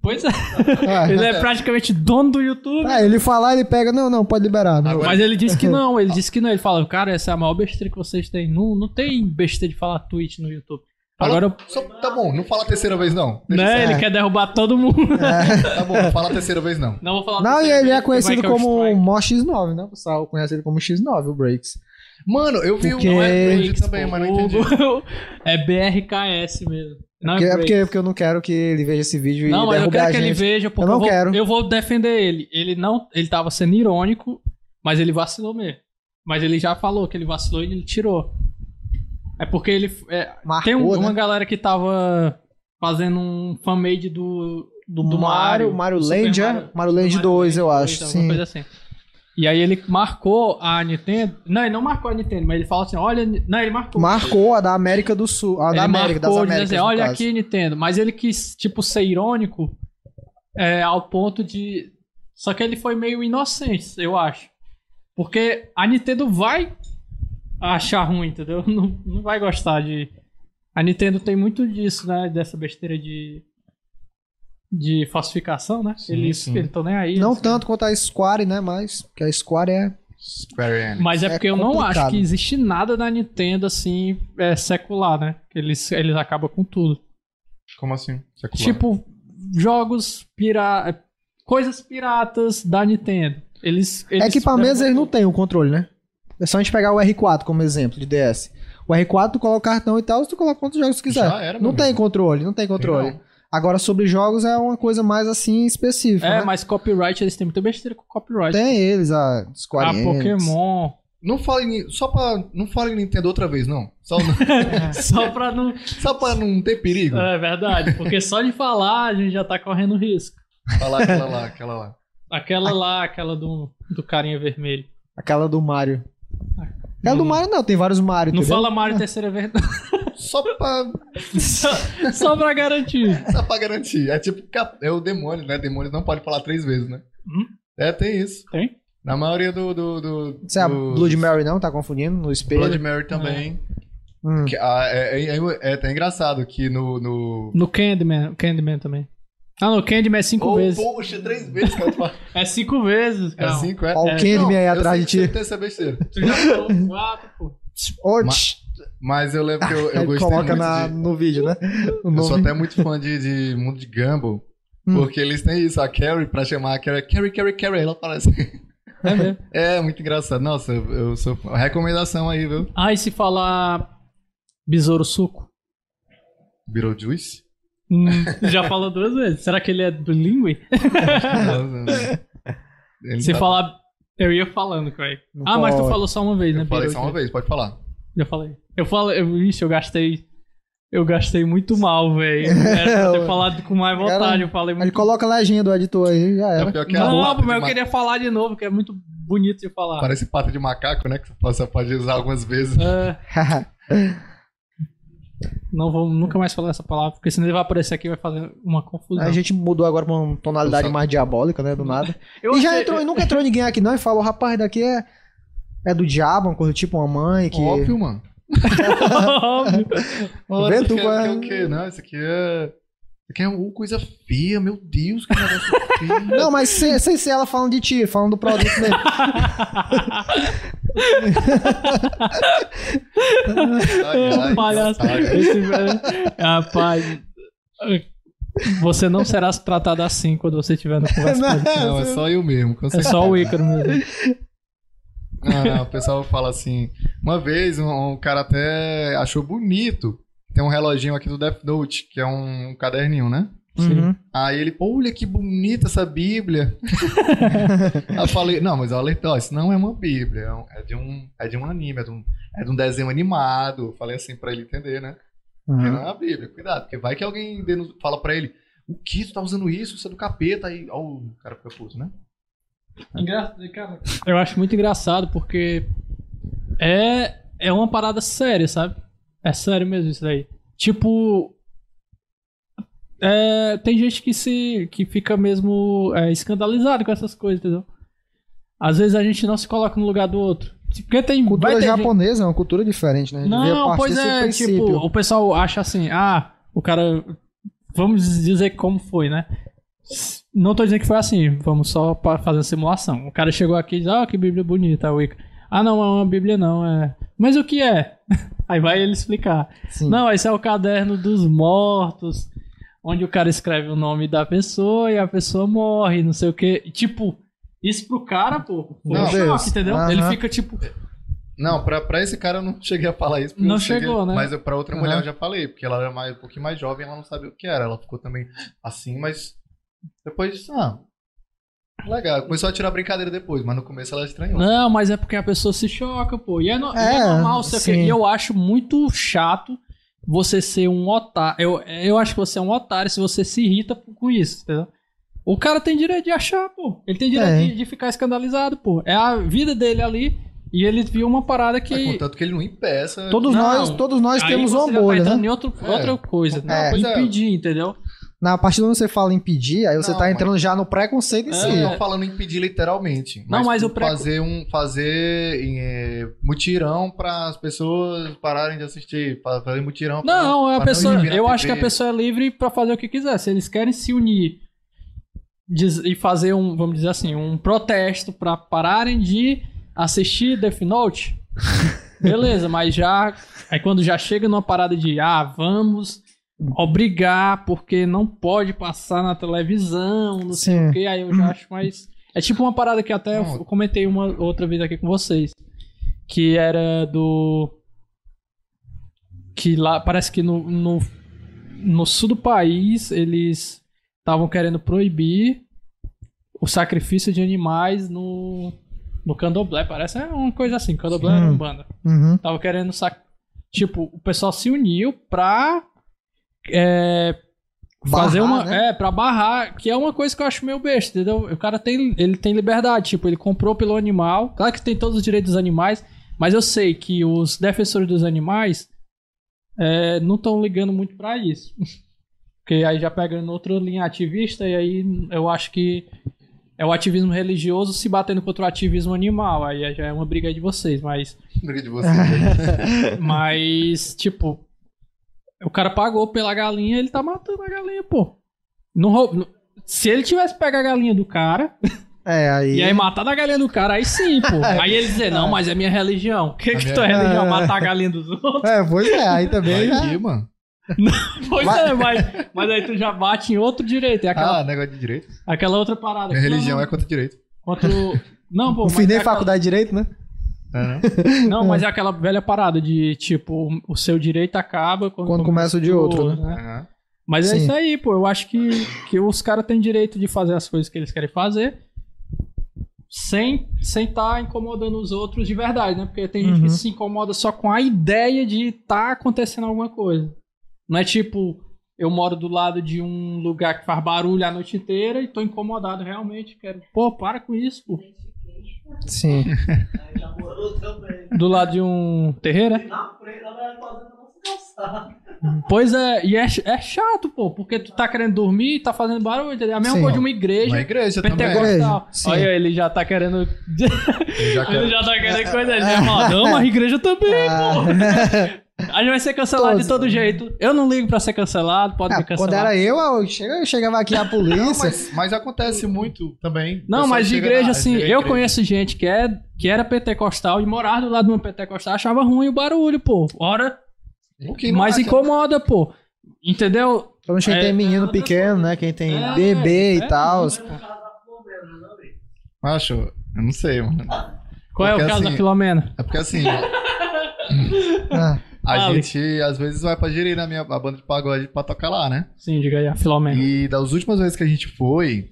Pois é, É. ele é praticamente dono do YouTube. É, ele falar, ele pega. Não, não, pode liberar. não. Agora- Mas ele disse que não, ele disse que não. Ele fala, cara, essa é a maior besteira que vocês têm. Não, não tem besteira de falar tweet no YouTube. Fala- Agora, Só- tá bom, não fala a terceira vez, não. Deixa né, isso. É. ele quer derrubar todo mundo. Tá bom, não fala a terceira vez, não. Não vou falar Não, do e Zé, ele é porque conhecido vai que eu como strike. Mó X9, né? O pessoal conhece ele como X9, o Breaks. Mano, eu vi Porque- um. Não é Ele Breaks, Breaks, também, pô. mas não entendi. É BRKS mesmo. Não, Porque, é é porque, Breaks. porque eu não quero que ele veja esse vídeo não mas e eu derrube a quero que ele gente. veja, porque Eu não vou, quero. eu vou defender ele. Ele não, ele tava sendo irônico, mas ele vacilou mesmo. Mas ele já falou que ele vacilou e ele tirou. É porque ele, é, Marcou, Tem um- né? uma galera que tava fazendo um fanmade do, do, do Mario, Mario do Super Land, é? Mario- Mario Land Mario 2, eu 2, acho, alguma sim. coisa assim. E aí ele marcou a Nintendo. Não, ele não marcou a Nintendo, mas ele falou assim: olha. Não, ele marcou. Marcou a da América do Sul. A ele da América, das marcou, dizendo Américas. assim, no olha caso. aqui, Nintendo. Mas ele quis, tipo, ser irônico é, ao ponto de. Só que ele foi meio inocente, eu acho. Porque a Nintendo vai achar ruim, entendeu? Não, não vai gostar de. A Nintendo tem muito disso, né? Dessa besteira de. De falsificação, né? Sim, eles sim. eles estão nem aí. assim. Não eles- tanto quanto a Square, né? Mas. Porque a Square é. Square Enix. Mas é É porque eu não acho complicado. que existe nada da Nintendo assim, é, secular, né? Eles, eles acabam com tudo. Como assim? Secular. Tipo, jogos pira... é, coisas piratas da Nintendo. Eles, eles Equipamentos eles não têm o controle, né? É só a gente pegar o R4 como exemplo de DS. O R4, tu coloca cartão e tal, tu coloca quantos jogos tu quiser. Já era, meu não tem amigo. controle, não tem controle. Tem não. Agora, sobre jogos é uma coisa mais assim específica. É, né? mas copyright, eles têm muita besteira com copyright. Tem eles, a Square Ah, Enix. Pokémon. Não fale ni- só pra, não fale em Nintendo outra vez, não. Só, Só pra não. só pra não ter perigo. É verdade, porque só de falar a gente já tá correndo risco. Falar aquela lá, aquela lá. Aquela lá, aquela do, do carinha vermelho. Aquela do Mario. Aquela do Não- Mario não, tem vários Mario. Não entendeu? fala Mario terceira vez, Só pra, só, só pra garantir. só pra garantir. É tipo, cap- é o demônio, né? Demônio não pode falar três vezes, né? Hum? É, tem isso. Tem? Na maioria do. do, do Isso é a do- Blood Mary não, tá confundindo? No espelho. Blood Mary também. Hum. Que, ah, é, é, é- é até engraçado que no. no... No Candyman, o Candyman também. Ah, no Candyman é cinco Oh, vezes. poxa, três vezes, cara. tu fala. É cinco vezes, É cara. cinco, é? Ó, o É. Candyman Não, aí eu atrás sei de que ti. você tem essa besteira. Tu já falou quatro, pô. Ou- Mas- Mas eu lembro que eu, eu Ele gostei coloca muito na, de... no vídeo, né? O Eu sou nome. até muito fã de, de mundo de Gumball. Hum. Porque eles têm isso, a Carrie, pra chamar a Carrie, Carrie, Carrie, Carrie, ela aparece. É mesmo. É, muito engraçado. Nossa, eu, eu sou. Recomendação aí, viu? Ah, e se falar Besouro Suco? Beetlejuice? Hum, já falou duas vezes. Será que ele é bilíngue? É. Ele Se tá- falar. Eu ia falando, cara. Não Ah, mas tu pode. falou só uma vez, né? Eu falei Pedro? só uma vez, pode falar. Já falei. Eu falei. Eu, ixi, eu gastei. Eu gastei muito mal, velho. Era pra ter falado com mais Cara, vontade. Eu falei Ele muito. coloca a legenda do editor aí, já É era. pior que a Não, lata de mas eu ma- queria falar de novo, que é muito bonito de falar. Parece pata de macaco, né? Que você pode- você pode usar algumas vezes. É, não vou nunca mais falar essa palavra, porque senão ele vai aparecer aqui e vai fazer uma confusão. a gente mudou agora pra uma tonalidade Eu só- mais diabólica, né? Do nada. Eu e já achei- entrou, e nunca entrou ninguém aqui não e falou, rapaz, daqui é, é do diabo, uma coisa tipo uma mãe que... Óbvio, mano. Óbvio. Olha, Vento isso aqui com- é, isso aqui é o quê? Não, isso aqui é. Isso aqui é uma coisa feia, meu Deus, que negócio feio. Não, mas sem, sem ser ela falando de ti, falando do produto mesmo. Ai, ai, É um Palhaço. ai. Esse velho- Rapaz. Você não será tratado assim quando você estiver no conversa. com ele. Não, é só eu mesmo. com É só o Ícaro Uhum. mesmo. Não, não, o pessoal fala assim. Uma vez um, um cara até achou bonito. Tem um reloginho aqui do Death Note, que é um, caderninho, né? Uhum. Aí ele, olha que bonita essa Bíblia. Aí eu falei, não, mas olha, ó, isso não é uma Bíblia, é um- é de um, é de um anime, é de um, é de um desenho animado. Eu falei assim pra ele entender, né? Que Uhum. não é a Bíblia, cuidado, porque vai que alguém denu- fala pra ele, o que? Tu tá usando isso? Isso é do capeta. Aí, ó, o cara fica puto, né? Eu acho muito engraçado porque é, é uma parada séria, sabe? É sério mesmo isso daí. Tipo. é, tem gente que se que fica mesmo é, escandalizado com essas coisas, entendeu? Às vezes a gente não se coloca no lugar do outro. Porque tem. vai Cultura ter gente- japonesa é uma cultura diferente, né? A gente vê a Não, partir pois desse é, tipo, princípio. o pessoal acha assim, ah, o cara. Vamos dizer como foi, né? Não tô dizendo que foi assim, vamos só pa- fazer a simulação. O cara chegou aqui e diz, ah, que bíblia bonita, Wicca. Ah, não, é uma bíblia não, é. Mas o que é? Aí vai ele explicar. Sim. Não, esse é o caderno dos mortos, onde o cara escreve o nome da pessoa e a pessoa morre, não sei o quê. Tipo, isso pro cara, pô, foi Meu um Deus. choque, entendeu? Ele Aham. fica tipo, Não, pra, pra esse cara eu não cheguei a falar isso. porque Não eu chegou, né? Mas eu- pra outra Aham. mulher eu já falei, porque ela era mais, um pouquinho mais jovem, ela não sabia o que era. Ela ficou também assim, mas depois disse, ah, legal. Começou a tirar brincadeira depois, mas no começo ela estranhou. Não, mas é porque a pessoa se choca, pô. E é, no- e é É, normal, sei o quê. sim. E eu acho muito chato você ser um otário. Eu, eu acho que você é um otário se você se irrita com isso, entendeu? O cara tem direito de achar, pô. Ele tem direito É. de, de ficar escandalizado, pô. É a vida dele ali e ele viu uma parada Mas, que. contanto que ele não impeça. Todos Não, nós, todos nós aí temos você uma já bolha, tá né? entrando em outro, É. outra coisa, É, né? pois é. Impedir, entendeu? Na partir do onde você fala impedir, aí você Não, tá mas- entrando já no preconceito em É. si. Não tô falando impedir literalmente. Não, mas o preco- fazer um fazer eh, mutirão para as pessoas pararem de assistir, pra- fazer mutirão. pra- Não, é a pra pessoa, exibir na eu acho que TV. a pessoa é livre pra fazer o que quiser. Se eles querem se unir diz- e fazer um, vamos dizer assim, um protesto pra pararem de assistir Death Note, beleza, mas já aí quando já chega numa parada de ah, vamos obrigar porque não pode passar na televisão, não sei Sim. o que, aí eu já acho mais é tipo uma parada que até Não. eu comentei uma outra vez aqui com vocês, que era do que lá parece que no, no, no sul do país, eles estavam querendo proibir o sacrifício de animais no, no candomblé, parece. É uma coisa assim, candomblé Sim. era umbanda. Uhum. Tava querendo sac... Tipo, o pessoal se uniu pra é, fazer Barrar, uma. né? É, pra barrar, que é uma coisa que eu acho meio besta, entendeu? O cara tem, ele tem liberdade, tipo, ele comprou pelo animal. Claro que tem todos os direitos dos animais, mas eu sei que os defensores dos animais é, não estão ligando muito pra isso. Porque aí já pegando outra linha ativista, e aí eu acho que é o ativismo religioso se batendo contra o ativismo animal. Aí já é uma briga aí de vocês, mas. Briga de você. né? Mas, tipo, o cara pagou pela galinha, ele tá matando a galinha, pô. Não rou- não- Se ele tivesse pego a galinha do cara É, aí. e aí matado a galinha do cara, aí sim, pô. Aí ele dizer, não, mas é minha religião. O que A que minha- tua religião? É. Matar a galinha dos outros? É, pois é, aí também. Vai né? aqui, mano. Pois Mas- é, mas, mas aí tu já bate em outro direito. É aquela, Ah, negócio de direito. aquela outra parada. Minha religião não, é contra direito. Contra o- Não, pô. Não mas fiz é nem aquela- faculdade de direito, né? Ah, não? Não, mas é aquela velha parada de, tipo, o seu direito acaba quando, Quando começa o de outro, né? Aham. Mas é Sim. isso aí, pô. Eu acho que, que os caras têm direito de fazer as coisas que eles querem fazer sem sem tá incomodando os outros de verdade, né? Porque tem gente Uhum. que se incomoda só com a ideia de tá acontecendo alguma coisa. Não é tipo, eu moro do lado de um lugar que faz barulho a noite inteira e tô incomodado realmente. Quero, pô, para com isso, pô. Sim. Aí já morou também. Do lado de um terreiro, é? E na frente, ela vai fazendo a nossa calçada. Pois é, e é, ch- é chato, pô, porque tu tá querendo dormir e tá fazendo barulho. entendeu? É a mesma Sim. coisa de uma igreja. Uma igreja também. Pentecostal. Igreja, sim. Olha, ele já tá querendo. Eu já ele quero... já tá É, querendo coisa. Ele já fala, não, mas a igreja também. Ah, A gente vai ser cancelado de todo jeito. Eu não ligo pra ser cancelado, Ah, pode me quando cancelar. era eu, eu chega- eu chegava aqui a polícia. Mas, mas acontece muito também. Não, Pessoal mas de chega igreja, na- assim, chega na eu igreja. conheço gente que, é, que era pentecostal e morava do lado de uma pentecostal, achava ruim o barulho, pô. Ora, O que não mas é, incomoda, pô. Entendeu? Então, quem É, tem menino pequeno, né? Quem tem bebê é, e tal. assim, Mas o cara tá comendo, não é? Macho, eu não sei, mano. Qual é Porque o caso da assim- Filomena? É porque assim, Ah, a Fale. gente às vezes vai pra gerir na minha a banda de pagode pra tocar lá, né? Sim, diga aí, a Filomena. E das últimas vezes que a gente foi,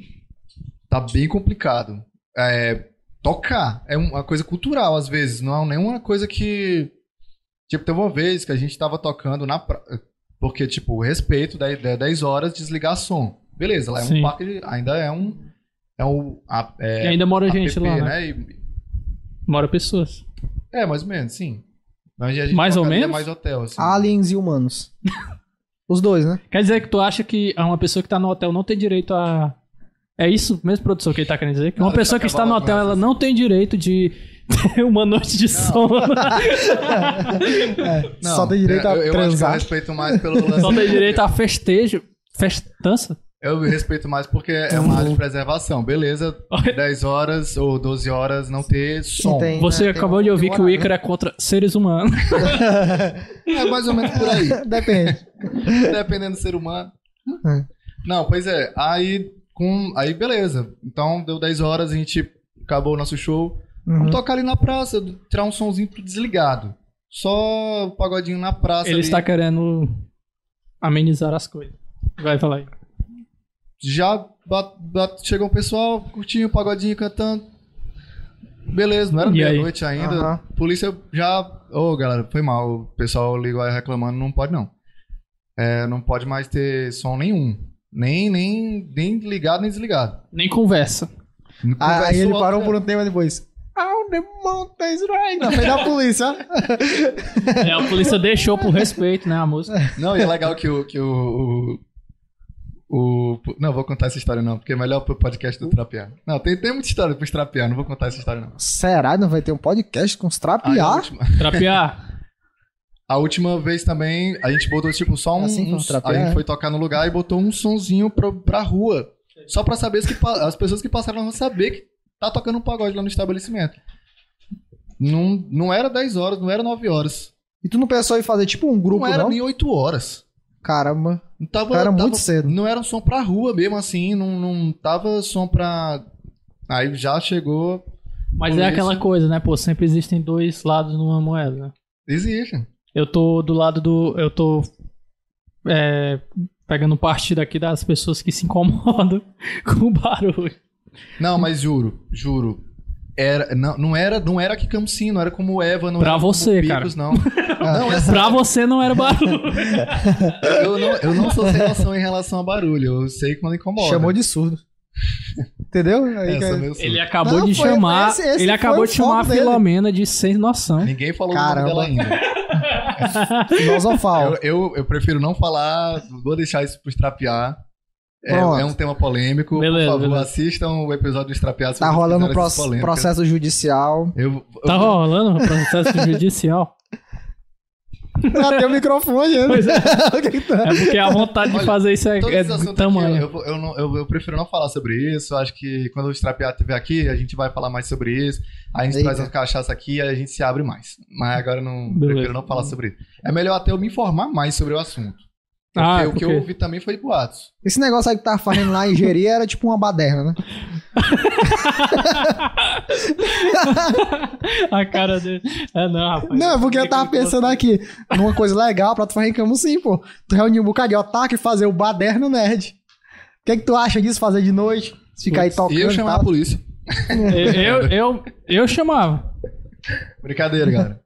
tá bem complicado. É, tocar é uma coisa cultural, às vezes, não é nenhuma coisa que. Tipo, teve uma vez que a gente tava tocando na. Pra... Porque, tipo, respeito, 10, 10 horas, desligar som. Beleza, lá é Sim. um parque, de- ainda é um. É um. A, é, e ainda mora gente APP, lá, né? E- Mora pessoas. é, mais ou menos, sim. Mas a gente Mais ou tocaria menos? Mais hotel, assim. aliens e humanos. Os dois, né? Quer dizer que tu acha que uma pessoa que tá no hotel não tem direito a. É isso mesmo, produção, que ele tá querendo dizer? Que uma Nada, pessoa que tá está no acabando hotel, com ela não tem direito de ter uma noite de sono. É, Não, só tem direito a eu, eu acho que é eu transar. respeito mais pelo lance. Só tem direito a festejo. Festança? Eu respeito mais porque Tá é uma área de preservação. Beleza, 10 horas ou 12 horas não ter som. Tem, Você né, tem acabou um- de ouvir tem que o horário, Ícaro é contra seres humanos. É mais ou menos por aí, né? Depende. dependendo do ser humano. É. Não, pois é. Aí, com, aí beleza. Então deu 10 horas, a gente acabou o nosso show. Uhum. Vamos tocar ali na praça, tirar um sonzinho pro desligado. Só o pagodinho na praça. Ele ali. está querendo amenizar as coisas. Vai falar aí. Já ba- ba- chegou o pessoal, curtindo o pagodinho, cantando. Beleza, não era E aí? meia-noite ainda. Aham. polícia já. Ô, galera, foi mal. O pessoal ligou aí reclamando, não pode não. É, não pode mais ter som nenhum. Nem, nem, nem ligado, nem desligado. Nem conversa. Ah, Aí ele parou por um. um tempo depois. Ah, the mountains right na frente da polícia. ó. É, a polícia deixou por respeito, né? A música. um- Não, e é legal que o. Que o, o, o- não, vou contar essa história não, porque é melhor pro podcast do Trapear. Não, tem, tem muita história pro Trapear, não vou contar essa história não. Será que não vai ter um podcast com os Aí a, trapear? última, Trapear. a última vez também, a gente botou tipo só um. Assim que um- o Trapear a gente é. foi tocar no lugar e botou um sonzinho pro, pra rua. Só pra saber que pa- as pessoas que passaram vão saber que tá tocando um pagode lá no estabelecimento. Não, não era 10 horas, não era 9 horas. E tu não pensou em fazer tipo um grupo, não era não? nem 8 horas. Caramba. Não tava, Era tava- muito cedo. Não era um som pra rua mesmo, assim. Não, não tava som pra. Aí já chegou. Mas é Polícia. aquela coisa, né? Pô, sempre existem dois lados numa moeda, né? Existe. Eu tô do lado do. Eu tô é, pegando partido aqui das pessoas que se incomodam com o barulho. Não, mas juro, juro. Era, não, não era, não era que Campsim, não era como Eva, não Pra era você, como cara. Picos, não. Ah, não, essa, Pra você não era barulho. eu não, eu não sou sem noção em relação a barulho. Eu sei quando incomoda. Chamou de surdo. Entendeu? Aí Essa, é que- é Ele meu é- surdo. acabou Não, de foi- chamar. esse- esse ele foi acabou o de chamar a foco dele. Filomena de sem noção. Ninguém falou Caramba. o nome dela ainda. Filosofal. Tá Eu, eu, eu prefiro não falar, vou deixar isso pro Strapear. É, Pronto. é um tema polêmico. Beleza, Por favor, beleza. assistam o episódio do Strapear. se Tá vocês rolando um quiserem essas proce- polêmicas. processo judicial. Eu, eu, Tá rolando o processo judicial. Até o Ah, microfone. né? Pois é. O que que tá? É porque a vontade de Olha, fazer isso é, Todo é esse assunto do aqui, tamanho. eu, eu não- eu- eu prefiro não falar sobre isso. Acho que quando o Strapear estiver aqui, a gente vai falar mais sobre isso. Aí a gente Eita. traz as cachaça aqui e a gente se abre mais. Mas agora eu não Beleza. prefiro não falar sobre isso. É melhor até eu me informar mais sobre o assunto. Porque Ah, o que eu porque- ouvi também foi boatos. Esse negócio aí que tava fazendo lá em Jeri era tipo uma baderna, né? a cara dele. É, não, rapaz. Não, é porque eu tava pensando aqui numa coisa legal pra tu fazer em Camusim, pô. Tu reunir um bocado de otaku e fazer o baderno nerd. O que, que tu acha disso fazer de noite? Ficar aí tocando E eu e chamar a tal. polícia. Eu, eu, eu, eu chamava. Brincadeira, galera.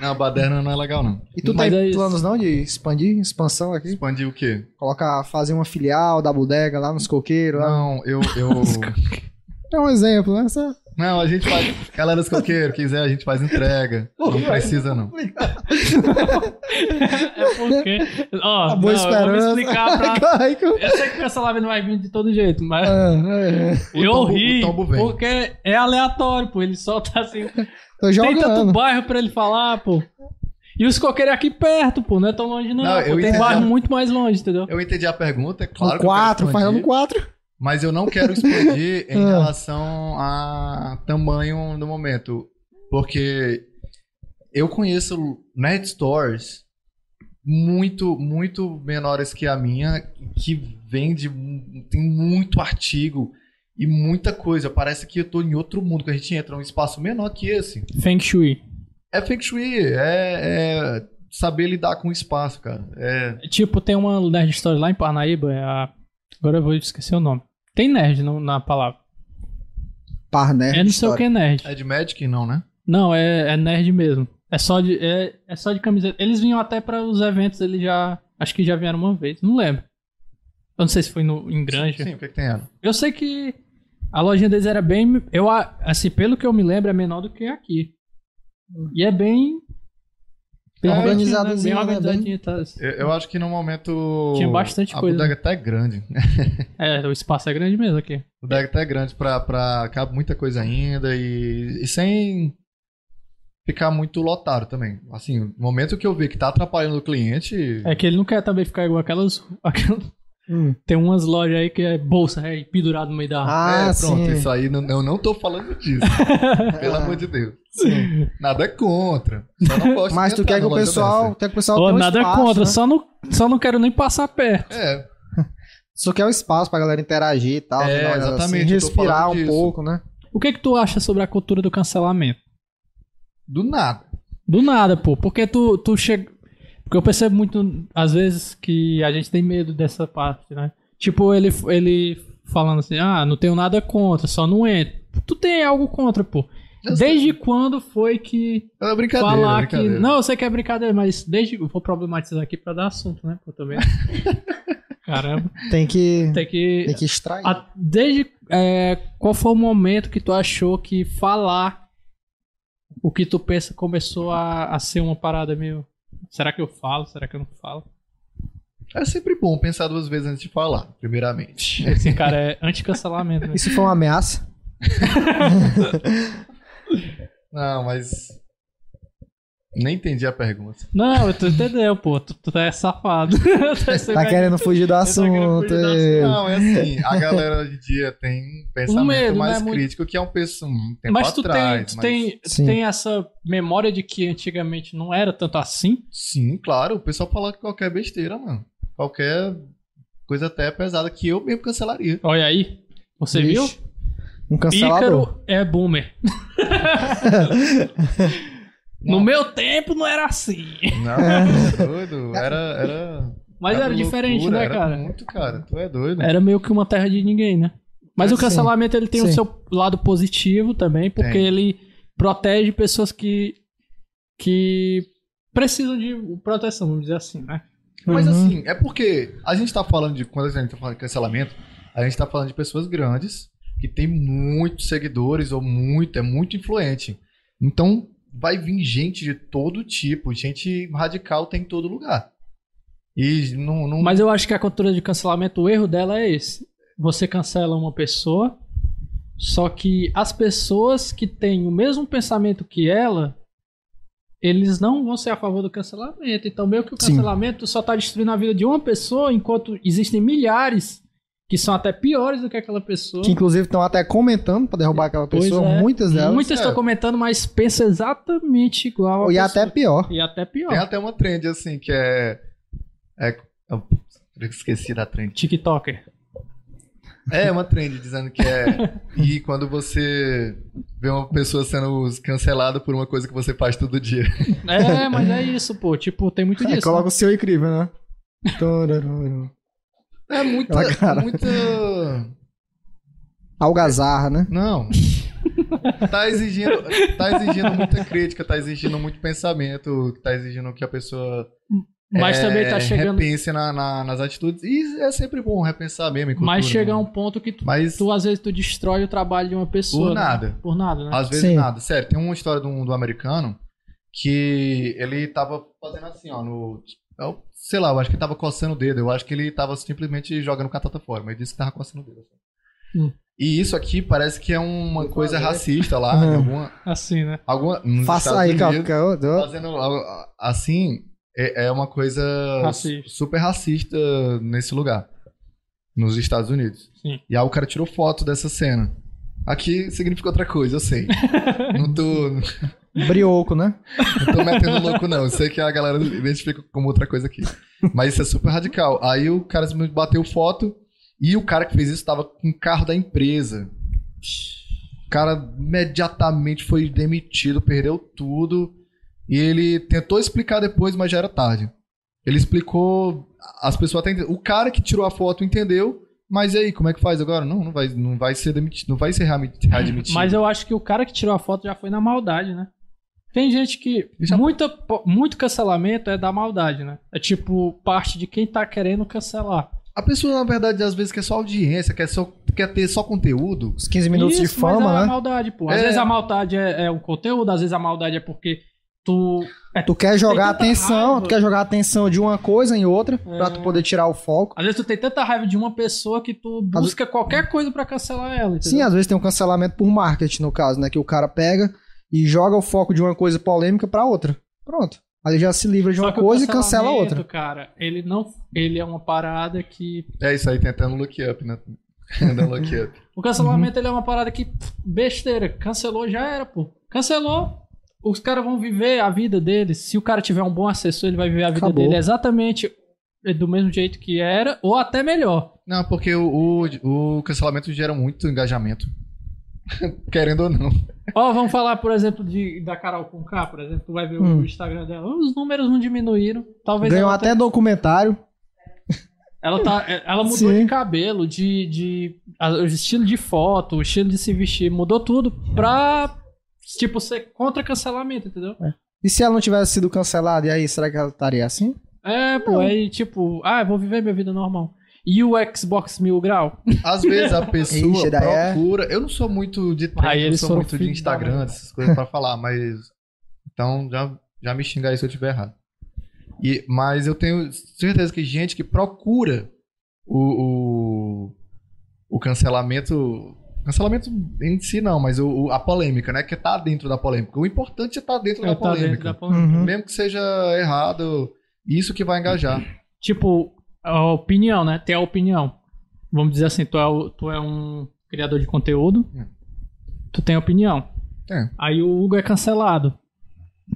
Não, baderna não é legal, não. E tu Mas tem é isso. planos não de expandir, expansão aqui? Expandir o quê? Colocar, fazer uma filial da bodega lá nos coqueiros. lá. Não, eu. eu... É um exemplo, né? Essa- Não, a gente faz. Galera dos coqueiros, quiser, a gente faz entrega. Não precisa, não. É porque. Ó, Ah, não, A boa eu vou me esperança. explicar pra. Ai, que- Eu sei que essa live não vai vir de todo jeito, mas. Ah, é. O eu tombo- ri, o tombo vem. porque é aleatório, pô. Ele solta assim. Tô Tem tanto jogando. bairro pra ele falar, pô. E os coqueiros aqui perto, pô. Não é tão longe, não. Não, pô. eu Tem entendi. bairro muito mais longe, entendeu? Eu entendi a pergunta, é claro. No que eu quero 4, expandir, fazendo 4. Mas eu não quero expandir em Ah. relação a tamanho no momento. Porque eu conheço net stores muito, muito menores que a minha, que vende, mu- tem muito artigo e muita coisa. Parece que eu tô em outro mundo, que a gente entra num espaço menor que esse. Feng Shui. É feng shui, é, é saber lidar com o espaço, cara. É, Tipo, tem uma Nerd Story lá em Parnaíba. é a- Agora eu vou esquecer o nome. Tem nerd no- na palavra. Par, né? é não sei o que nerd. é de Magic, não, né? Não, é, é nerd mesmo. É só de, é, é só de camiseta. Eles vinham até para os eventos, eles já. Acho que já vieram uma vez, não lembro. Eu não sei se foi no, em Granja. Sim, o que, que tem ela? Eu sei que a lojinha deles era bem. Eu, a- assim, pelo que eu me lembro, é menor do que aqui. E é bem. Bem bem organizadozinho, Bem né? organizadinho. tá? Eu, eu acho que no momento. Tinha bastante a coisa, né? bodega até é grande. É, o espaço é grande mesmo aqui. A bodega até é grande pra, pra. Cabe muita coisa ainda e, e sem ficar muito lotado também. Assim, no momento que eu ver que tá atrapalhando o cliente. É que ele não quer também ficar igual aquelas. aquelas- Hum. Tem umas lojas aí que é bolsa, é pendurado no meio da. Ah, é, pronto, sim. isso aí não- eu não tô falando disso. pelo amor de Deus. Sim. Nada é contra. Só não posso Mas tu quer que o pessoal, quer que o pessoal Ô, tenha um nada espaço, contra, né? só, não, só não quero nem passar perto. É, Só quer um espaço pra galera interagir e tal, É, né? Assim, exatamente, eu tô respirar um falando disso. pouco, né? O que que tu acha sobre a cultura do cancelamento? do nada. Do nada, pô. Porque tu, tu chega. Porque eu percebo muito, às vezes, que a gente tem medo dessa parte, né? Tipo, ele, ele falando assim, ah, não tenho nada contra, só não entro. Tu tem algo contra, pô. Eu sei. Desde quando foi que É brincadeira. falar que. brincadeira. Não, eu sei que é brincadeira, mas desde. Eu vou problematizar aqui pra dar assunto, né? Pô, também. Caramba. Tem que, Tem que. tem que extrair. A- desde é, qual foi o momento que tu achou que falar o que tu pensa começou a, a ser uma parada meio. Será que eu falo? Será que eu não falo? É sempre bom pensar duas vezes antes de falar, primeiramente. Esse cara é anti-cancelamento, né? Isso foi uma ameaça? Não, mas. Nem entendi a pergunta. Não, tu entendeu, pô. Tu, tu é safado. Tá querendo fugir do querendo fugir assunto. do é. Não, é assim, a galera hoje em dia tem um pensamento medo, né, mais muito- crítico que é um pessoal um tempo Mas tu tem, atrás. tu mas- tem, tu Sim. tem essa memória de que antigamente não era tanto assim? Sim, claro, o pessoal fala que qualquer besteira, mano. Qualquer coisa até pesada que eu mesmo cancelaria. Olha aí. Você Vixe, viu? Um cancelador. Ícaro é boomer. No meu tempo não era assim. Não, é doido. Era. era Mas era, loucura, diferente, né, era cara? Muito, cara. Tu é doido. Era meio que uma terra de ninguém, né? Mas o Sim. cancelamento ele tem o Sim. seu lado positivo também, porque Tem. ele protege pessoas que que precisam de proteção, vamos dizer assim, né? Mas Uhum. assim, é porque a gente tá falando de. Quando a gente tá falando de cancelamento, a gente tá falando de pessoas grandes que tem muitos seguidores ou muito, é muito influente. Então vai vir gente de todo tipo, gente radical tem em todo lugar. E não. não Mas eu acho que a cultura de cancelamento, o erro dela é esse. Você cancela uma pessoa, só que as pessoas que têm o mesmo pensamento que ela, eles não vão ser a favor do cancelamento. Então, meio que o Sim. cancelamento só está destruindo a vida de uma pessoa, enquanto existem milhares que são até piores do que aquela pessoa. Que inclusive estão até comentando pra derrubar aquela Pois pessoa, é. muitas delas. Muitas estão É. comentando, mas pensa exatamente igual. a E pessoa. até É. pior. E até pior. Tem até uma trend assim que é. é eu esqueci da trend. TikToker. É uma trend dizendo que é. e quando você vê uma pessoa sendo cancelada por uma coisa que você faz todo dia. É, mas é isso, pô. Tipo, tem muito disso. Aí né? É, coloca o seu incrível, né? Torororo. É muita. Ela, cara. Muita. Algazarra, né? Não. Tá exigindo, tá exigindo muita crítica, tá exigindo muito pensamento, tá exigindo que a pessoa Mas é, também tá chegando. repense na- na- nas atitudes. E é sempre bom repensar mesmo. em Cultura, Mas chega né? um ponto que tu, Mas tu, às vezes, tu destrói o trabalho de uma pessoa. Por né? nada. Por nada, né? Às vezes Sim. nada. Sério, tem uma história de um, do americano que ele tava fazendo assim, ó, no. eu- Sei lá, eu acho que ele tava coçando o dedo. Eu acho que ele tava simplesmente jogando catata fora, mas ele disse que tava coçando o dedo. assim. Hum. E isso aqui parece que é uma Vou coisa fazer. racista lá, em Uhum. alguma. Assim, né? alguma nos Faça Estados aí, Unidos, calma. Fazendo a- a- assim é, é uma coisa Racista. super racista nesse lugar, nos Estados Unidos. Sim. E aí o cara tirou foto dessa cena. Aqui significa outra coisa, eu sei. não, tô, não Brioco, né? tô metendo louco, não. Eu sei que a galera identifica como outra coisa aqui. Mas isso é super radical. Aí o cara simplesmente bateu foto e o cara que fez isso tava com o carro da empresa. O cara imediatamente foi demitido, perdeu tudo. E ele tentou explicar depois, mas já era tarde. Ele explicou, as pessoas até entenderam. O cara que tirou a foto entendeu, mas e aí, como é que faz agora? Não, não vai, não vai ser demitido, não vai ser reami- readmitido. Mas eu acho que o cara que tirou a foto já foi na maldade, né? Tem gente que. Isso é- um Muita, po- muito cancelamento é da maldade, né? É tipo parte de quem tá querendo cancelar. A pessoa, na verdade, às vezes quer só audiência, quer, só, quer ter só conteúdo. Os 15 minutos de Isso, mas é a fama, né? maldade, pô. Às É. vezes a maldade é, é um conteúdo, às vezes a maldade é porque tu. É, Tu quer jogar tanta atenção, raiva. É. tu quer jogar atenção de uma coisa em outra, pra tu poder tirar o foco. Às vezes tu tem tanta raiva de uma pessoa que tu Às- busca qualquer coisa pra cancelar ela. Entendeu? Sim, às vezes tem um cancelamento por marketing, no caso, né? Que o cara pega e joga o foco de uma coisa polêmica pra outra. Pronto. Aí já se livra de Só uma que o coisa e cancela a cancelamento, outra. cara, ele não, ele é uma parada que É isso aí, tentando look up, né? Tentando look up. o cancelamento Uhum. ele é uma parada que pff, besteira, cancelou já era, pô. Cancelou. Os caras vão viver a vida deles. Se o cara tiver um bom assessor, ele vai viver a vida Acabou. dele É exatamente é do mesmo jeito que era, ou até melhor. Não, porque o, o, o cancelamento gera muito engajamento. Querendo ou não. Ó, vamos falar, por exemplo, de, da Carol Conká, por exemplo. Tu vai ver Hum. o Instagram dela. Os números não diminuíram. Talvez Ganhou ela até documentário. Ela, tá, ela mudou Sim. de cabelo, de, de. a- O estilo de foto, o estilo de se vestir, mudou tudo pra. Tipo, ser contra cancelamento, entendeu? E se ela não tivesse sido cancelada, e aí, será que ela estaria assim? É, pô, aí tipo, ah, eu vou viver minha vida normal. E o Xbox Mil Grau? Às vezes a pessoa Ixi, daí é- procura. Eu não sou muito de trend, Aí eu não eles sou foram muito filho de da Instagram, mãe. essas coisas pra falar, mas. Então já, já me xinga aí se eu tiver errado. E, mas eu tenho certeza que gente que procura o, o, o cancelamento. Cancelamento em si não, mas o, o- a polêmica, né? Que tá dentro da polêmica. O importante é tá dentro da Ela tá polêmica. dentro da polêmica. Mesmo que seja errado, isso que vai engajar. Tipo, a opinião, né? Ter a opinião. Vamos dizer assim, tu é, o- tu é um criador de conteúdo, Hum. tu tem opinião. É. Aí o Hugo é cancelado.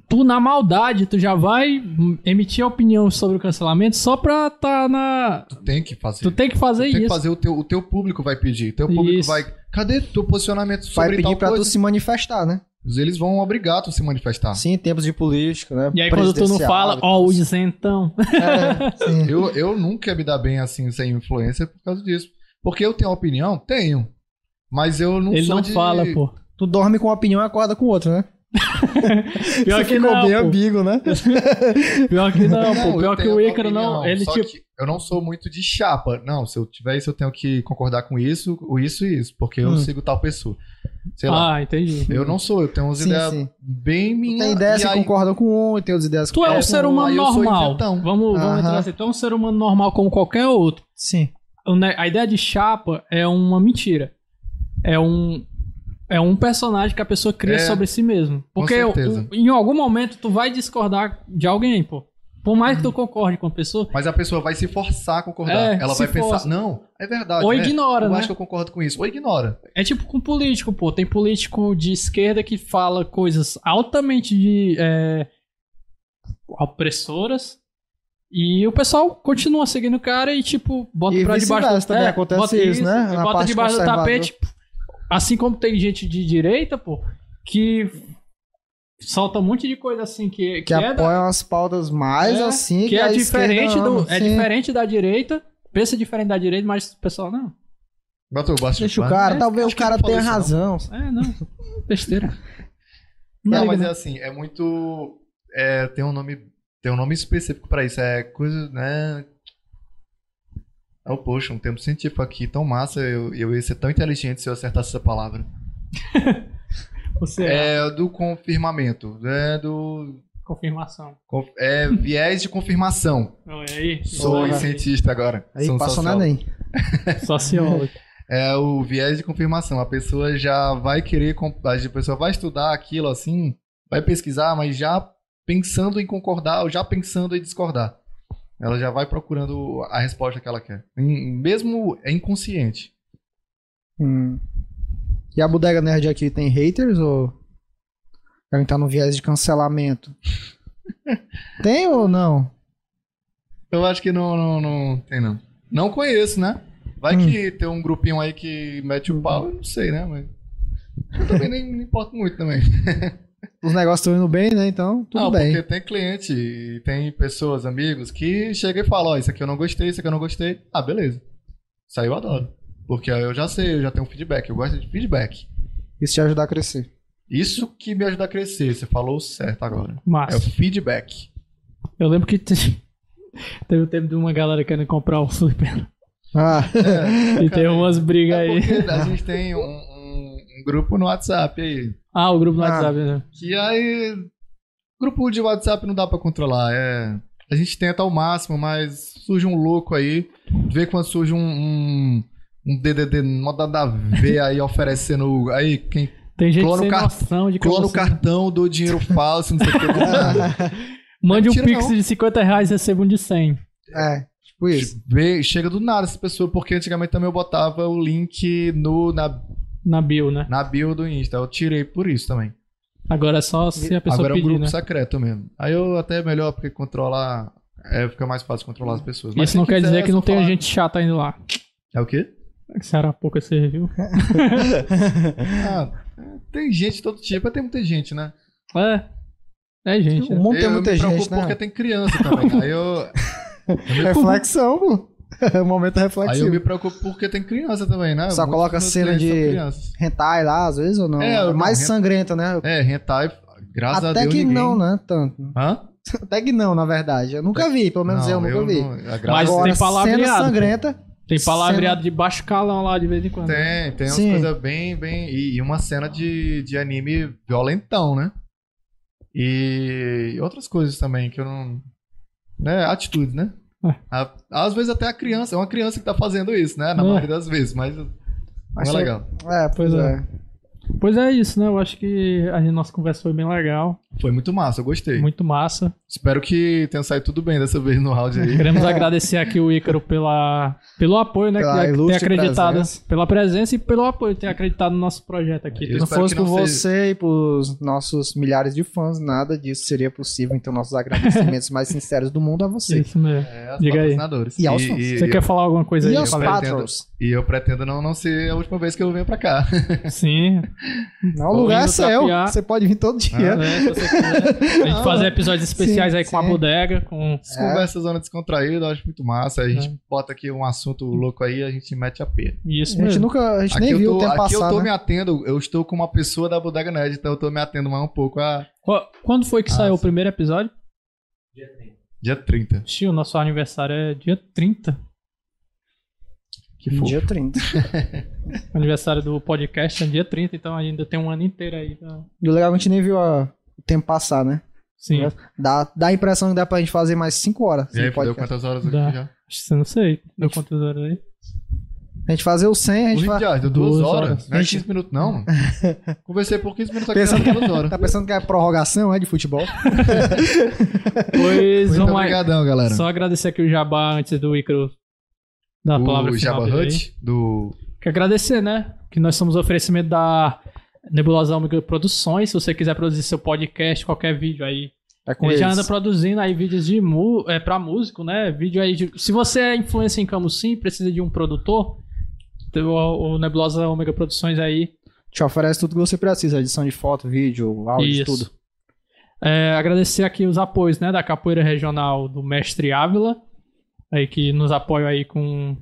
Tu, na maldade, tu já vai hum, emitir a opinião sobre o cancelamento só pra tá na. Tu tem que fazer. Tu tem que fazer tem que É isso. fazer o teu, o teu público vai pedir. O teu público Isso. vai. Cadê teu posicionamento sobre Vai pedir tal pra tu coisa? se manifestar, né? eles vão obrigar tu a se manifestar. Sim, em tempos de política, né? E aí quando tu não fala, ó, o isentão. É, sim. Eu, eu nunca ia me dar bem assim, sem influência, por causa disso. Porque eu tenho opinião? Tenho. Mas eu não Ele sou não Um de... fala, pô. Tu dorme com uma opinião e acorda com outra, né? Pior Você que ficou não, bem pô. ambíguo, né? Pior que não, pô. eu Pior que tenho o Ícaro opinião, não. Ele só tipo. que eu não sou muito de chapa. Não, se eu tiver isso, eu tenho que concordar com isso, o isso e isso. Porque eu Hum. sigo tal pessoa. Sei lá. Ah, entendi. Eu não sou, eu tenho umas Sim, ideias sim. bem minhas. Tem ideias e que aí- concordam com um, e tem outras ideias que Tu é um concordam ser com humano aí eu sou normal. isentão. Vamos, vamos Aham. entrar assim. Tu é um ser humano normal como qualquer outro. outro. Sim. O ne- A ideia de chapa é uma mentira. É um. É um personagem que a pessoa cria É. sobre si mesmo. Porque o- certeza. o- em algum momento tu vai discordar de alguém, pô. Por mais que tu concorde com a pessoa, Mas a pessoa vai se forçar a concordar. É, Ela se vai força. pensar, não, é verdade. ou né? ignora, eu né? acho que eu concordo com isso. Ou ignora. É tipo com político, pô. Tem político de esquerda que fala coisas altamente de, é, opressoras. E o pessoal continua seguindo o cara e, tipo, bota E pra debaixo é, vice-versa também acontece bota isso, né? e Na Bota parte debaixo do conservadora. tapete. Assim como tem gente de direita, pô, que solta um monte de coisa assim que, que Que é, da, apoiam as pautas mais É, assim. que é a diferente esquerda do, ama, é sim. diferente da direita. Pensa diferente da direita, mas o pessoal, não. Bota o baixo Deixa o chupando. cara, É, talvez acho o que cara não fala tenha isso, não. razão. É, não. Besteira. Não, liga, mas é né? assim, é muito. é, tem um nome. Tem um nome específico pra isso. É coisa, né? Oh, poxa, um tempo científico aqui tão massa. Eu, eu ia ser tão inteligente se eu acertasse essa palavra. Você é. É do confirmamento. É do. Confirmação. conf- É viés de confirmação. Olha aí. Sou Olha aí. cientista agora. Aí Sou um passou sociólogo. nada aí. Sociólogo. É o viés de confirmação. A pessoa já vai querer, comp- a pessoa vai estudar aquilo assim, vai pesquisar, mas já pensando em concordar ou já pensando em discordar. Ela já vai procurando a resposta que ela quer. Em- Mesmo é inconsciente. Hum. E a bodega nerd aqui tem haters ou querem estar no viés de cancelamento? tem ou não? Eu acho que não, não, não tem não. Não conheço, né? Vai Hum. que tem um grupinho aí que mete o pau, eu não sei, né? Mas eu também nem me importo muito também. Os negócios estão indo bem, né? Então, tudo não, bem. porque tem cliente e tem pessoas, amigos, que chega e fala, ó, isso aqui eu não gostei, isso aqui eu não gostei. Ah, beleza. Isso aí eu adoro. Porque aí eu já sei, eu já tenho feedback, eu gosto de feedback. Isso te ajuda a crescer. Isso que me ajuda a crescer, você falou certo agora. É o Mas, feedback. É eu lembro que te- teve o tempo de uma galera querendo comprar o flipper. Ah, E teve umas brigas É aí. porque a gente tem um, um- um grupo no WhatsApp aí. Ah, o grupo no Ah. WhatsApp, né? Que aí. Grupo de WhatsApp não dá pra controlar. É, a gente tenta ao máximo, mas surge um louco aí. Vê quando surge um. um... Um DDD moda da V aí oferecendo. Aí, quem Tem gente Clona o sem car- noção de como clona o você- cartão, dou dinheiro falso, não sei o que. Ah, Mande um Mentira, pix não. de 50 reais e receba um de 100. é, tipo isso. vê- Chega do nada essa pessoa, porque antigamente também eu botava o link no, na, Na bio, né? na bio do Insta. Eu tirei por isso também. Agora é só se a pessoa Agora é um pedir, grupo né? secreto mesmo. Aí eu até é melhor porque controlar. É, fica mais fácil controlar as pessoas. Isso se não quer quiser, dizer é que só não tenha falar. gente chata indo lá. É o quê? Será pouca você viu? Ah, tem gente de todo tipo, mas tem muita gente, né? É. É, gente. O né? mundo tem Tipo, muita eu me preocupo gente, né? porque tem criança também. né? aí, eu, Reflexão, pô. É um momento aí eu reflexivo. me preocupo porque tem criança também, né? Só coloca dos meus cena clientes de- são crianças. Hentai lá, às vezes, ou não? É, É, não, mais rent- sangrenta, né? É, hentai, graças a Até Deus que ninguém... não, né? Tanto. Hã? Até que não, na verdade. Eu nunca vi, pelo menos eu Não, nunca vi. não- a Mas graça- é tem Agora, palavreado, cena pô. sangrenta, Tem palavreado de baixo calão lá de vez em quando. Tem, tem umas Sim. coisas bem, bem... E, e uma cena de, de anime violentão, né? E outras coisas também que eu não... Né? Atitude, né? É. A- às vezes até a criança, é uma criança que tá fazendo isso, né? Na É. maioria das vezes, mas... Mas Mas é só- legal. É, pois Pois é. é. Pois é isso, né? Eu acho que a nossa conversa foi bem legal. Foi muito massa, eu gostei. Muito massa. Espero que tenha saído tudo bem dessa vez no round aí. Queremos agradecer aqui o Ícaro pela, pelo apoio, né? Pela que tem ilustre acreditado. presença. Pela presença e pelo apoio que tem acreditado no nosso projeto aqui. Se não espero fosse que por não seja- você e pros nossos milhares de fãs, nada disso seria possível. Então, nossos agradecimentos mais sinceros do mundo a você. Isso mesmo. É, aos Diga aí. patrocinadores. E aos fãs. Você quer falar alguma coisa E aí? aos Valeu. é, falei, patrons. e eu pretendo não, não ser a última vez que eu venho pra cá. É. Sim. Não, o lugar é Ouvindo seu. tapear. Você pode vir todo É, dia. né, se você quiser. A gente Não, fazer episódios especiais Ah, Sim, aí com a sim. bodega, com. As conversas zona descontraída, eu acho muito massa. A É. gente bota aqui um assunto louco aí e a gente mete a pena. Isso A gente mesmo. nunca. A gente Aqui nem eu viu tô- o tempo aqui eu passar. tô né? me atendo, eu estou com uma pessoa da Bodega Nerd, então eu tô me atendo mais um pouco a Qu- Quando foi que Ah, saiu o sim. primeiro episódio? Dia 30. dia 30. Xiu, o nosso aniversário é dia 30. Que fofo. Dia 30. O aniversário do podcast é dia 30, então ainda tem um ano inteiro aí. pra- E o legal é que a gente nem viu a- o tempo passar, né? Sim. É. Dá, dá a impressão que dá pra gente fazer mais 5 horas. E aí, de podcast. deu quantas horas Dá. aqui já? Acho que eu não sei. Deu quantas horas aí? A gente fazer o 100, a gente Ui, vai. já, deu duas, duas horas. horas. Não é Gente- 15 minutos, não. mano. Conversei por 15 minutos aqui, Pensando já duas horas. Tá pensando que é prorrogação, é, de futebol? Pois Muito vamos aí. obrigadão, galera. Só agradecer aqui o Jabá antes do Icaro dar a palavra o final Jabba dele aí. Hut, do... Quer agradecer, né? Que nós somos oferecimento da Nebulosa Omega Produções. Se você quiser produzir seu podcast, qualquer vídeo aí, É com Ele eles. já anda produzindo aí vídeos de mu é, pra músico, né? Vídeo aí de... Se você é influencer em Camusim, precisa de um produtor, tem o, o Nebulosa Omega Produções aí. Te oferece tudo que você precisa: edição de foto, vídeo, áudio, Isso. tudo. É, agradecer aqui os apoios, né? Da Capoeira Regional do Mestre Ávila, aí que nos apoia aí com...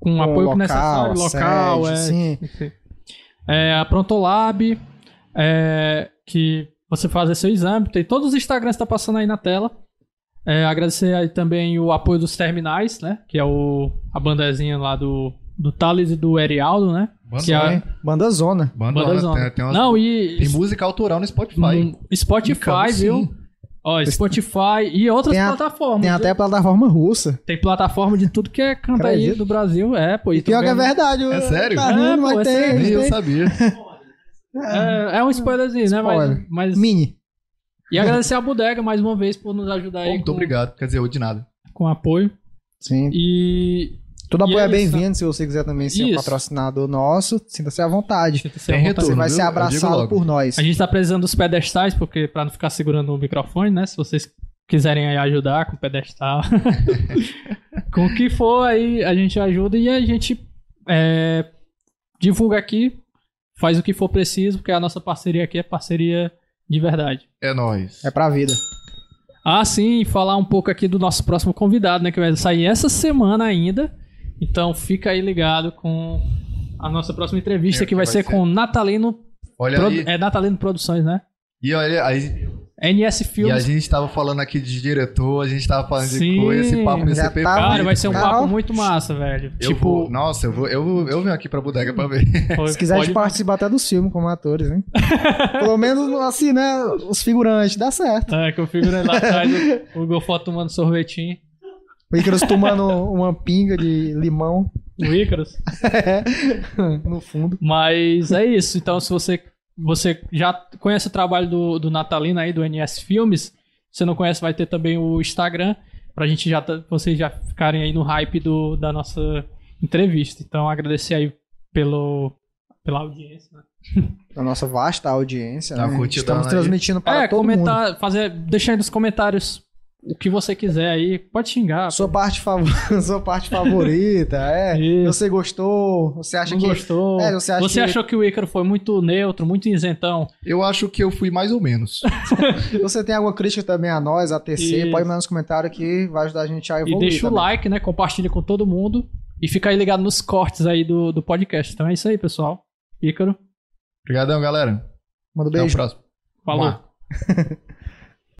Com um Com apoio que necessário, a local, sede, é, sim. É, a Prontolab, é, que você faz seu exame, tem todos os Instagrams que tá passando aí na tela. É, agradecer aí também o apoio dos terminais, né? Que é o, a bandazinha lá do, do Thales e do Erialdo, né? Banda, Que a- Sim. Banda Zona. Banda, Banda né? Zona. Tem, tem, umas- Não, e tem música autoral no Spotify. no Spotify, Então, sim. viu? Ó, Spotify e outras Tem a- plataformas. Tem viu? até a plataforma russa. Tem plataforma de tudo que é canta aí Acredito. do Brasil. É, pô. e E pior que é também- verdade. É sério? Tá É, rindo, mas pô, é tem, sério. Nem eu tem. sabia. é, é um spoilerzinho, né? Spoiler. Mas, mas... Mini. E agradecer a Bodega mais uma vez por nos ajudar aí Muito com, obrigado. Quer dizer, eu de nada. com apoio. Sim. E. Todo apoio E é eles são- bem-vindo. Se você quiser também ser um Isso. patrocinador nosso, sinta-se à vontade. Tem retorno. Você vai viu? ser Eu digo abraçado logo. por nós. A gente tá precisando dos pedestais, porque para não ficar segurando o microfone, né? Se vocês quiserem aí ajudar com o pedestal. com o que for, aí a gente ajuda e a gente é, divulga aqui, faz o que for preciso, porque a nossa parceria aqui é parceria de verdade. É nóis. É pra vida. Ah, sim, e falar um pouco aqui do nosso próximo convidado, né? Que vai sair essa semana ainda. Então fica aí ligado com a nossa próxima entrevista, Quem que vai, É, que vai ser, ser? com o Natalino. Olha Pro- aí. É Natalino Produções, né? E olha aí. NS E a Filmes. gente tava falando aqui de diretor, a gente tava falando Sim. de coisa, esse papo Já ia ser perfeito. tava- Cara, vai ser um Carol. papo muito massa, velho. Eu tipo, vou- nossa, eu, vou, eu, vou- eu venho aqui pra bodega pra ver. pode- Se quiser, a gente pode- participa até dos filmes como atores, hein? Pelo menos assim, né? Os figurantes, dá certo. É, que eu figurei lá atrás, o, o Golfó tomando sorvetinho. O Icarus tomando uma pinga de limão O Ícaros. no fundo. Mas é isso. Então, se você, você já conhece o trabalho do, do Natalino aí, do NS Filmes, se você não conhece, vai ter também o Instagram, pra gente já tá- vocês já ficarem aí no hype do, da nossa entrevista. Então, agradecer aí pelo, pela audiência. Né? Da nossa vasta audiência. Tá né? curtidão Estamos aí. transmitindo para é, todo mundo. comentar, fazer, deixar aí nos comentários o que você quiser aí. Pode xingar. Sua parte, favor... Sua parte favorita, é. Isso. Você gostou? Você acha não que. gostou? É, você acha que- achou que o Ícaro foi muito neutro, muito isentão? Eu acho que eu fui mais ou menos. Se você tem alguma crítica também a nós, a TC, Isso. pode mandar nos comentários que vai ajudar a gente a E evoluir. deixa o também. like, né? Compartilha com todo mundo. E fica aí ligado nos cortes aí do, do podcast. Então é isso aí, pessoal. Ícaro, Obrigadão, galera. Manda um Até o beijo. próximo. falou. Mua.